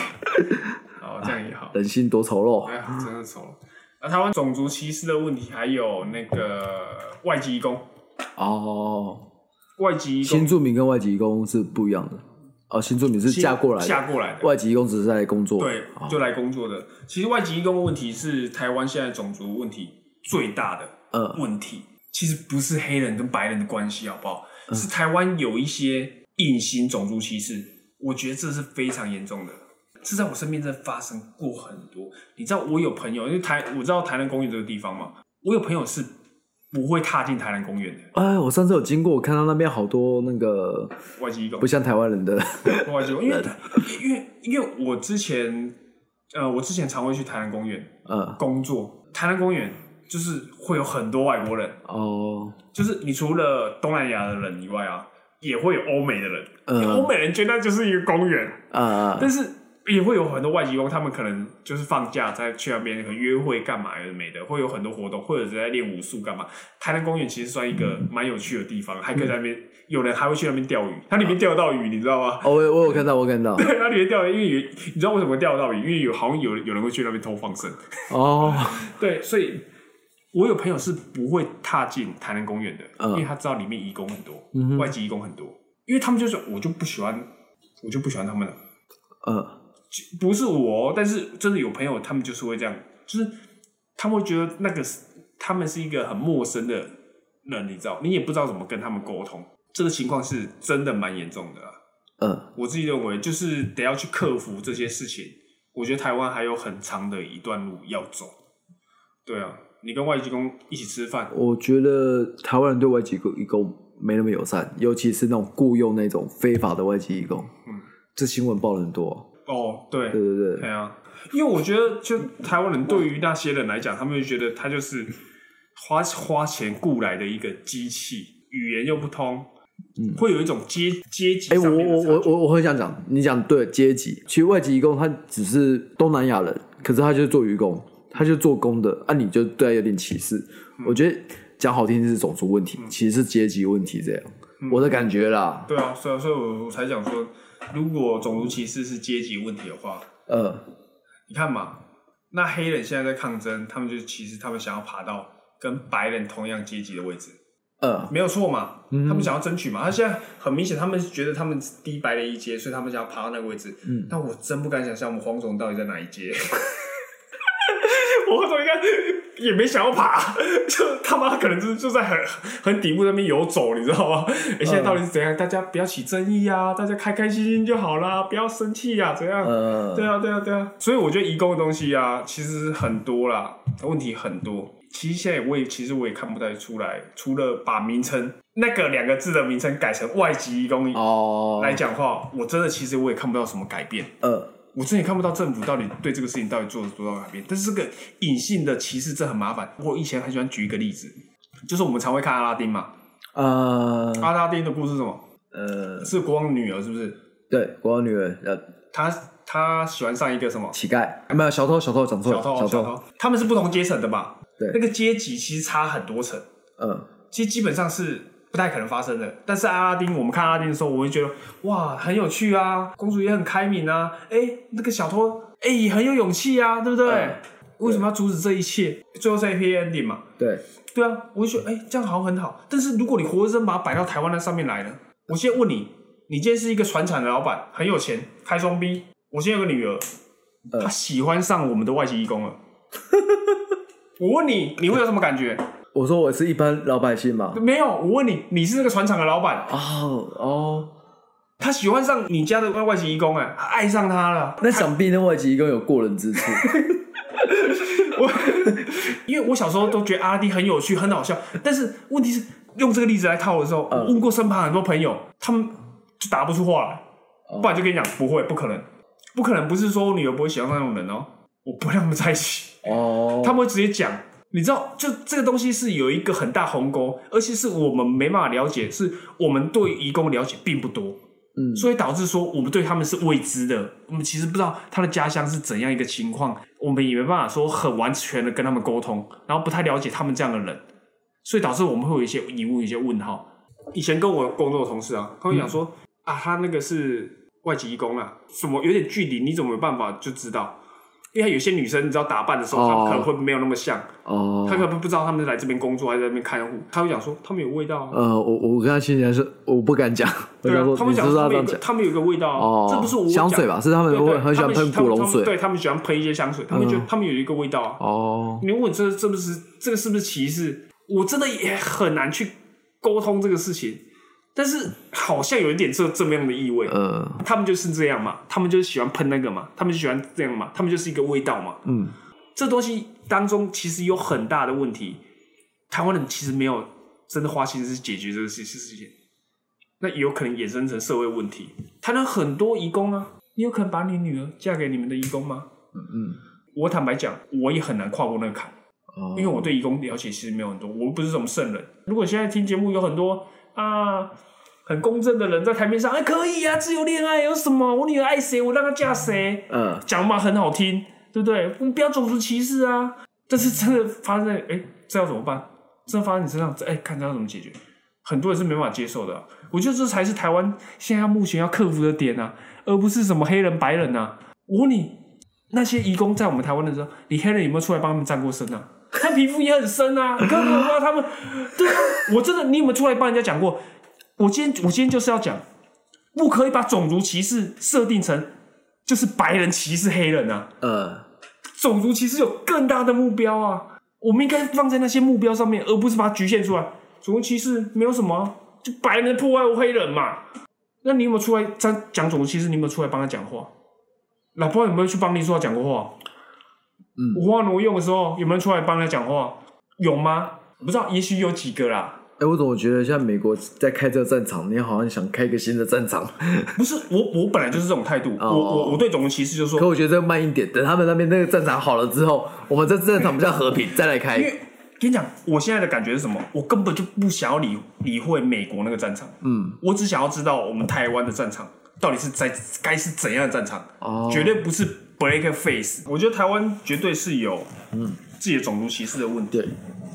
Speaker 4: 好，这样也好。
Speaker 5: 人性多丑陋。
Speaker 4: 哎呀，真的丑了。那台湾种族歧视的问题，还有那个外籍移工，
Speaker 5: 哦，
Speaker 4: 外籍移
Speaker 5: 新
Speaker 4: 工
Speaker 5: 住民跟外籍工是不一样的。哦，新住民是嫁过来
Speaker 4: 嫁
Speaker 5: 的，
Speaker 4: 过来的，
Speaker 5: 外籍工只是在工作。
Speaker 4: 对，
Speaker 5: 哦
Speaker 4: 就来工作的。其实外籍移工问题是台湾现在种族问题最大的
Speaker 5: 嗯
Speaker 4: 问题。其实不是黑人跟白人的关系，好不好？
Speaker 5: 嗯
Speaker 4: 是台湾有一些隐形种族歧视，我觉得这是非常严重的。这在我身边真的发生过很多。你知道我有朋友，因为台我知道台南公园这个地方嘛，我有朋友是不会踏进台南公园的
Speaker 5: 哎，我上次有经过，我看到那边好多那个
Speaker 4: 外籍移工
Speaker 5: 不。像台湾人 的，
Speaker 4: 外籍移工，因为因为因为我之前呃，我之前常会去台南公园，
Speaker 5: 嗯，
Speaker 4: 工作，台南公园就是会有很多外国人，
Speaker 5: 哦，
Speaker 4: 就是你除了东南亚的人以外啊，也会有欧美的人。
Speaker 5: 嗯
Speaker 4: 欧美人觉得那就是一个公园，
Speaker 5: 啊，
Speaker 4: 但是也会有很多外籍工，他们可能就是放假再去那边可能约会干嘛有的没的，会有很多活动，或者是在练武术干嘛。台南公园其实算一个蛮有趣的地方，还可以在那边，有人还会去那边钓鱼，它里面钓得到鱼，你知道吗？
Speaker 5: 哦，我有我有看到，我有看 到，
Speaker 4: 对，它里面钓的，因为有你知道为什么钓得到鱼？因为有好像有有人会去那边偷放生。
Speaker 5: 哦，
Speaker 4: 对，所以我有朋友是不会踏进台南公园的，
Speaker 5: 嗯
Speaker 4: 因为他知道里面移工很多，
Speaker 5: 嗯哼
Speaker 4: 外籍移工很多，因为他们就是我就不喜欢，我就不喜欢他们了。
Speaker 5: 呃，
Speaker 4: 不是我哦，但是真的有朋友，他们就是会这样，就是他们会觉得那个是他们是一个很陌生的人，你知道，你也不知道怎么跟他们沟通。这个情况是真的蛮严重的啊啦、
Speaker 5: 呃，
Speaker 4: 我自己认为就是得要去克服这些事情。我觉得台湾还有很长的一段路要走。对啊，你跟外籍工一起吃饭，
Speaker 5: 我觉得台湾人对外籍义工没那么友善，尤其是那种雇佣那种非法的外籍义工。
Speaker 4: 嗯，
Speaker 5: 这新闻报的很多啊、
Speaker 4: 哦，对，
Speaker 5: 对对对，
Speaker 4: 对啊，因为我觉得，就台湾人对于那些人来讲，他们就觉得他就是花花钱雇来的一个机器，语言又不通，
Speaker 5: 嗯
Speaker 4: 会有一种阶阶级
Speaker 5: 哎、
Speaker 4: 上
Speaker 5: 我
Speaker 4: 面的
Speaker 5: 我
Speaker 4: 差
Speaker 5: 我
Speaker 4: 距
Speaker 5: 我我很想讲，你讲对阶级，其实外籍义工他只是东南亚人，可是他就是做愚工，他就是做工的，啊，你就对他有点歧视。
Speaker 4: 嗯
Speaker 5: 我觉得讲好听是种族问题，其实是阶级问题，这样、
Speaker 4: 嗯
Speaker 5: 我的感觉啦。
Speaker 4: 对啊，所以所以我我才讲说，如果种族歧视是阶级问题的话，
Speaker 5: 呃，
Speaker 4: 你看嘛，那黑人现在在抗争，他们就其实他们想要爬到跟白人同样阶级的位置，
Speaker 5: 呃，
Speaker 4: 没有错嘛，他们想要争取嘛。他现在很明显，他们觉得他们低白了一阶，所以他们想要爬到那个位置。嗯，但我真不敢想象我们黄总到底在哪一阶。我黄总应该也没想要爬，就他妈可能就是就在很很底部那边游走，你知道吗？哎、现在到底是怎样？大家不要起争议啊，大家开开心心就好啦，不要生气啊，怎样？
Speaker 5: 呃
Speaker 4: 对啊，对啊，对啊。所以我觉得移工的东西啊，其实很多啦，问题很多。其实现在我也其实我也看不太出来，除了把名称那个两个字的名称改成外籍移工
Speaker 5: 哦，
Speaker 4: 来讲话，我真的其实我也看不到什么改变。
Speaker 5: 呃，
Speaker 4: 我真的也看不到政府到底对这个事情到底做了多少改变。但是这个隐性的歧视这很麻烦。我以前很喜欢举一个例子，就是我们常会看阿拉丁嘛，
Speaker 5: 呃，
Speaker 4: 阿拉丁的故事是什么？
Speaker 5: 呃，
Speaker 4: 是国王的女儿是不是？
Speaker 5: 对，国王女儿，呃，
Speaker 4: 她她喜欢上一个什么？
Speaker 5: 乞丐，啊没有小偷，小偷讲错
Speaker 4: 小
Speaker 5: 了，
Speaker 4: 偷，
Speaker 5: 小
Speaker 4: 小偷，他们是不同阶层的吧？
Speaker 5: 对
Speaker 4: 那个阶级其实差很多层，
Speaker 5: 嗯，
Speaker 4: 其实基本上是不太可能发生的。但是阿拉丁，我们看阿拉丁的时候，我会觉得哇，很有趣啊，公主也很开明啊，哎、那个小偷，哎、也很有勇气啊，对不对？
Speaker 5: 嗯
Speaker 4: 为什么要阻止这一切？最后是 happy ending 嘛？
Speaker 5: 对，
Speaker 4: 对啊，我就觉得哎、这样好像很好。但是如果你活生生把它摆到台湾那上面来呢？我现在问你，你今天是一个船厂的老板，很有钱，开双 B，我现在有个女儿，
Speaker 5: 嗯
Speaker 4: 她喜欢上我们的外籍义工了。 我问你，你会有什么感觉？
Speaker 5: 我说我是一般老百姓嘛，
Speaker 4: 没有。我问你，你是那个船厂的老板，
Speaker 5: 哦哦，
Speaker 4: 他喜欢上你家的外外籍义工、哎，他爱上他了。
Speaker 5: 那想必那外籍义工有过人之处，
Speaker 4: 我 因为我小时候都觉得阿拉丁很有趣、很好笑，但是问题是用这个例子来套的时候，我问过身旁很多朋友，他们就答不出话来，不然就跟你讲不会，不可能，不可能，不是说我女儿不会喜欢上那种人哦，我不会让他们在一起，
Speaker 5: 哦，
Speaker 4: 他们会直接讲。你知道，就这个东西是有一个很大鸿沟，而且是我们没办法了解，是我们对移工了解并不多，
Speaker 5: 嗯
Speaker 4: 所以导致说我们对他们是未知的，我们其实不知道他的家乡是怎样一个情况，我们也没办法说很完全的跟他们沟通，然后不太了解他们这样的人，所以导致我们会有一些疑问、一些问号。以前跟我工作的同事啊，他会讲说、啊，他那个是外籍义工啊，什么有点距离，你怎么有办法就知道？因为有些女生你知道打扮的时候，她们可能会没有那么像，
Speaker 5: 哦
Speaker 4: 她，可能不知道他们是来这边工作还是在那边看护，她会讲说他们有味道啊。
Speaker 5: 呃，我我跟他亲戚是我不敢讲，我
Speaker 4: 对
Speaker 5: 想
Speaker 4: 啊
Speaker 5: 说，
Speaker 4: 他们
Speaker 5: 你是
Speaker 4: 讲
Speaker 5: 不是
Speaker 4: 说他
Speaker 5: 要这
Speaker 4: 们有
Speaker 5: 样
Speaker 4: 个
Speaker 5: 讲？
Speaker 4: 他们有个味道啊，
Speaker 5: 哦，
Speaker 4: 这不是我
Speaker 5: 香
Speaker 4: 讲
Speaker 5: 水吧？是他们
Speaker 4: 对对
Speaker 5: 会很喜欢
Speaker 4: 他们
Speaker 5: 喷古
Speaker 4: 他
Speaker 5: 龙
Speaker 4: 们
Speaker 5: 水。
Speaker 4: 对他们喜欢喷一些香水，他们觉得
Speaker 5: 嗯
Speaker 4: 他们有一个味道啊。
Speaker 5: 哦，
Speaker 4: 你问我这这不是这个是不是歧视？我真的也很难去沟通这个事情，但是好像有一点这这么样的意味。
Speaker 5: 呃，
Speaker 4: 他们就是这样嘛，他们就是喜欢喷那个嘛，他们就喜欢这样嘛，他们就是一个味道嘛。
Speaker 5: 嗯，
Speaker 4: 这东西当中其实有很大的问题，台湾人其实没有真的花心思解决这个事事事情，那也有可能衍生成社会问题。台湾很多移工啊，你有可能把你女儿嫁给你们的移工吗？
Speaker 5: 嗯，
Speaker 4: 我坦白讲，我也很难跨过那个坎，
Speaker 5: 哦
Speaker 4: 因为我对移工了解其实没有很多，我不是什么圣人。如果现在听节目有很多啊。很公正的人在台面上，哎、可以啊，自由恋爱有什么？我女儿爱谁，我让她嫁谁。
Speaker 5: 呃，
Speaker 4: 讲嘛很好听，对不对？我们不要种族歧视啊！但是真的发生在，哎，这要怎么办？真的发生你身上，哎，看他要怎么解决。很多人是没办法接受的啊、我觉得这才是台湾现在目前要克服的点啊，而不是什么黑人、白人啊。我问你，那些移工在我们台湾的时候，你黑人有没有出来帮他们站过身啊？他皮肤也很深啊。你看我妈他们，对啊，我真的，你有没有出来帮人家讲过？我今天我今天就是要讲，不可以把种族歧视设定成就是白人歧视黑人啊。
Speaker 5: 呃，
Speaker 4: 种族歧视有更大的目标啊，我们应该放在那些目标上面，而不是把它局限出来。种族歧视没有什么啊、就白人破坏黑人嘛。那你有没有出来讲讲种族歧视？你有没有出来帮他讲话？老婆有没有去帮林书豪讲过话？
Speaker 5: 嗯
Speaker 4: 武汉挪用的时候有没有出来帮他讲话？有吗？我不知道，也许有几个啦。
Speaker 5: 哎、我怎么觉得现在美国在开这个战场，你好像想开一个新的战场？
Speaker 4: 不是我，我本来就是这种态度。
Speaker 5: 哦
Speaker 4: 我我我对种族歧视就是说
Speaker 5: 可，我觉得这慢一点，等他们那边那个战场好了之后，我们这战场比较和平，再来开
Speaker 4: 因。为跟你讲，我现在的感觉是什么？我根本就不想要理理会美国那个战场，
Speaker 5: 嗯，
Speaker 4: 我只想要知道我们台湾的战场到底是在该是怎样的战场，
Speaker 5: 哦
Speaker 4: 绝对不是 break face。我觉得台湾绝对是有自己的种族歧视的问题。
Speaker 5: 嗯对，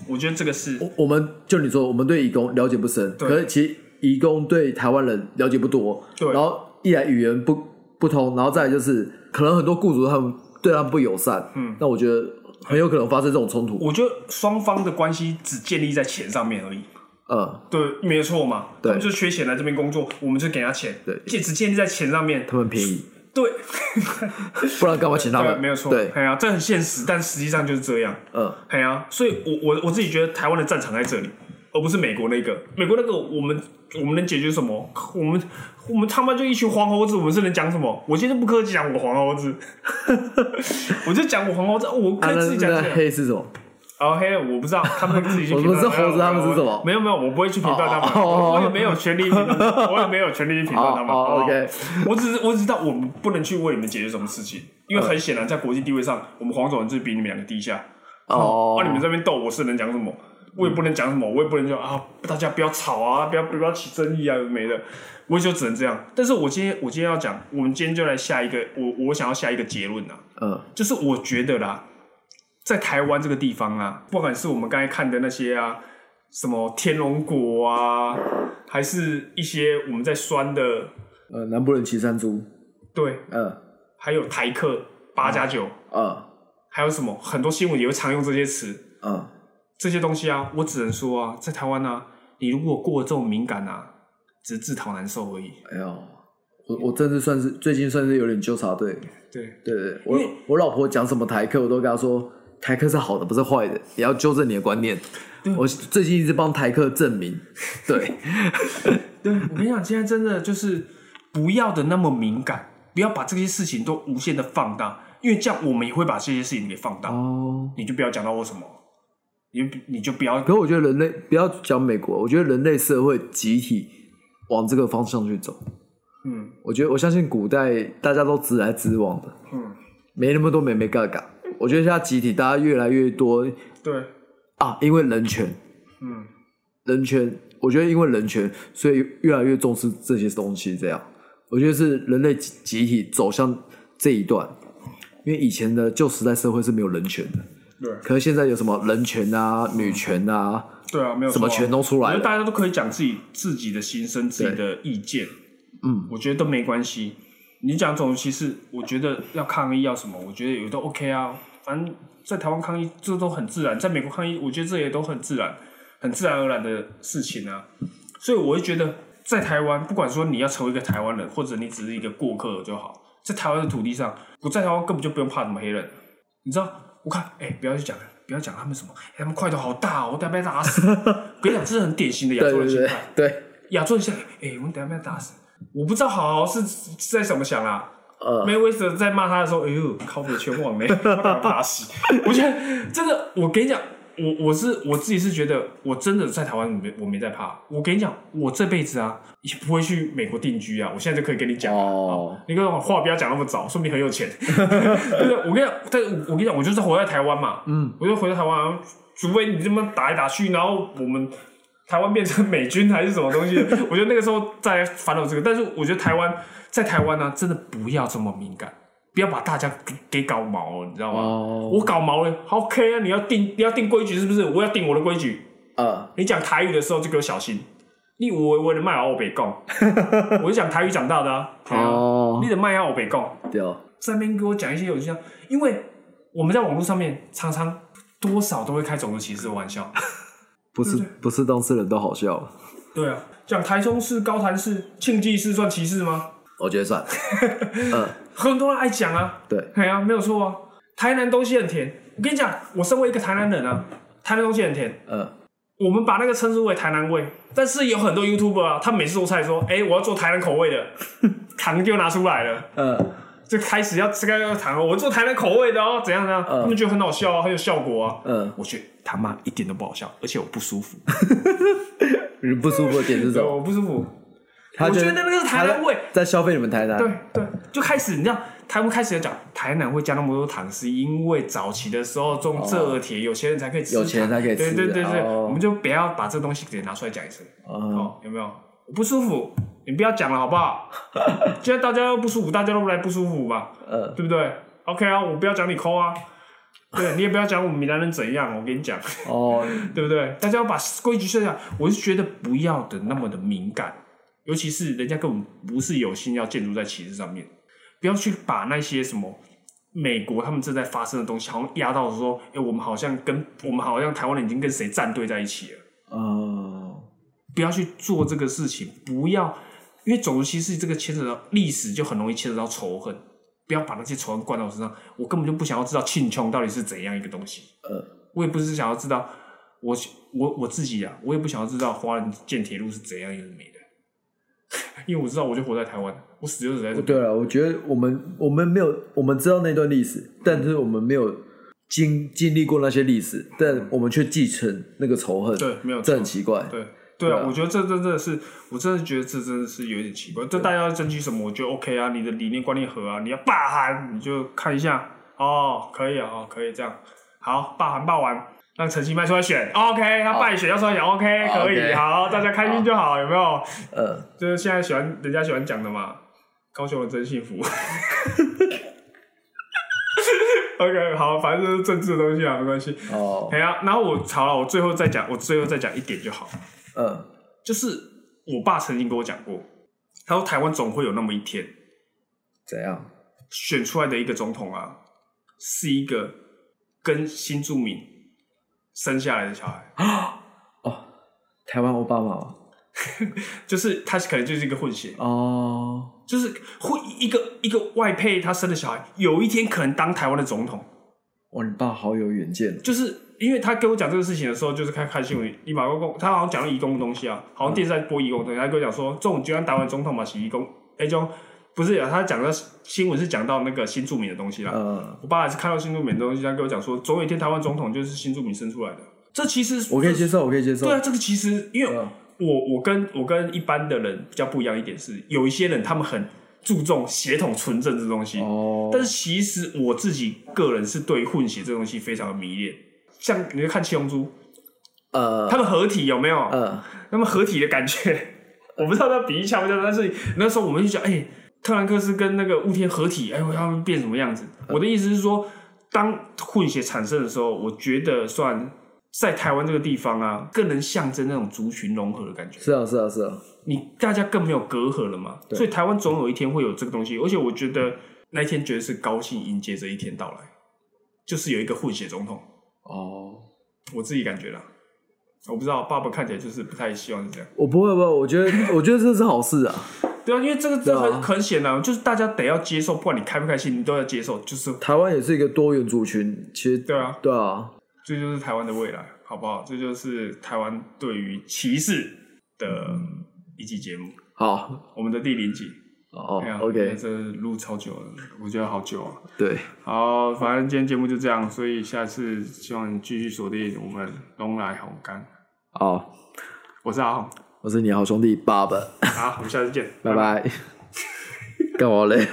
Speaker 4: 我觉得这个是
Speaker 5: 我们就你说，我们对移工了解不深，
Speaker 4: 对
Speaker 5: 可是其实移工对台湾人了解不多，
Speaker 4: 对
Speaker 5: 然后一来语言不不通，然后再来就是可能很多雇主他们对他们不友善，嗯，那我觉得很有可能发生这种冲突，
Speaker 4: 我觉得双方的关系只建立在钱上面而已。
Speaker 5: 嗯，
Speaker 4: 对，没有错嘛。
Speaker 5: 对
Speaker 4: 他们就缺钱来这边工作，我们就给他钱。
Speaker 5: 对
Speaker 4: 也只建立在钱上面。
Speaker 5: 他们便宜，
Speaker 4: 对，
Speaker 5: 不然干嘛请他
Speaker 4: 对，
Speaker 5: 们？
Speaker 4: 没有错。
Speaker 5: 对，
Speaker 4: 哎呀，这很现实，但实际上就是这样。
Speaker 5: 嗯，
Speaker 4: 哎呀、所以我我我自己觉得台湾的战场在这里，而不是美国那个。美国那个我们我们能解决什么？我们我们他妈就一群黄猴子，我们是能讲什么？我今天不客气讲我黄猴子， 我就讲我黄猴子，我
Speaker 5: 啊
Speaker 4: 可以自
Speaker 5: 那
Speaker 4: 己讲
Speaker 5: 那
Speaker 4: 这个。
Speaker 5: 黑是什么？
Speaker 4: 哦嘿，我不知道，他们自己去
Speaker 5: 我
Speaker 4: 评
Speaker 5: 们
Speaker 4: 断。
Speaker 5: 是猴子他们是什么
Speaker 4: 没有没有，我不会去评断他
Speaker 5: 哦哦
Speaker 4: 们，
Speaker 5: 哦哦
Speaker 4: 我我也没有权 利评断，我也没有权利去评断他们。
Speaker 5: 哦哦
Speaker 4: 好不好
Speaker 5: OK
Speaker 4: 我只是我只知道我们不能去为你们解决什么事情，
Speaker 5: 嗯
Speaker 4: 因为很显然在国际地位上，我们黄种人就是比你们两个低下。
Speaker 5: 哦
Speaker 4: 啊，你们这边斗，我是能讲什么？我也不能讲什么，我也不能讲啊，大家不要吵啊，不要不要起争议啊，没的，我也就只能这样。但是我今天我今天要讲，我们今天就来下一个，我我想要下一个结论啊，
Speaker 5: 嗯
Speaker 4: 就是我觉得啦，在台湾这个地方啊，不管是我们刚才看的那些啊，什么天龙果啊，还是一些我们在酸的，
Speaker 5: 呃，南部人骑山猪，
Speaker 4: 对，
Speaker 5: 嗯
Speaker 4: 还有台客八加九，
Speaker 5: 嗯
Speaker 4: 还有什么很多新闻也会常用这些词，
Speaker 5: 嗯，
Speaker 4: 这些东西啊，我只能说啊，在台湾啊，你如果过得这么敏感啊，只是自讨难受而已。
Speaker 5: 哎呦，我我真是算是最近算是有点纠察队。
Speaker 4: 对，
Speaker 5: 对对，对我我老婆讲什么台客，我都跟她说，台客是好的，不是坏的，也要纠正你的观念。我最近一直帮台客证明，对，
Speaker 4: 对我跟你讲，现在真的就是不要的那么敏感，不要把这些事情都无限的放大，因为这样我们也会把这些事情给放大。
Speaker 5: 哦。
Speaker 4: 你就不要讲到我什么，你就你就不要
Speaker 5: 可我觉得人类不要讲美国，我觉得人类社会集体往这个方向去走。
Speaker 4: 嗯
Speaker 5: 我觉得我相信古代大家都直来直往的，
Speaker 4: 嗯，
Speaker 5: 没那么多美美嘎嘎。我觉得现在集体大家越来越多
Speaker 4: 对，
Speaker 5: 啊，因为人权，
Speaker 4: 嗯
Speaker 5: 人权，我觉得因为人权，所以越来越重视这些东西。这样，我觉得是人类集集体走向这一段，因为以前的旧时代社会是没有人权的，
Speaker 4: 对
Speaker 5: 可是现在有什么人权啊、女权啊，
Speaker 4: 对啊，没有
Speaker 5: 什么
Speaker 4: 错啊
Speaker 5: 权都出
Speaker 4: 我
Speaker 5: 来
Speaker 4: 觉
Speaker 5: 了。
Speaker 4: 得大家都可以讲自己自己的心声、自己的意见，
Speaker 5: 嗯，
Speaker 4: 我觉得都没关系。你讲种族歧视，我觉得要抗议要什么，我觉得也都 OK 啊。反正在台湾抗议这都很自然，在美国抗议，我觉得这也都很自然，很自然而然的事情啊。所以我会觉得，在台湾，不管说你要成为一个台湾人，或者你只是一个过客就好，在台湾的土地上，我在台湾根本就不用怕什么黑人，你知道？我看，哎、不要去讲，不要讲他们什么，哎他们块头好大、哦，我等下被打死。 跟你讲，这是很典型的亚
Speaker 5: 对
Speaker 4: 洲人
Speaker 5: 对
Speaker 4: 心态。
Speaker 5: 对对，
Speaker 4: 亚洲人想，哎、我们等一下被他打死。我不知道好是是在怎么想啊。
Speaker 5: 呃，
Speaker 4: 梅威瑟在骂他的时候，哎呦，靠北全网没打死。 我觉得真的，我跟你讲，我我是我自己是觉得，我真的在台湾没我没在怕。我跟你讲，我这辈子啊也不会去美国定居啊。我现在就可以跟你讲啊
Speaker 5: 哦
Speaker 4: 你跟我话不要讲那么早，说不定很有钱。 对不对？我跟你讲，但我我跟你讲，我就是活在台湾嘛，嗯，我就回到台湾啊，除非你这么打来打去，然后我们台湾变成美军还是什么 东西，我觉得那个时候再来烦恼这个。但是我觉得台湾在台湾呢、啊真的不要这么敏感，不要把大家给给搞毛了，你知道吗？
Speaker 5: 哦
Speaker 4: 我搞毛了好，OK 啊，你要定你要定规矩是不是？我要定我的规矩，
Speaker 5: 呃，
Speaker 4: 你讲台语的时候就给我小心。你有为为的卖我北 贡，我就讲台语长大的啊。
Speaker 5: 哦
Speaker 4: 你得卖我北贡，
Speaker 5: 对哦，
Speaker 4: 在那边给我讲一些有趣的，因为我们在网络上面常常多少都会开种族歧视的玩笑。
Speaker 5: 不是不是当事人都好笑，
Speaker 4: 对啊，讲台中市、高潭市、庆记市算歧视吗？
Speaker 5: 我觉得 算，嗯，
Speaker 4: 很多人爱讲啊，
Speaker 5: 对，
Speaker 4: 哎呀、没有错啊。台南东西很甜，我跟你讲，我身为一个台南人啊，台南东西很甜，
Speaker 5: 嗯，
Speaker 4: 我们把那个称之为台南味，但是有很多 YouTuber 啊，他每次做菜说，哎、我要做台南口味 的，糖就拿出来了，
Speaker 5: 嗯，
Speaker 4: 就开始要这个要糖，我做台南口味的哦，怎样怎样，
Speaker 5: 嗯
Speaker 4: 他们觉得很好笑啊，很有效果啊，
Speaker 5: 嗯，
Speaker 4: 我去他妈一点都不好笑，而且我不舒服，
Speaker 5: 你不舒服的点是什
Speaker 4: 对，
Speaker 5: 么？
Speaker 4: 我不舒服，
Speaker 5: 他
Speaker 4: 我觉得那个是台南味
Speaker 5: 他在在消费你们台南，
Speaker 4: 对对，就开始你知道，他们开始讲台南会加那么多糖，是因为早期的时候种蔗铁，有钱人才可以吃，
Speaker 5: 哦有钱人才可以吃
Speaker 4: 对对对对，
Speaker 5: 哦
Speaker 4: 我们就不要把这东西给拿出来讲一次，
Speaker 5: 哦，
Speaker 4: 哦，有没有？我不舒服，你不要讲了好不好？ 现在大家都不舒服，大家都来不舒服嘛，
Speaker 5: 呃，
Speaker 4: 对不对？OK 啊，我不要讲你抠啊，对你也不要讲我们闽南人怎样，我跟你讲，
Speaker 5: 哦，
Speaker 4: 对不对？大家要把规矩设下，我是觉得不要的那么的敏感，尤其是人家根本不是有心要建筑在歧视上面，不要去把那些什么美国他们正在发生的东西，好像压到说，哎，我们好像跟我们好像台湾人已经跟谁站队在一起了，
Speaker 5: 哦，
Speaker 4: 不要去做这个事情，不要，因为种族歧视这个牵扯到历史，就很容易牵扯到仇恨。不要把那些仇恨灌到我身上，我根本就不想要知道庆琼到底是怎样一个东西。
Speaker 5: 呃，
Speaker 4: 我也不是想要知道我我我自己啊，我也不想要知道华人建铁路是怎样一个美的， 因为我知道我就活在台湾，我死就死在这。
Speaker 5: 对啊了，我觉得我们我们没有，我们知道那段历史，但是我们没有经经历过那些历史，但我们却继承那个仇恨，
Speaker 4: 对没有错
Speaker 5: 这很奇怪，
Speaker 4: 对对
Speaker 5: 对
Speaker 4: 啊
Speaker 5: 啊，
Speaker 4: 我觉得这真的是，我真的觉得这真的是有点奇怪。这大家要争取什么，我觉得 OK 啊，你的理念观念合啊，你要霸韩，你就看一下哦，可以啊，哦，可以这样，好，霸韩霸完。让陈其迈出来选，OK，他败选要出来选，OK，
Speaker 6: 好
Speaker 4: 可以，
Speaker 6: ，OK
Speaker 4: 好，大家开心就好，有没有？
Speaker 5: 呃，
Speaker 4: 就是现在喜欢人家喜欢讲的嘛，高雄人真幸福。OK，好，反正就是政治的东西啊，没关系。
Speaker 5: 哦，
Speaker 4: 哎呀、然后我好了，我最后再讲，我最后再讲一点就好，
Speaker 5: 呃，
Speaker 4: 就是我爸曾经跟我讲过，他说台湾总会有那么一天，
Speaker 5: 怎样？
Speaker 4: 选出来的一个总统啊，是一个跟新住民生下来的小孩，
Speaker 5: 台湾奥巴马吗
Speaker 4: 就是他可能就是一个混血，
Speaker 5: 哦，
Speaker 4: 就是会一个一个外配他生的小孩，有一天可能当台湾的总统。
Speaker 5: 哇，你爸好有远见，
Speaker 4: 就是因为他跟我讲这个事情的时候，就是看看新闻，立马公他好像讲了移工的东西啊，好像电视在播移工的东西，他跟我讲说，这种就算台湾总统嘛，是移工，哎、就不是、啊、他讲的新闻是讲到那个新住民的东西啦。
Speaker 5: 呃，
Speaker 4: 我爸也是看到新住民的东西，他跟我讲说，总有一天台湾总统就是新住民生出来的。这其实
Speaker 5: 我可以接受，我可以接受，
Speaker 4: 对啊，这个其实因为
Speaker 5: 嗯
Speaker 4: 我我跟我跟一般的人比较不一样一点是，有一些人他们很注重血统纯正这东西，
Speaker 5: 哦，
Speaker 4: 但是其实我自己个人是对混血这东西非常的迷恋。像你就看七龙珠，
Speaker 5: 呃
Speaker 4: 他们合体有没有？
Speaker 5: 呃，
Speaker 4: 他们合体的感觉， 我不知道他比喻强不强，但是那时候我们就讲，哎、特兰克斯跟那个雾天合体，哎、他们变什么样子？我的意思是说，当混血产生的时候，我觉得算在台湾这个地方啊，更能象征那种族群融合的感觉。
Speaker 5: 是啊，是啊，是啊，
Speaker 4: 你大家更没有隔阂了嘛，
Speaker 5: 对
Speaker 4: 所以台湾总有一天会有这个东西，而且我觉得那一天绝对是高兴迎接这一天到来，就是有一个混血总统，
Speaker 5: 哦。
Speaker 4: 我自己感觉啦，我不知道爸爸看起来就是不太希望是这样，
Speaker 5: 我不会，不会，我觉得，我觉得这是好事啊。
Speaker 4: 对啊，因为这个
Speaker 5: 对
Speaker 4: 这
Speaker 5: 啊
Speaker 4: 很、很显然，就是大家得要接受，不管你开不开心，你都要接受，就是
Speaker 5: 台湾也是一个多元族群，其实
Speaker 4: 对啊，
Speaker 5: 对啊，
Speaker 4: 这就是台湾的未来，好不好？这就是台湾对于歧视的一集节目，
Speaker 5: 好，
Speaker 4: 我们的第零集，
Speaker 5: 哦
Speaker 4: 哎呀
Speaker 5: ，OK，
Speaker 4: 这录超久了，我觉得好久啊。
Speaker 5: 对，
Speaker 4: 好，反正今天节目就这样，所以下次希望你继续锁定我们龙来红干。
Speaker 5: 好，
Speaker 4: 我是阿红，
Speaker 5: 我是你的好兄弟爸爸，
Speaker 4: 好，我们下次见，
Speaker 5: 拜拜，干我嘞。